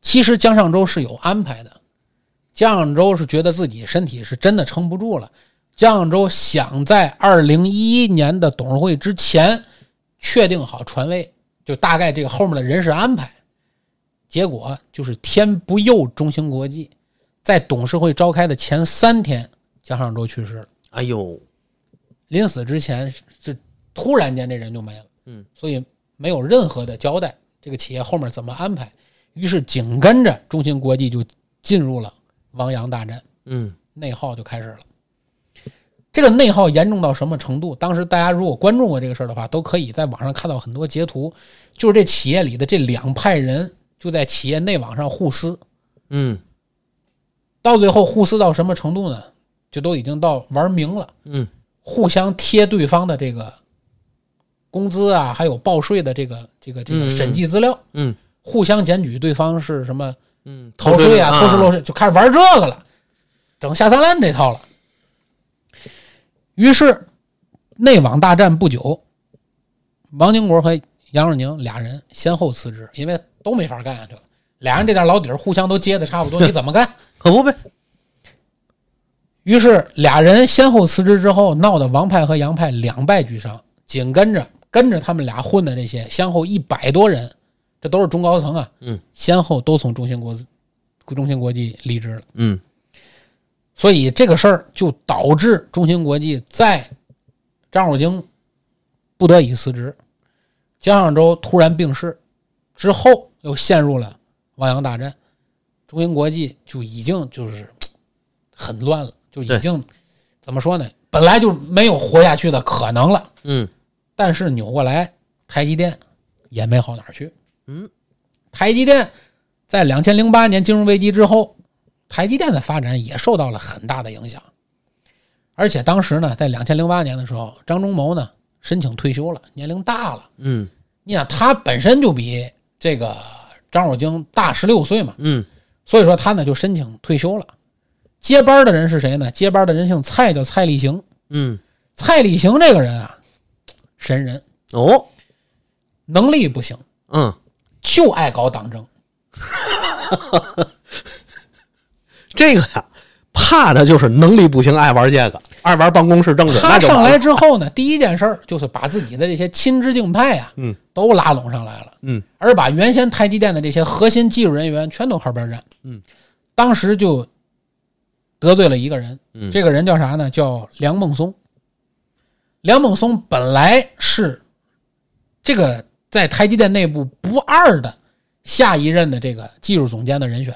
Speaker 2: 其实江上周是有安排的，江上周是觉得自己身体是真的撑不住了，江上周想在二零一一年的董事会之前确定好传位，就大概这个后面的人事安排。结果就是天不佑中芯国际，在董事会召开的前三天，江上周去世了。
Speaker 1: 哎呦，
Speaker 2: 临死之前是突然间这人就没了，
Speaker 1: 嗯，
Speaker 2: 所以没有任何的交代，这个企业后面怎么安排？于是紧跟着中芯国际就进入了汪洋大战，
Speaker 1: 嗯
Speaker 2: 内耗就开始了。这个内耗严重到什么程度？当时大家如果关注过这个事儿的话，都可以在网上看到很多截图，就是这企业里的这两派人就在企业内网上互撕，
Speaker 1: 嗯
Speaker 2: 到最后互撕到什么程度呢？就都已经到玩明了，
Speaker 1: 嗯
Speaker 2: 互相贴对方的这个工资啊，还有报税的这个这个这
Speaker 1: 嗯
Speaker 2: 个
Speaker 1: 嗯
Speaker 2: 审计资料，
Speaker 1: 嗯
Speaker 2: 互相检举对方是什么
Speaker 1: 嗯，
Speaker 2: 逃税
Speaker 1: 税
Speaker 2: 啊、偷税漏税，就开始玩这个了，整下三滥这套了。于是内网大战不久，王经国和杨润宁俩人先后辞职，因为都没法干下去了。俩人这点老底儿互相都揭的差 <laughs> 不多，你怎么干？
Speaker 1: 可不呗，
Speaker 2: 于是俩人先后辞职之后，闹得王派和杨派两败俱伤。紧跟着跟着他们俩混的这些，先后一百多人，这都是中高层啊，
Speaker 1: 嗯，
Speaker 2: 先后都从中芯国资、中芯国际离职了。
Speaker 1: 嗯
Speaker 2: 所以这个事儿就导致中芯国际在张汝京不得已辞职，江向洲突然病逝之后，又陷入了汪洋大战，中芯国际就已经就是嘖很乱了，就已经怎么说呢？本来就没有活下去的可能了，
Speaker 1: 嗯
Speaker 2: 但是扭过来，台积电也没好哪儿去。
Speaker 1: 嗯，
Speaker 2: 台积电在两千零八年金融危机之后，台积电的发展也受到了很大的影响。而且当时呢，在两千零八年的时候，张忠谋呢申请退休了，年龄大了。
Speaker 1: 嗯
Speaker 2: 你想，他本身就比这个张汝京大十六岁嘛，
Speaker 1: 嗯
Speaker 2: 所以说他呢就申请退休了。接班的人是谁呢？接班的人姓蔡，叫蔡立行。
Speaker 1: 嗯，
Speaker 2: 蔡立行这个人啊，神人，
Speaker 1: 哦，
Speaker 2: 能力不行，
Speaker 1: 嗯，
Speaker 2: 就爱搞党争。
Speaker 1: 这个呀，怕的就是能力不行，爱玩这个，爱玩办公室政治，
Speaker 2: 他
Speaker 1: 那就
Speaker 2: 上
Speaker 1: 完
Speaker 2: 来
Speaker 1: 了，
Speaker 2: 之后呢，第一件事儿就是把自己的这些亲知敬派啊，
Speaker 1: 嗯，
Speaker 2: 都拉拢上来了，
Speaker 1: 嗯，
Speaker 2: 而把原先台积电的这些核心技术人员全都靠边站，
Speaker 1: 嗯，
Speaker 2: 当时就得罪了一个人，
Speaker 1: 嗯
Speaker 2: 这个人叫啥呢？叫梁孟松。梁孟松本来是这个在台积电内部不二的下一任的这个技术总监的人选，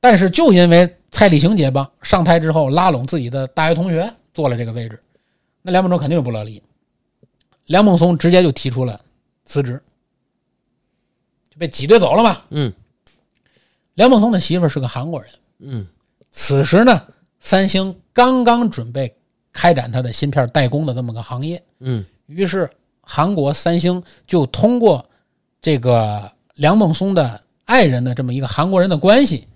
Speaker 2: 但是就因为蔡立行结帮上台之后拉拢自己的大学同学坐了这个位置，那梁孟松肯定是不乐意。梁孟松直接就提出了辞职，就被挤兑走了嘛。
Speaker 1: 嗯
Speaker 2: 梁孟松的媳妇儿是个韩国人。
Speaker 1: 嗯
Speaker 2: 此时呢，三星刚刚准备开展它的芯片代工的这么个行业，
Speaker 1: 嗯
Speaker 2: 于是韩国三星就通过这个梁孟松的爱人的这么一个韩国人的关系，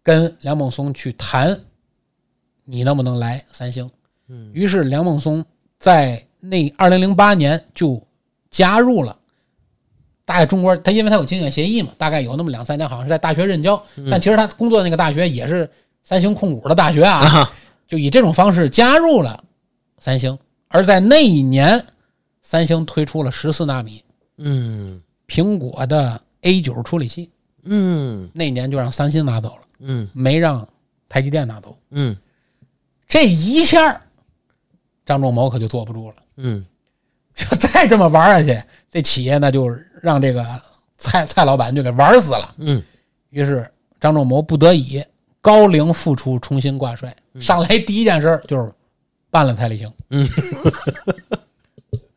Speaker 2: 跟梁孟松去谈，你能不能来三星？
Speaker 1: 嗯，
Speaker 2: 于是梁孟松在那二零零八年就加入了。大概中国，他因为他有经验协议嘛，大概有那么两三年，好像是在大学任教，但其实他工作的那个大学也是三星控股的大学啊，
Speaker 1: <laughs> 啊，
Speaker 2: 就以这种方式加入了三星。而在那一年，三星推出了十四纳米
Speaker 1: 嗯
Speaker 2: 苹果的 A 九处理器，
Speaker 1: 嗯
Speaker 2: 那一年就让三星拿走了，
Speaker 1: 嗯
Speaker 2: 没让台积电拿走。
Speaker 1: 嗯
Speaker 2: 这一下儿，张仲谋可就坐不住了，
Speaker 1: 嗯
Speaker 2: 就 <laughs> 再这么玩儿下去，这企业呢就让这个蔡蔡老板就给玩死了。
Speaker 1: 嗯
Speaker 2: 于是张仲谋不得已高龄复出，重新挂帅。上来第一件事儿就是办了蔡立行。
Speaker 1: 嗯，
Speaker 2: <laughs>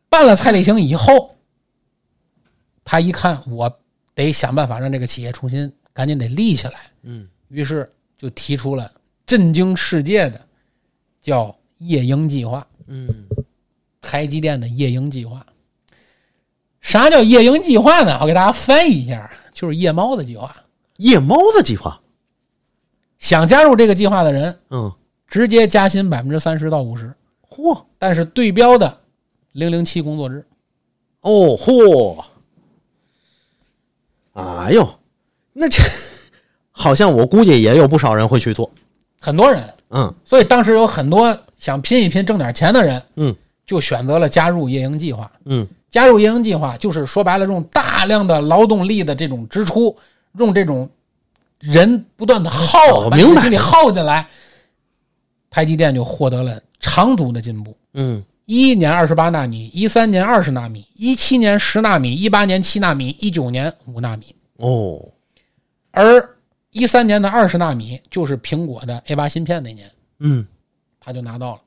Speaker 2: 办了蔡立行以后，他一看我得想办法让这个企业重新赶紧得立起来，
Speaker 1: 嗯
Speaker 2: 于是就提出了震惊世界的叫夜鹰计划。
Speaker 1: 嗯
Speaker 2: 台积电的夜鹰计划。啥叫夜鹰计划呢？我给大家翻译一下，就是夜猫子计划。
Speaker 1: 夜猫子计划，
Speaker 2: 想加入这个计划的人，
Speaker 1: 嗯，
Speaker 2: 直接加薪百分之三十到五十，
Speaker 1: 嚯
Speaker 2: 但是对标的零零七工作日。
Speaker 1: 哦嚯，哎呦，那这好像我估计也有不少人会去做，
Speaker 2: 很多人，
Speaker 1: 嗯
Speaker 2: 所以当时有很多想拼一拼挣点钱的人，
Speaker 1: 嗯
Speaker 2: 就选择了加入夜鹰计划。
Speaker 1: 嗯
Speaker 2: 加入夜鹰计划就是说白了，用大量的劳动力的这种支出，用这种人不断的耗，
Speaker 1: 我
Speaker 2: 把你
Speaker 1: 哦明白
Speaker 2: 精力耗进来，台积电就获得了长足的进步。
Speaker 1: 嗯
Speaker 2: 一一年二十八纳米，一三年二十纳米，一七年十纳米，一八年七纳米，一九年五纳米。
Speaker 1: 哦，
Speaker 2: 而一三年的二十纳米就是苹果的 A 八芯片那年，
Speaker 1: 嗯
Speaker 2: 他就拿到了。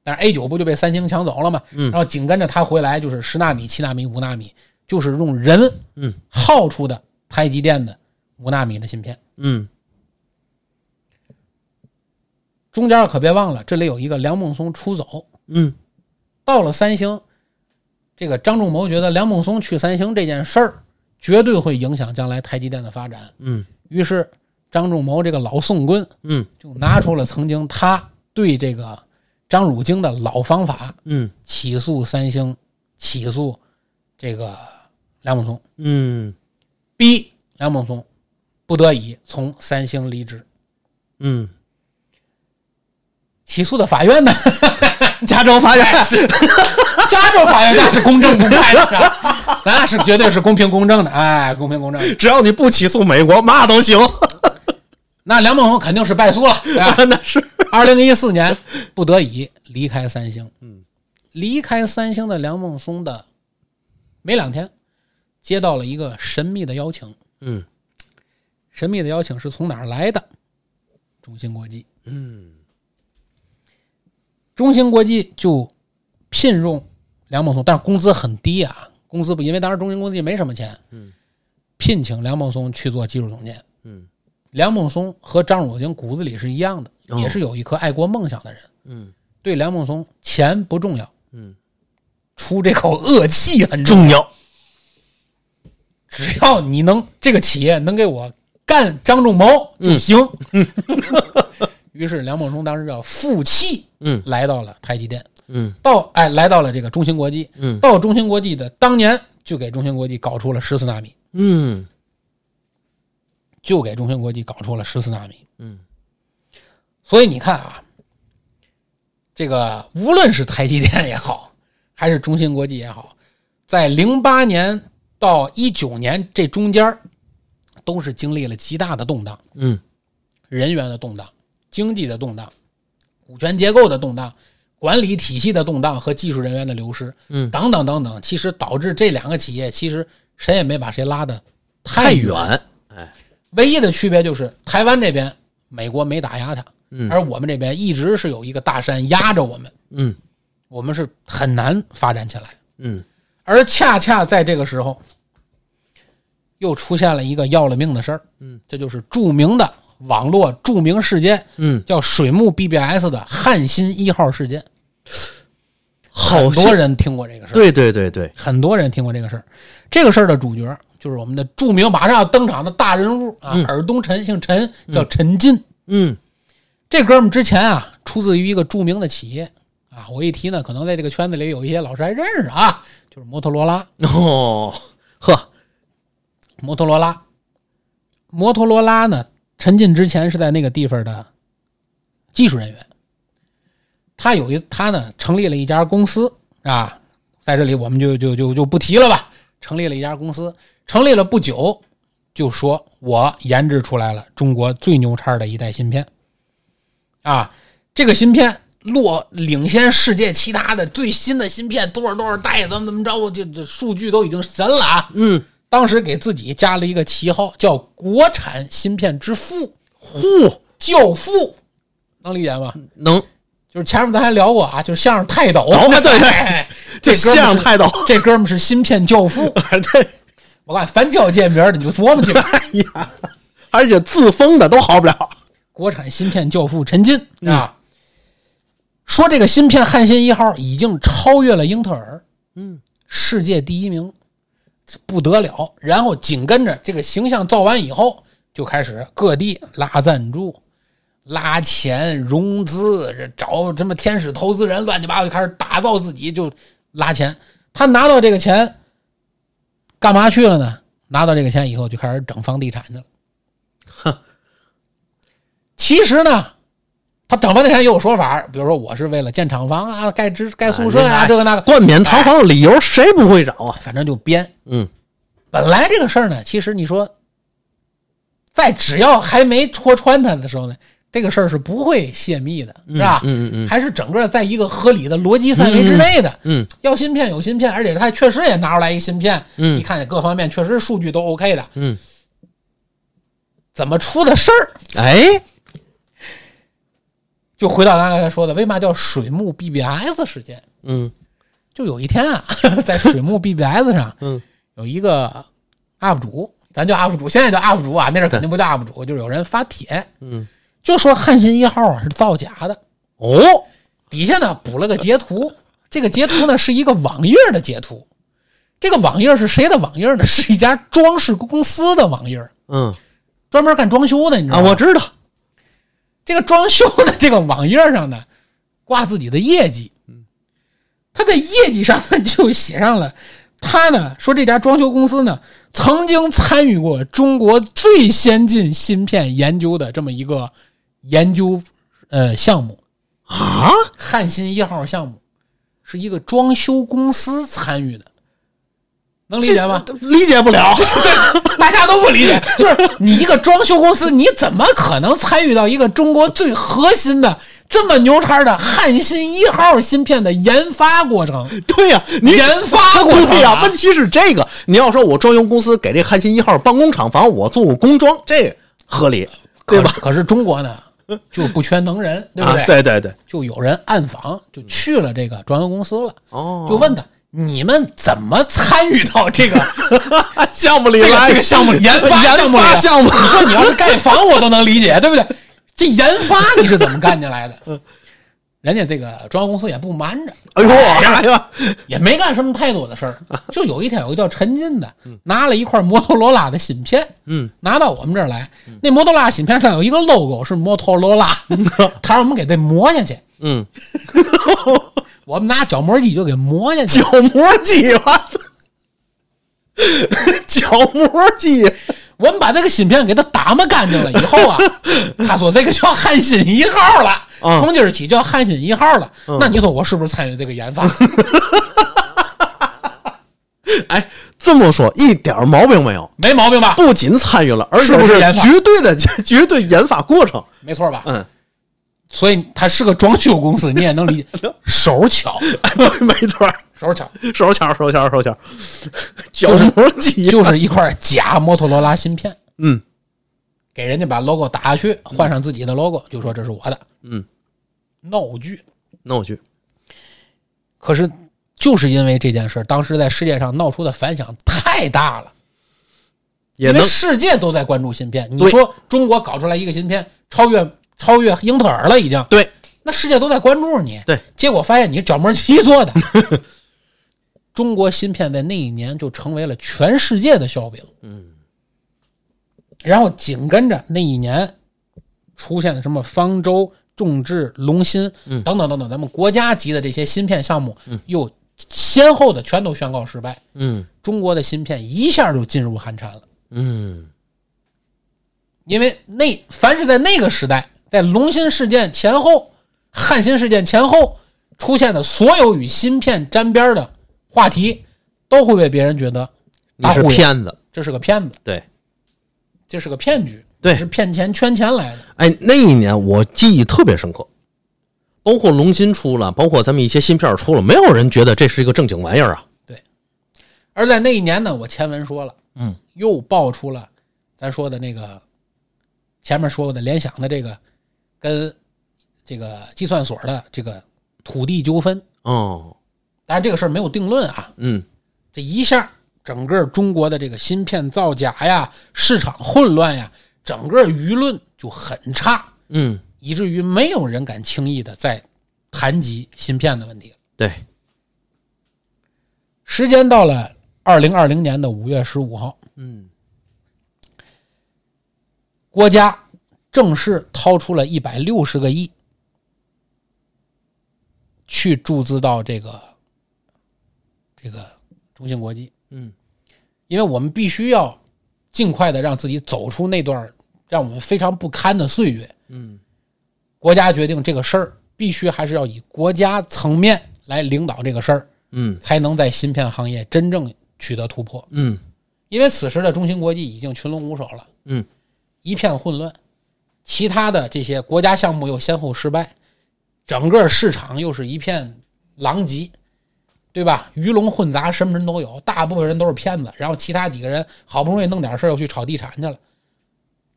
Speaker 2: 但是 A 九不就被三星抢走了嘛？
Speaker 1: 嗯
Speaker 2: 然后紧跟着他回来就是十纳米、七纳米、五纳米，就是用人
Speaker 1: 嗯
Speaker 2: 耗出的台积电的五纳米的芯片。
Speaker 1: 嗯
Speaker 2: 中间可别忘了，这里有一个梁孟松出走，
Speaker 1: 嗯
Speaker 2: 到了三星，这个张仲谋觉得梁孟松去三星这件事儿绝对会影响将来台积电的发展，
Speaker 1: 嗯
Speaker 2: 于是张仲谋这个老宋棍
Speaker 1: 嗯
Speaker 2: 就拿出了曾经他对这个张汝京的老方法，
Speaker 1: 嗯
Speaker 2: 起诉三星，起诉这个梁孟松，
Speaker 1: 嗯
Speaker 2: 逼梁孟松不得已从三星离职。
Speaker 1: 嗯，
Speaker 2: 起诉的法院呢？
Speaker 1: 加州法院，
Speaker 2: 加州法院那是公正公开的，是吧那是绝对是公平公正的，哎，公平公正的。
Speaker 1: 只要你不起诉美国，嘛都行。
Speaker 2: 那梁孟松肯定是败诉了，哎对吧？
Speaker 1: <laughs> 那是，
Speaker 2: <laughs> 二零一四年不得已离开三星。嗯，离开三星的梁孟松的没两天，接到了一个神秘的邀请。
Speaker 1: 嗯
Speaker 2: 神秘的邀请是从哪儿来的？中芯国际。嗯，中芯国际就聘用梁孟松，但是工资很低啊，工资不，因为当时中芯国际没什么钱。嗯，聘请梁孟松去做技术总监。
Speaker 1: 嗯，
Speaker 2: 梁孟松和张汝京骨子里是一样的，
Speaker 1: 哦
Speaker 2: 也是有一颗爱国梦想的人。
Speaker 1: 嗯
Speaker 2: 对梁孟松，钱不重要，
Speaker 1: 嗯，
Speaker 2: 出这口恶气很重要。
Speaker 1: 重要。
Speaker 2: 只要你能这个企业能给我干张仲谋
Speaker 1: 嗯
Speaker 2: 就行。于是梁孟松当时要负气，
Speaker 1: 嗯，
Speaker 2: 来到了台积电，
Speaker 1: 嗯
Speaker 2: 到哎来到了这个中芯国际，
Speaker 1: 嗯
Speaker 2: 到中芯国际的当年就给中芯国际搞出了十四纳米，
Speaker 1: 嗯
Speaker 2: 就给中芯国际搞出了十四纳米。
Speaker 1: 嗯
Speaker 2: 所以你看啊，这个无论是台积电也好，还是中芯国际也好，在零八年到一九年这中间儿，都是经历了极大的动荡。
Speaker 1: 嗯
Speaker 2: 人员的动荡、经济的动荡、股权结构的动荡、管理体系的动荡和技术人员的流失，
Speaker 1: 嗯
Speaker 2: 等等等等，其实导致这两个企业其实谁也没把谁拉的太
Speaker 1: 太
Speaker 2: 远。
Speaker 1: 远。
Speaker 2: 唯一的区别就是台湾这边美国没打压它，
Speaker 1: 嗯
Speaker 2: 而我们这边一直是有一个大山压着我们，
Speaker 1: 嗯
Speaker 2: 我们是很难发展起来。
Speaker 1: 嗯
Speaker 2: 而恰恰在这个时候，又出现了一个要了命的事儿，
Speaker 1: 嗯，
Speaker 2: 这就是著名的网络著名事件，
Speaker 1: 嗯，
Speaker 2: 叫水幕 BBS 的汉芯一号事件，
Speaker 1: 好
Speaker 2: 很多人听过这个事儿，
Speaker 1: 对对对对，
Speaker 2: 很多人听过这个事儿。这个事儿的主角就是我们的著名马上要登场的大人物啊，尔东陈，姓陈，叫陈进。
Speaker 1: 嗯
Speaker 2: 这哥们儿之前啊，出自于一个著名的企业啊，我一提呢，可能在这个圈子里有一些老师还认识啊，就是摩托罗拉。
Speaker 1: 哦，呵，
Speaker 2: 摩托罗拉，摩托罗拉呢，陈进之前是在那个地方的技术人员，他有一他呢成立了一家公司啊，在这里我们就就就就不提了吧。成立了一家公司，成立了不久，就说我研制出来了中国最牛叉的一代芯片，啊，这个芯片落领先世界其他的最新的芯片多少多少代，怎么怎么着，我就这数据都已经神了啊。
Speaker 1: 嗯，
Speaker 2: 当时给自己加了一个旗号，叫“国产芯片之父
Speaker 1: 呼”，
Speaker 2: 教父，能理解吗？
Speaker 1: 能，
Speaker 2: 就是前面咱还聊过啊，就是相声泰斗，
Speaker 1: 嗯哦对对 <laughs>
Speaker 2: 哎这哥
Speaker 1: 相
Speaker 2: 们
Speaker 1: 声
Speaker 2: 是
Speaker 1: 太 <laughs> 逗，
Speaker 2: 这哥们是芯片教父。
Speaker 1: 对，
Speaker 2: 我告诉你，凡叫这名儿的你就琢磨去吧。
Speaker 1: 哎呀，而且自封的都好不了。
Speaker 2: 国产芯片教父陈进
Speaker 1: 嗯
Speaker 2: 啊，说这个芯片汉芯一号已经超越了英特尔，
Speaker 1: 嗯，
Speaker 2: 世界第一名，不得了。然后紧跟着这个形象造完以后，就开始各地拉赞助、拉钱、融资，这找什么天使投资人，乱七八糟就开始打造自己，就拉钱。他拿到这个钱，干嘛去了呢？拿到这个钱以后，就开始整房地产去了。其实呢，他整房地产也有说法，比如说我是为了建厂房啊，盖支盖宿舍啊，
Speaker 1: 哎
Speaker 2: 这个那个，
Speaker 1: 冠冕堂皇的理由谁不会找啊？
Speaker 2: 反正就编。
Speaker 1: 嗯
Speaker 2: 本来这个事儿呢，其实你说，在只要还没戳穿他的时候呢，这个事儿是不会泄密的，是吧？
Speaker 1: 嗯嗯嗯
Speaker 2: 还是整个在一个合理的逻辑范围之内的。
Speaker 1: 嗯
Speaker 2: 要芯片有芯片，而且他确实也拿出来一个芯片，
Speaker 1: 嗯
Speaker 2: 你看各方面确实数据都 OK 的，
Speaker 1: 嗯，
Speaker 2: 怎么出的事儿？
Speaker 1: 哎，
Speaker 2: 就回到咱刚才说的，为嘛叫水幕 BBS 事件？
Speaker 1: 嗯
Speaker 2: 就有一天啊， <laughs> 在水幕 BBS 上，
Speaker 1: 嗯，
Speaker 2: 有一个 UP 主，咱叫 UP 主，现在叫 UP 主啊，那阵儿肯定不叫 UP 主，就是有人发帖，
Speaker 1: 嗯，
Speaker 2: 就说汉芯一号啊是造假的，
Speaker 1: 哦，
Speaker 2: <laughs> 底下呢补了个截图，这个截图呢是一个网页的截图，这个网页是谁的网页呢？是一家装饰公司的网页，
Speaker 1: 嗯
Speaker 2: 专门干装修的，你知道
Speaker 1: 啊，
Speaker 2: 吗？
Speaker 1: 我知道，
Speaker 2: 这个装修的这个网页上呢，挂自己的业绩。他在业绩上呢就写上了，他呢说这家装修公司呢曾经参与过中国最先进芯片研究的这么一个研究呃项目，
Speaker 1: 啊，
Speaker 2: 汉芯一号项目是一个装修公司参与的，能理解吗？
Speaker 1: 这？理解不 <laughs> 了，
Speaker 2: 大家都不理解， <laughs> 就是你一个装修公司，你怎么可能参与到一个中国最核心的这么牛叉的汉芯一号芯片的研发过程？
Speaker 1: 对呀、你
Speaker 2: 研
Speaker 1: <laughs>
Speaker 2: 发过程啊
Speaker 1: 对呀、问题是这个，你要说我装修公司给这汉芯一号办公厂房，我做过工装，这合理，对
Speaker 2: 可
Speaker 1: 吧？
Speaker 2: 可是中国
Speaker 1: <laughs>
Speaker 2: 呢，就不缺能人，对不对？
Speaker 1: 啊，对
Speaker 2: <laughs>
Speaker 1: 对对，
Speaker 2: 就有人暗访，就去了这个装修公司了，
Speaker 1: 哦
Speaker 2: 就问他。你们怎么参与到这个
Speaker 1: 项目里
Speaker 2: 这个
Speaker 1: 来
Speaker 2: 这个项目研发项
Speaker 1: 研
Speaker 2: 目里
Speaker 1: 发
Speaker 2: 来
Speaker 1: 项目，
Speaker 2: 你说你要是盖房，我都能理解，对不对？这研发你是怎么干进来
Speaker 1: 嗯
Speaker 2: 的？ <laughs> 人家这个装修公司也不瞒着，
Speaker 1: 哎呦，哎呀，
Speaker 2: 也没干什么太多的
Speaker 1: <laughs>
Speaker 2: 事儿。就有一天，有个叫陈进的拿了一块摩托罗拉的芯片，
Speaker 1: 嗯，
Speaker 2: 拿到我们这儿来。那摩托罗拉芯片上有一个 logo 是摩托罗拉， <laughs> 他让我们给这磨下去，
Speaker 1: 嗯，
Speaker 2: 我们拿角磨机就给磨下去
Speaker 1: 角。膜机，我操，角膜机，
Speaker 2: 哎我们把这个芯片给它打磨干净了以后
Speaker 1: <laughs>
Speaker 2: 啊，他说这个叫汉芯一号了，
Speaker 1: 嗯
Speaker 2: 从今儿起叫汉芯一号了。那你说我是不是参与这个研发？ <laughs>
Speaker 1: 哎，这么说一点儿毛病没有，
Speaker 2: 没毛病吧？
Speaker 1: 不仅参与了，而且
Speaker 2: 是不是研发
Speaker 1: 绝对的 <laughs> 绝对研发过程，
Speaker 2: 没错吧？
Speaker 1: 嗯，
Speaker 2: 所以它是个装修公司，你也能理
Speaker 1: <laughs>
Speaker 2: 解。手巧，
Speaker 1: 哎 <laughs> 对，没错儿，<laughs>
Speaker 2: 手巧，
Speaker 1: 手巧手巧手巧，角
Speaker 2: 就是
Speaker 1: 膜机，
Speaker 2: 就是一块假摩托罗拉芯片，
Speaker 1: 嗯，
Speaker 2: 给人家把 logo 打下去，换上自己的 logo，就说这是我的，
Speaker 1: 嗯，
Speaker 2: 闹剧。
Speaker 1: 那我去，
Speaker 2: 可是就是因为这件事儿，当时在世界上闹出的反响太大了，
Speaker 1: 也
Speaker 2: 因为
Speaker 1: 能
Speaker 2: 世界都在关注芯片。你
Speaker 1: 对
Speaker 2: 说中国搞出来一个芯片，超越超越英特尔了，已经，
Speaker 1: 对，
Speaker 2: 那世界都在关注你。
Speaker 1: 对，
Speaker 2: 结果发现你是角膜机做的。 <laughs> 中国芯片在那一年就成为了全世界的笑柄。嗯。然后紧跟着那一年出现了什么方舟、众志、龙芯
Speaker 1: 嗯
Speaker 2: 等等等等，咱们国家级的这些芯片项目，又先后的全都宣告失败。
Speaker 1: 嗯
Speaker 2: 中国的芯片一下就进入寒蝉了。
Speaker 1: 嗯
Speaker 2: 因为那凡是在那个时代，在龙芯事件前后、汉芯事件前后出现的所有与芯片沾边的话题，都会被别人觉得
Speaker 1: 你是
Speaker 2: 大户人
Speaker 1: 骗子，
Speaker 2: 这是个骗子，
Speaker 1: 对。
Speaker 2: 这是个骗局，
Speaker 1: 对
Speaker 2: 是骗钱圈钱来的。
Speaker 1: 哎，那一年我记忆特别深刻，包括龙芯出了，包括咱们一些芯片出了，没有人觉得这是一个正经玩意儿啊。
Speaker 2: 而在那一年呢，我前文说了，
Speaker 1: 嗯，
Speaker 2: 又爆出了咱说的那个前面说过的联想的这个跟这个计算所的这个土地纠纷，
Speaker 1: 哦，
Speaker 2: 当然这个事儿没有定论啊，
Speaker 1: 嗯，
Speaker 2: 这一下，整个中国的这个芯片造假呀、市场混乱呀，整个舆论就很差，
Speaker 1: 嗯，
Speaker 2: 以至于没有人敢轻易的再谈及芯片的问题了。
Speaker 1: 对，
Speaker 2: 时间到了二零二零年的五月十五号，
Speaker 1: 嗯
Speaker 2: 国家正式掏出了一百六十个亿，去注资到这个这个中芯国际。
Speaker 1: 嗯，
Speaker 2: 因为我们必须要尽快的让自己走出那段让我们非常不堪的岁月。
Speaker 1: 嗯，
Speaker 2: 国家决定这个事儿，必须还是要以国家层面来领导这个事儿，
Speaker 1: 嗯
Speaker 2: 才能在芯片行业真正取得突破。
Speaker 1: 嗯
Speaker 2: 因为此时的中芯国际已经群龙无首了，
Speaker 1: 嗯，
Speaker 2: 一片混乱，其他的这些国家项目又先后失败，整个市场又是一片狼藉，对吧？鱼龙混杂，什么人都有，大部分人都是骗子，然后其他几个人好不容易弄点事儿又去炒地产去了，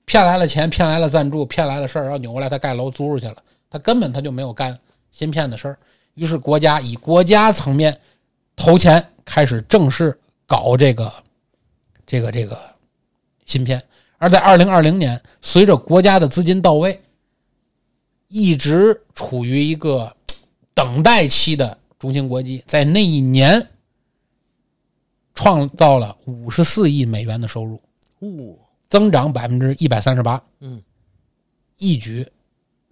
Speaker 2: 骗来了钱，骗来了赞助，骗来了事儿，然后扭过来他盖楼租出去了，他根本他就没有干芯片的事儿，于是国家以国家层面投钱开始正式搞这个。这个这个芯片。而在二零二零年，随着国家的资金到位，一直处于一个嘖等待期的中芯国际，在那一年创造了五十四亿美元的收入，
Speaker 1: 哦，
Speaker 2: 增长百分之一百三十八，
Speaker 1: 嗯，
Speaker 2: 一举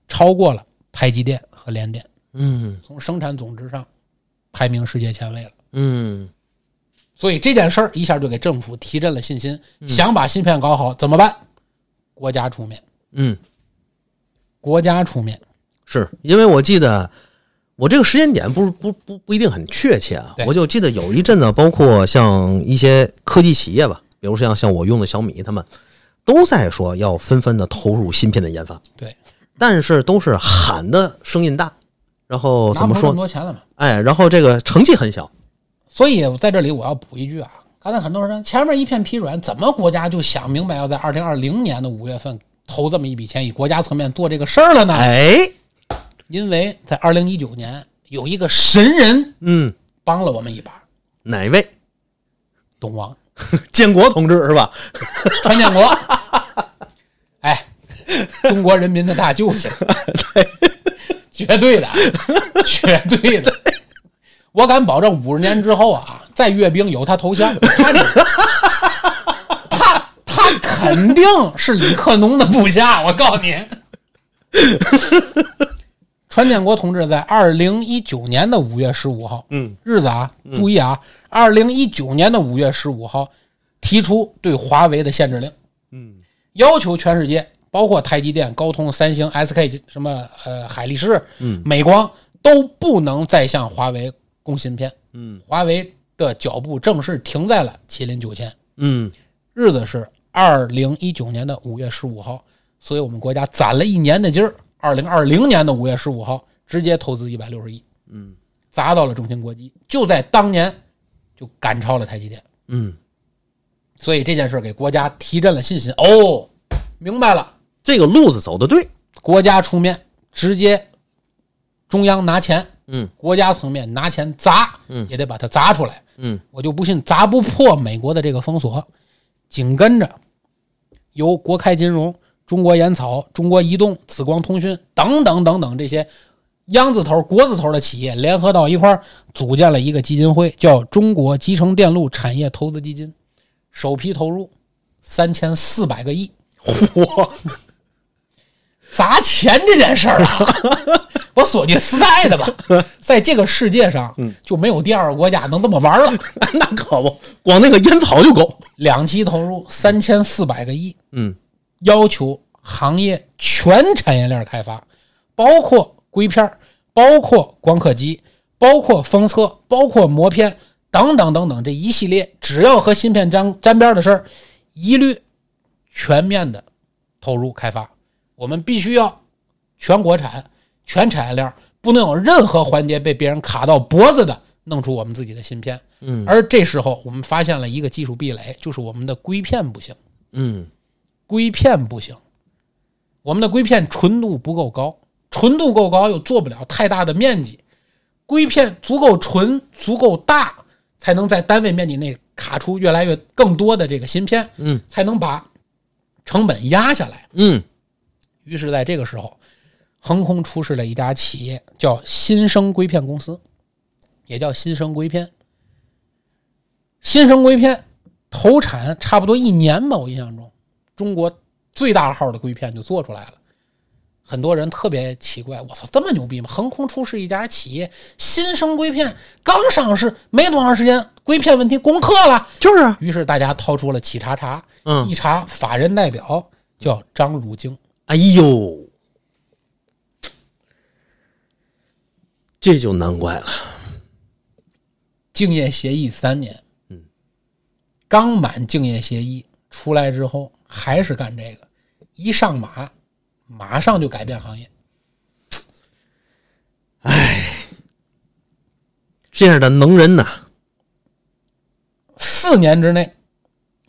Speaker 2: 超过了台积电和联电，
Speaker 1: 嗯
Speaker 2: 从生产总值上排名世界前位了。
Speaker 1: 嗯，
Speaker 2: 所以这件事儿一下就给政府提振了信心，想把芯片搞好怎么办？国家出面，
Speaker 1: 嗯，
Speaker 2: 国家出面，
Speaker 1: 是因为我记得我这个时间点不是不不不一定很确切啊
Speaker 2: 对，
Speaker 1: 我就记得有一阵子，包括像一些科技企业吧，比如像像我用的小米，他们都在说要纷纷的投入芯片的研发，
Speaker 2: 对，
Speaker 1: 但是都是喊的声音大，然后
Speaker 2: 拿
Speaker 1: 怎
Speaker 2: 不
Speaker 1: 么
Speaker 2: 出这么
Speaker 1: 说？
Speaker 2: 多钱了嘛。
Speaker 1: 哎，然后这个成绩很小，
Speaker 2: 所以我在这里我要补一句啊，刚才很多人说前面一片疲软，怎么国家就想明白要在二零二零年的五月份投这么一笔钱，以国家层面做这个事儿了呢？
Speaker 1: 哎，
Speaker 2: 因为在二零一九年有一个神人
Speaker 1: 嗯，
Speaker 2: 帮了我们一把，
Speaker 1: 哪位？
Speaker 2: 董王
Speaker 1: 建国同志是吧？
Speaker 2: 川建国，哎，中国人民的大救星，绝对的，绝对的。我敢保证，五十年之后啊，在阅兵有他头像，看着他他肯定是李克农的部下。我告诉你，川建国同志在二零一九年的五月十五号，
Speaker 1: 嗯，
Speaker 2: 日子啊，注意啊，二零一九年的五月十五号提出对华为的限制令，
Speaker 1: 嗯
Speaker 2: 要求全世界，包括台积电、高通、三星、SK 什么呃海力士、
Speaker 1: 嗯
Speaker 2: 美光都不能再向华为供芯片。
Speaker 1: 嗯
Speaker 2: 华为的脚步正式停在了麒麟九千，
Speaker 1: 嗯，
Speaker 2: 日子是二零一九年的五月十五号，所以我们国家攒了一年的劲儿，二零二零年的五月十五号直接投资一百六十亿，
Speaker 1: 嗯，
Speaker 2: 砸到了中芯国际，就在当年就赶超了台积电。
Speaker 1: 嗯，
Speaker 2: 所以这件事儿给国家提振了信心。哦，明白了，
Speaker 1: 这个路子走的对，
Speaker 2: 国家出面，直接中央拿钱，
Speaker 1: 嗯，
Speaker 2: 国家层面拿钱砸，
Speaker 1: 嗯
Speaker 2: 也得把它砸出来。
Speaker 1: 嗯
Speaker 2: 我就不信砸不破美国的这个封锁。紧跟着，由国开金融、中国烟草、中国移动、紫光通讯等等等等这些央字头、国字头的企业联合到一块儿，组建了一个基金会，叫中国集成电路产业投资基金，首批投入三千四百个亿。
Speaker 1: 嚯，
Speaker 2: 砸钱这件事儿啊， <laughs> 我索尼斯代的吧，在这个世界上就没有第二个国家能这么玩了。
Speaker 1: <laughs> 那可不，光那个烟草就够。
Speaker 2: 两期投入三千四百个亿，
Speaker 1: 嗯
Speaker 2: 要求行业全产业链开发，包括硅片儿，包括光刻机，包括封测，包括膜片等等等等这一系列，只要和芯片沾沾边儿的事儿，一律全面的投入开发。我们必须要全国产、全产业链儿，不能有任何环节被别人卡到脖子的，弄出我们自己的芯片。
Speaker 1: 嗯，
Speaker 2: 而这时候我们发现了一个技术壁垒，就是我们的硅片不行。
Speaker 1: 嗯
Speaker 2: 硅片不行，我们的硅片纯度不够高，纯度够高又做不了太大的面积，硅片足够纯、足够大，才能在单位面积内卡出越来越更多的这个芯片，
Speaker 1: 嗯，
Speaker 2: 才能把成本压下来。
Speaker 1: 嗯
Speaker 2: 于是，在这个时候，横空出世了一家企业，叫新生硅片公司，也叫新生硅片。新生硅片投产差不多一年吧，我印象中，中国最大号的硅片就做出来了。很多人特别奇怪，我操，这么牛逼吗？横空出世一家企业，新生硅片刚上市没多长时间，硅片问题攻克了。
Speaker 1: 就是啊，
Speaker 2: 于是大家掏出了企查查，
Speaker 1: 嗯
Speaker 2: 一查法人代表叫张汝京。
Speaker 1: 哎呦，这就难怪了。
Speaker 2: 竞业协议三年，嗯，刚满竞业协议出来之后，还是干这个，一上马，马上就改变行业。
Speaker 1: 这样的能人呐，
Speaker 2: 四年之内，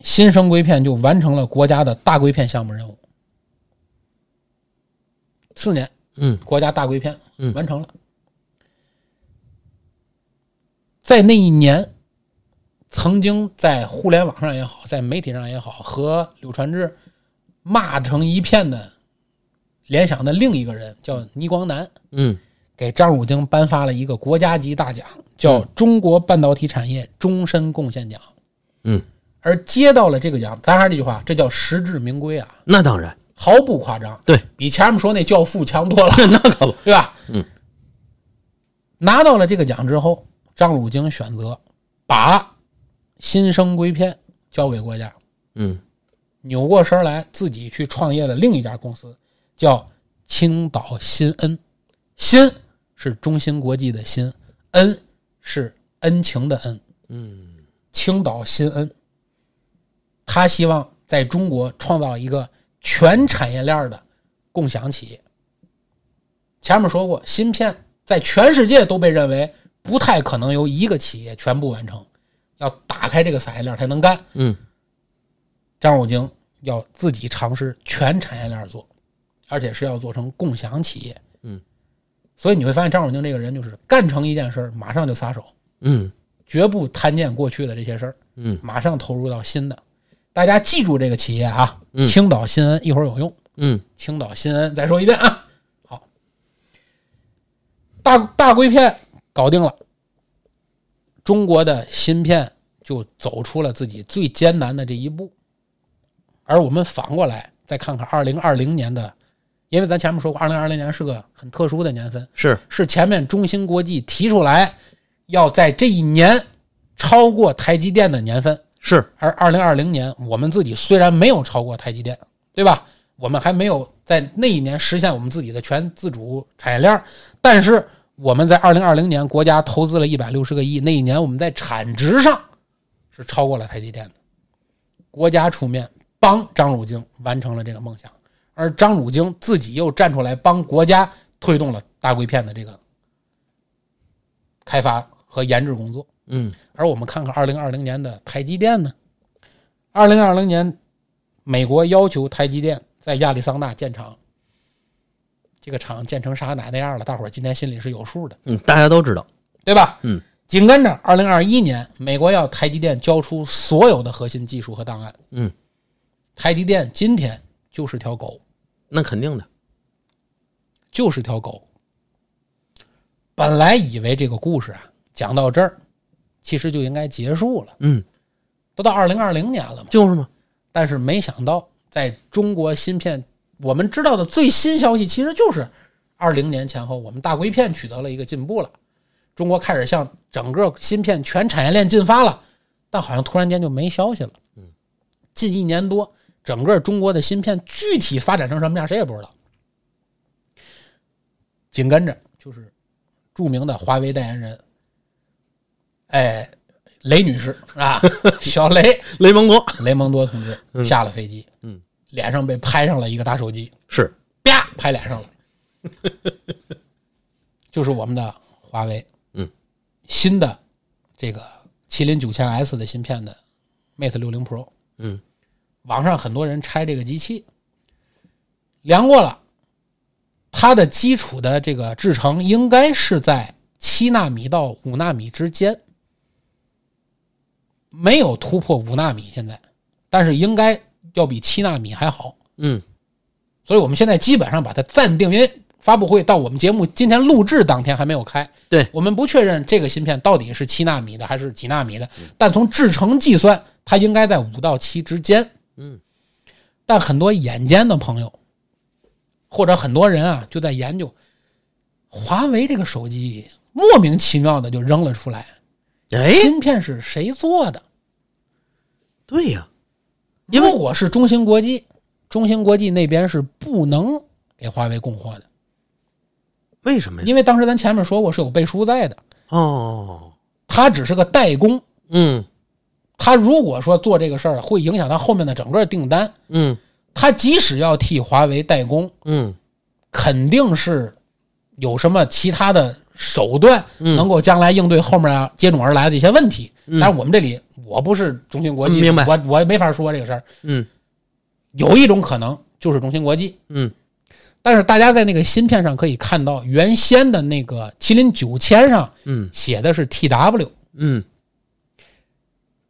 Speaker 2: 新生硅片就完成了国家的大硅片项目任务。四年，
Speaker 1: 嗯，
Speaker 2: 国家大硅片，
Speaker 1: 嗯
Speaker 2: 完成了。在那一年，曾经在互联网上也好，在媒体上也好，和柳传志骂成一片的联想的另一个人叫倪光南，
Speaker 1: 嗯
Speaker 2: 给张汝京颁发了一个国家级大奖，叫“中国半导体产业终身贡献奖”。
Speaker 1: 嗯，
Speaker 2: 而接到了这个奖，咱还是那句话，这叫实至名归啊，
Speaker 1: 那当然，
Speaker 2: 毫不夸张，
Speaker 1: 对，
Speaker 2: 比前面说那教父强多了，
Speaker 1: 那可不，
Speaker 2: 对吧？
Speaker 1: 嗯，
Speaker 2: 拿到了这个奖之后，张汝京选择把新生硅片交给国家，
Speaker 1: 嗯
Speaker 2: 扭过身来自己去创业了另一家公司，叫青岛新恩。新是中芯国际的新，恩是恩情的恩。
Speaker 1: 嗯
Speaker 2: 青岛新恩，他希望在中国创造一个全产业链的共享企业。前面说过，芯片在全世界都被认为不太可能由一个企业全部完成，要打开这个产业链才能干。
Speaker 1: 嗯
Speaker 2: 张汝京要自己尝试全产业链做，而且是要做成共享企业。
Speaker 1: 嗯，
Speaker 2: 所以你会发现张汝京这个人就是干成一件事儿马上就撒手，
Speaker 1: 嗯
Speaker 2: 绝不贪恋过去的这些事儿，
Speaker 1: 嗯，
Speaker 2: 马上投入到新的。大家记住这个企业啊，
Speaker 1: 嗯
Speaker 2: 青岛新恩一会儿有用。
Speaker 1: 嗯
Speaker 2: 青岛新恩，再说一遍啊。好，大大硅片搞定了，中国的芯片就走出了自己最艰难的这一步。而我们反过来再看看二零二零年的，因为咱前面说过，二零二零年是个很特殊的年份，
Speaker 1: 是，
Speaker 2: 是前面中芯国际提出来要在这一年超过台积电的年份。
Speaker 1: 是，
Speaker 2: 而二零二零年，我们自己虽然没有超过台积电，对吧？我们还没有在那一年实现我们自己的全自主产业链儿，但是我们在二零二零年，国家投资了一百六十个亿，那一年我们在产值上是超过了台积电的。国家出面帮张汝京完成了这个梦想，而张汝京自己又站出来帮国家推动了大硅片的这个开发和研制工作。
Speaker 1: 嗯
Speaker 2: 而我们看看二零二零年的台积电呢？二零二零年，美国要求台积电在亚利桑那建厂，这个厂建成啥奶那样了，大伙儿今天心里是有数的，
Speaker 1: 嗯，大家都知道，
Speaker 2: 对吧？
Speaker 1: 嗯。
Speaker 2: 紧跟着，二零二一年，美国要台积电交出所有的核心技术和档案。
Speaker 1: 嗯，
Speaker 2: 台积电今天就是条狗，
Speaker 1: 那肯定的，
Speaker 2: 就是条狗。本来以为这个故事啊讲到这儿，其实就应该结束了，
Speaker 1: 嗯，
Speaker 2: 都到二零二零年了嘛。
Speaker 1: 就是嘛，
Speaker 2: 但是没想到，在中国芯片，我们知道的最新消息其实就是，二零年前后，我们大硅片取得了一个进步了，中国开始向整个芯片全产业链进发了，但好像突然间就没消息了。嗯，近一年多，整个中国的芯片具体发展成什么样，谁也不知道。紧跟着就是著名的华为代言人，哎，雷女士啊，小雷。
Speaker 1: 雷蒙国
Speaker 2: 雷蒙多同志下了飞机，
Speaker 1: 嗯，
Speaker 2: 脸上被拍上了一个大手机，
Speaker 1: 是，
Speaker 2: 啪拍脸上了，就是我们的华为，
Speaker 1: 嗯，
Speaker 2: 新的这个麒麟九千 S 的芯片的 Mate 六零 Pro，
Speaker 1: 嗯，
Speaker 2: 网上很多人拆这个机器，量过了，它的基础的这个制程应该是在七纳米到五纳米之间，没有突破五纳米现在，但是应该要比七纳米还好。
Speaker 1: 嗯
Speaker 2: 所以我们现在基本上把它暂定，因为发布会到我们节目今天录制当天还没有开，
Speaker 1: 对
Speaker 2: 我们不确认这个芯片到底是七纳米的还是几纳米的，
Speaker 1: 嗯
Speaker 2: 但从制程计算，它应该在五到七之间。
Speaker 1: 嗯，
Speaker 2: 但很多眼尖的朋友，或者很多人啊，就在研究华为这个手机莫名其妙的就扔了出来，
Speaker 1: 哎，
Speaker 2: 芯片是谁做的？
Speaker 1: 对呀、哦因为
Speaker 2: 如果是中芯国际，中芯国际那边是不能给华为供货的。
Speaker 1: 为什么呀？
Speaker 2: 因为当时咱前面说过是有背书在的，
Speaker 1: 哦，
Speaker 2: 他只是个代工，
Speaker 1: 嗯
Speaker 2: 他如果说做这个事儿会影响他后面的整个订单，
Speaker 1: 嗯
Speaker 2: 他即使要替华为代工，
Speaker 1: 嗯，
Speaker 2: 肯定是有什么其他的手段
Speaker 1: 嗯
Speaker 2: 能够将来应对后面啊接踵而来的一些问题。但是我们这里我不是中芯国际，
Speaker 1: 嗯明白
Speaker 2: 我我也没法说这个事儿。
Speaker 1: 嗯
Speaker 2: 有一种可能就是中芯国际，
Speaker 1: 嗯
Speaker 2: 但是大家在那个芯片上可以看到，原先的那个麒麟九千上
Speaker 1: 嗯
Speaker 2: 写的是 TW。
Speaker 1: 嗯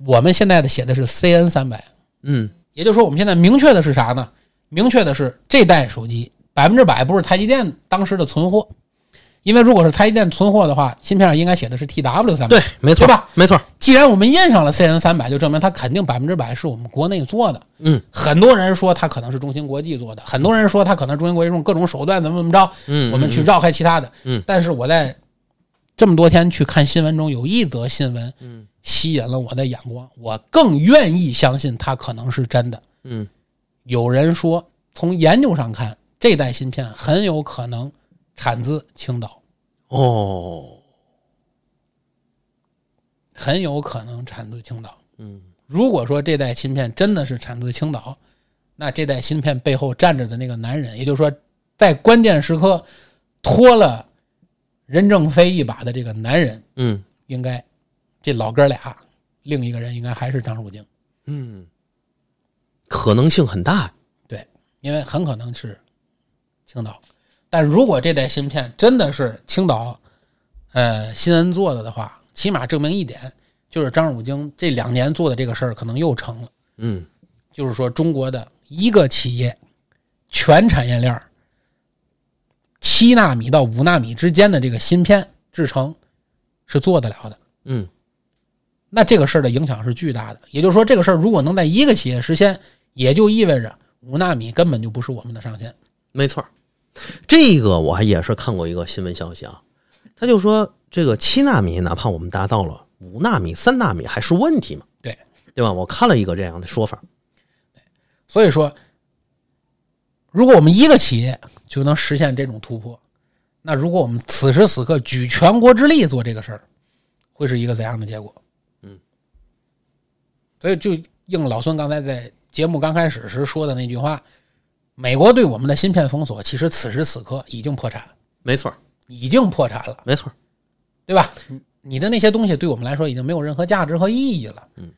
Speaker 2: 我们现在的写的是 CN 三百，
Speaker 1: 嗯
Speaker 2: 也就是说，我们现在明确的是啥呢？明确的是这代手机百分之百不是台积电当时的存货，因为如果是台积电存货的话，芯片上应该写的是 TW 三百。
Speaker 1: 对，没错，
Speaker 2: 对吧？
Speaker 1: 没错，
Speaker 2: 既然我们验上了 CN 三百，就证明它肯定百分之百是我们国内做的。
Speaker 1: 嗯，
Speaker 2: 很多人说它可能是中芯国际做的，很多人说它可能中芯国际用各种手段怎么怎么着，
Speaker 1: 嗯
Speaker 2: 我们去绕开其他的。
Speaker 1: 嗯，
Speaker 2: 但是我在这么多天去看新闻中，有一则新闻，嗯，吸引了我的眼光，我更愿意相信它可能是真的。
Speaker 1: 嗯，
Speaker 2: 有人说，从研究上看，这代芯片很有可能产自青岛，
Speaker 1: 哦，
Speaker 2: 很有可能产自青岛。
Speaker 1: 嗯
Speaker 2: 如果说这代芯片真的是产自青岛，那这代芯片背后站着的那个男人，也就是说，在关键时刻拖了任正非一把的这个男人，
Speaker 1: 嗯
Speaker 2: 应该这老哥俩，另一个人应该还是张汝京，
Speaker 1: 嗯，可能性很大呀。
Speaker 2: 对，因为很可能是青岛。但如果这代芯片真的是青岛，呃，新恩做的的话，起码证明一点，就是张汝京这两年做的这个事儿可能又成了。
Speaker 1: 嗯
Speaker 2: 就是说中国的一个企业全产业链儿七纳米到五纳米之间的这个芯片制成是做得了的。
Speaker 1: 嗯
Speaker 2: 那这个事儿的影响是巨大的。也就是说，这个事儿如果能在一个企业实现，也就意味着五纳米根本就不是我们的上限。
Speaker 1: 没错儿，这个我还也是看过一个新闻消息啊，他就说这个七纳米，哪怕我们达到了五纳米、三纳米，还是问题嘛？
Speaker 2: 对，
Speaker 1: 对吧？我看了一个这样的说法，
Speaker 2: 所以说，如果我们一个企业就能实现这种突破，那如果我们此时此刻举全国之力做这个事儿，会是一个怎样的结果？
Speaker 1: 嗯，
Speaker 2: 所以就应老孙刚才在节目刚开始时说的那句话：，美国对我们的芯片封锁，其实此时此刻已经破产，
Speaker 1: 没错儿，
Speaker 2: 已经破产了。
Speaker 1: 没错儿，
Speaker 2: 对吧？你你的那些东西对我们来说已经没有任何价值和意义了。
Speaker 1: 嗯，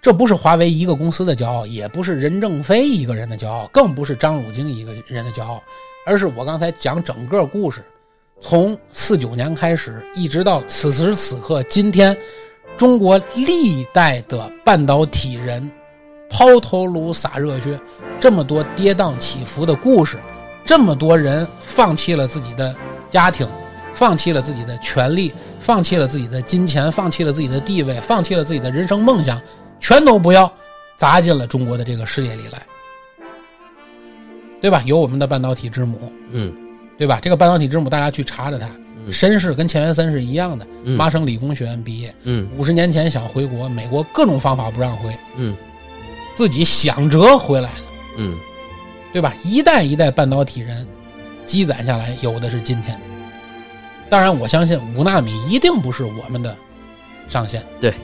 Speaker 2: 这不是华为一个公司的骄傲，也不是任正非一个人的骄傲，更不是张汝京一个人的骄傲，而是我刚才讲整个故事，从四九年开始，一直到此时此刻，今天中国历代的半导体人抛头颅洒热血，这么多跌宕起伏的故事，这么多人放弃了自己的家庭，放弃了自己的权利，放弃了自己的金钱，放弃了自己的地位，放弃了自己的人生梦想，全都不要，砸进了中国的这个事业里来，对吧？有我们的半导体之母，
Speaker 1: 嗯
Speaker 2: 对吧？这个半导体之母，大家去查查它，
Speaker 1: 嗯
Speaker 2: 身世跟钱学森是一样的，
Speaker 1: 嗯
Speaker 2: 麻省理工学院毕业，
Speaker 1: 嗯
Speaker 2: 五十年前想回国，美国各种方法不让回，
Speaker 1: 嗯
Speaker 2: 自己想辙回来的。
Speaker 1: 嗯，
Speaker 2: 对吧？一代一代半导体人积攒下来，有的是今天。当然，我相信五纳米一定不是我们的上限。
Speaker 1: 对，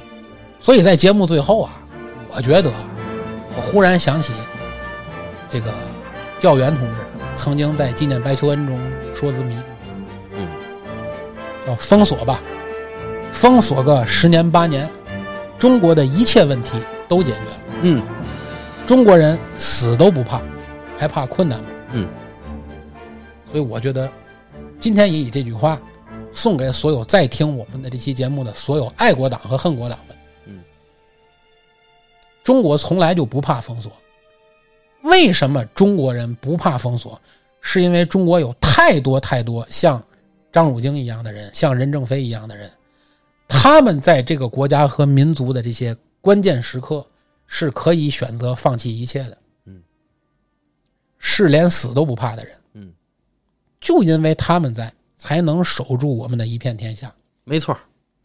Speaker 2: 所以在节目最后啊，我觉得啊我忽然想起这个教员同志曾经在《纪念白求恩》中说这么一句
Speaker 1: 嗯，
Speaker 2: 叫“封锁吧，封锁个十年八年，中国的一切问题都解决了。”
Speaker 1: 嗯
Speaker 2: 中国人死都不怕，还怕困难吗？
Speaker 1: 嗯，
Speaker 2: 所以我觉得，今天也以这句话送给所有在听我们的这期节目的所有爱国党和恨国党们。
Speaker 1: 嗯，
Speaker 2: 中国从来就不怕封锁。为什么中国人不怕封锁？是因为中国有太多太多像张汝京一样的人，像任正非一样的人，他们在这个国家和民族的这些关键时刻，是可以选择放弃一切的，
Speaker 1: 嗯，
Speaker 2: 是连死都不怕的人，
Speaker 1: 嗯，
Speaker 2: 就因为他们在，才能守住我们的一片天下。
Speaker 1: 没错儿。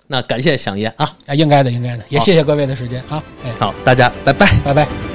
Speaker 1: 那感谢响爷啊，
Speaker 2: 啊，应该的，应该的，也谢谢各位的时间啊，哎，
Speaker 1: 好，大家拜拜。
Speaker 2: 拜拜。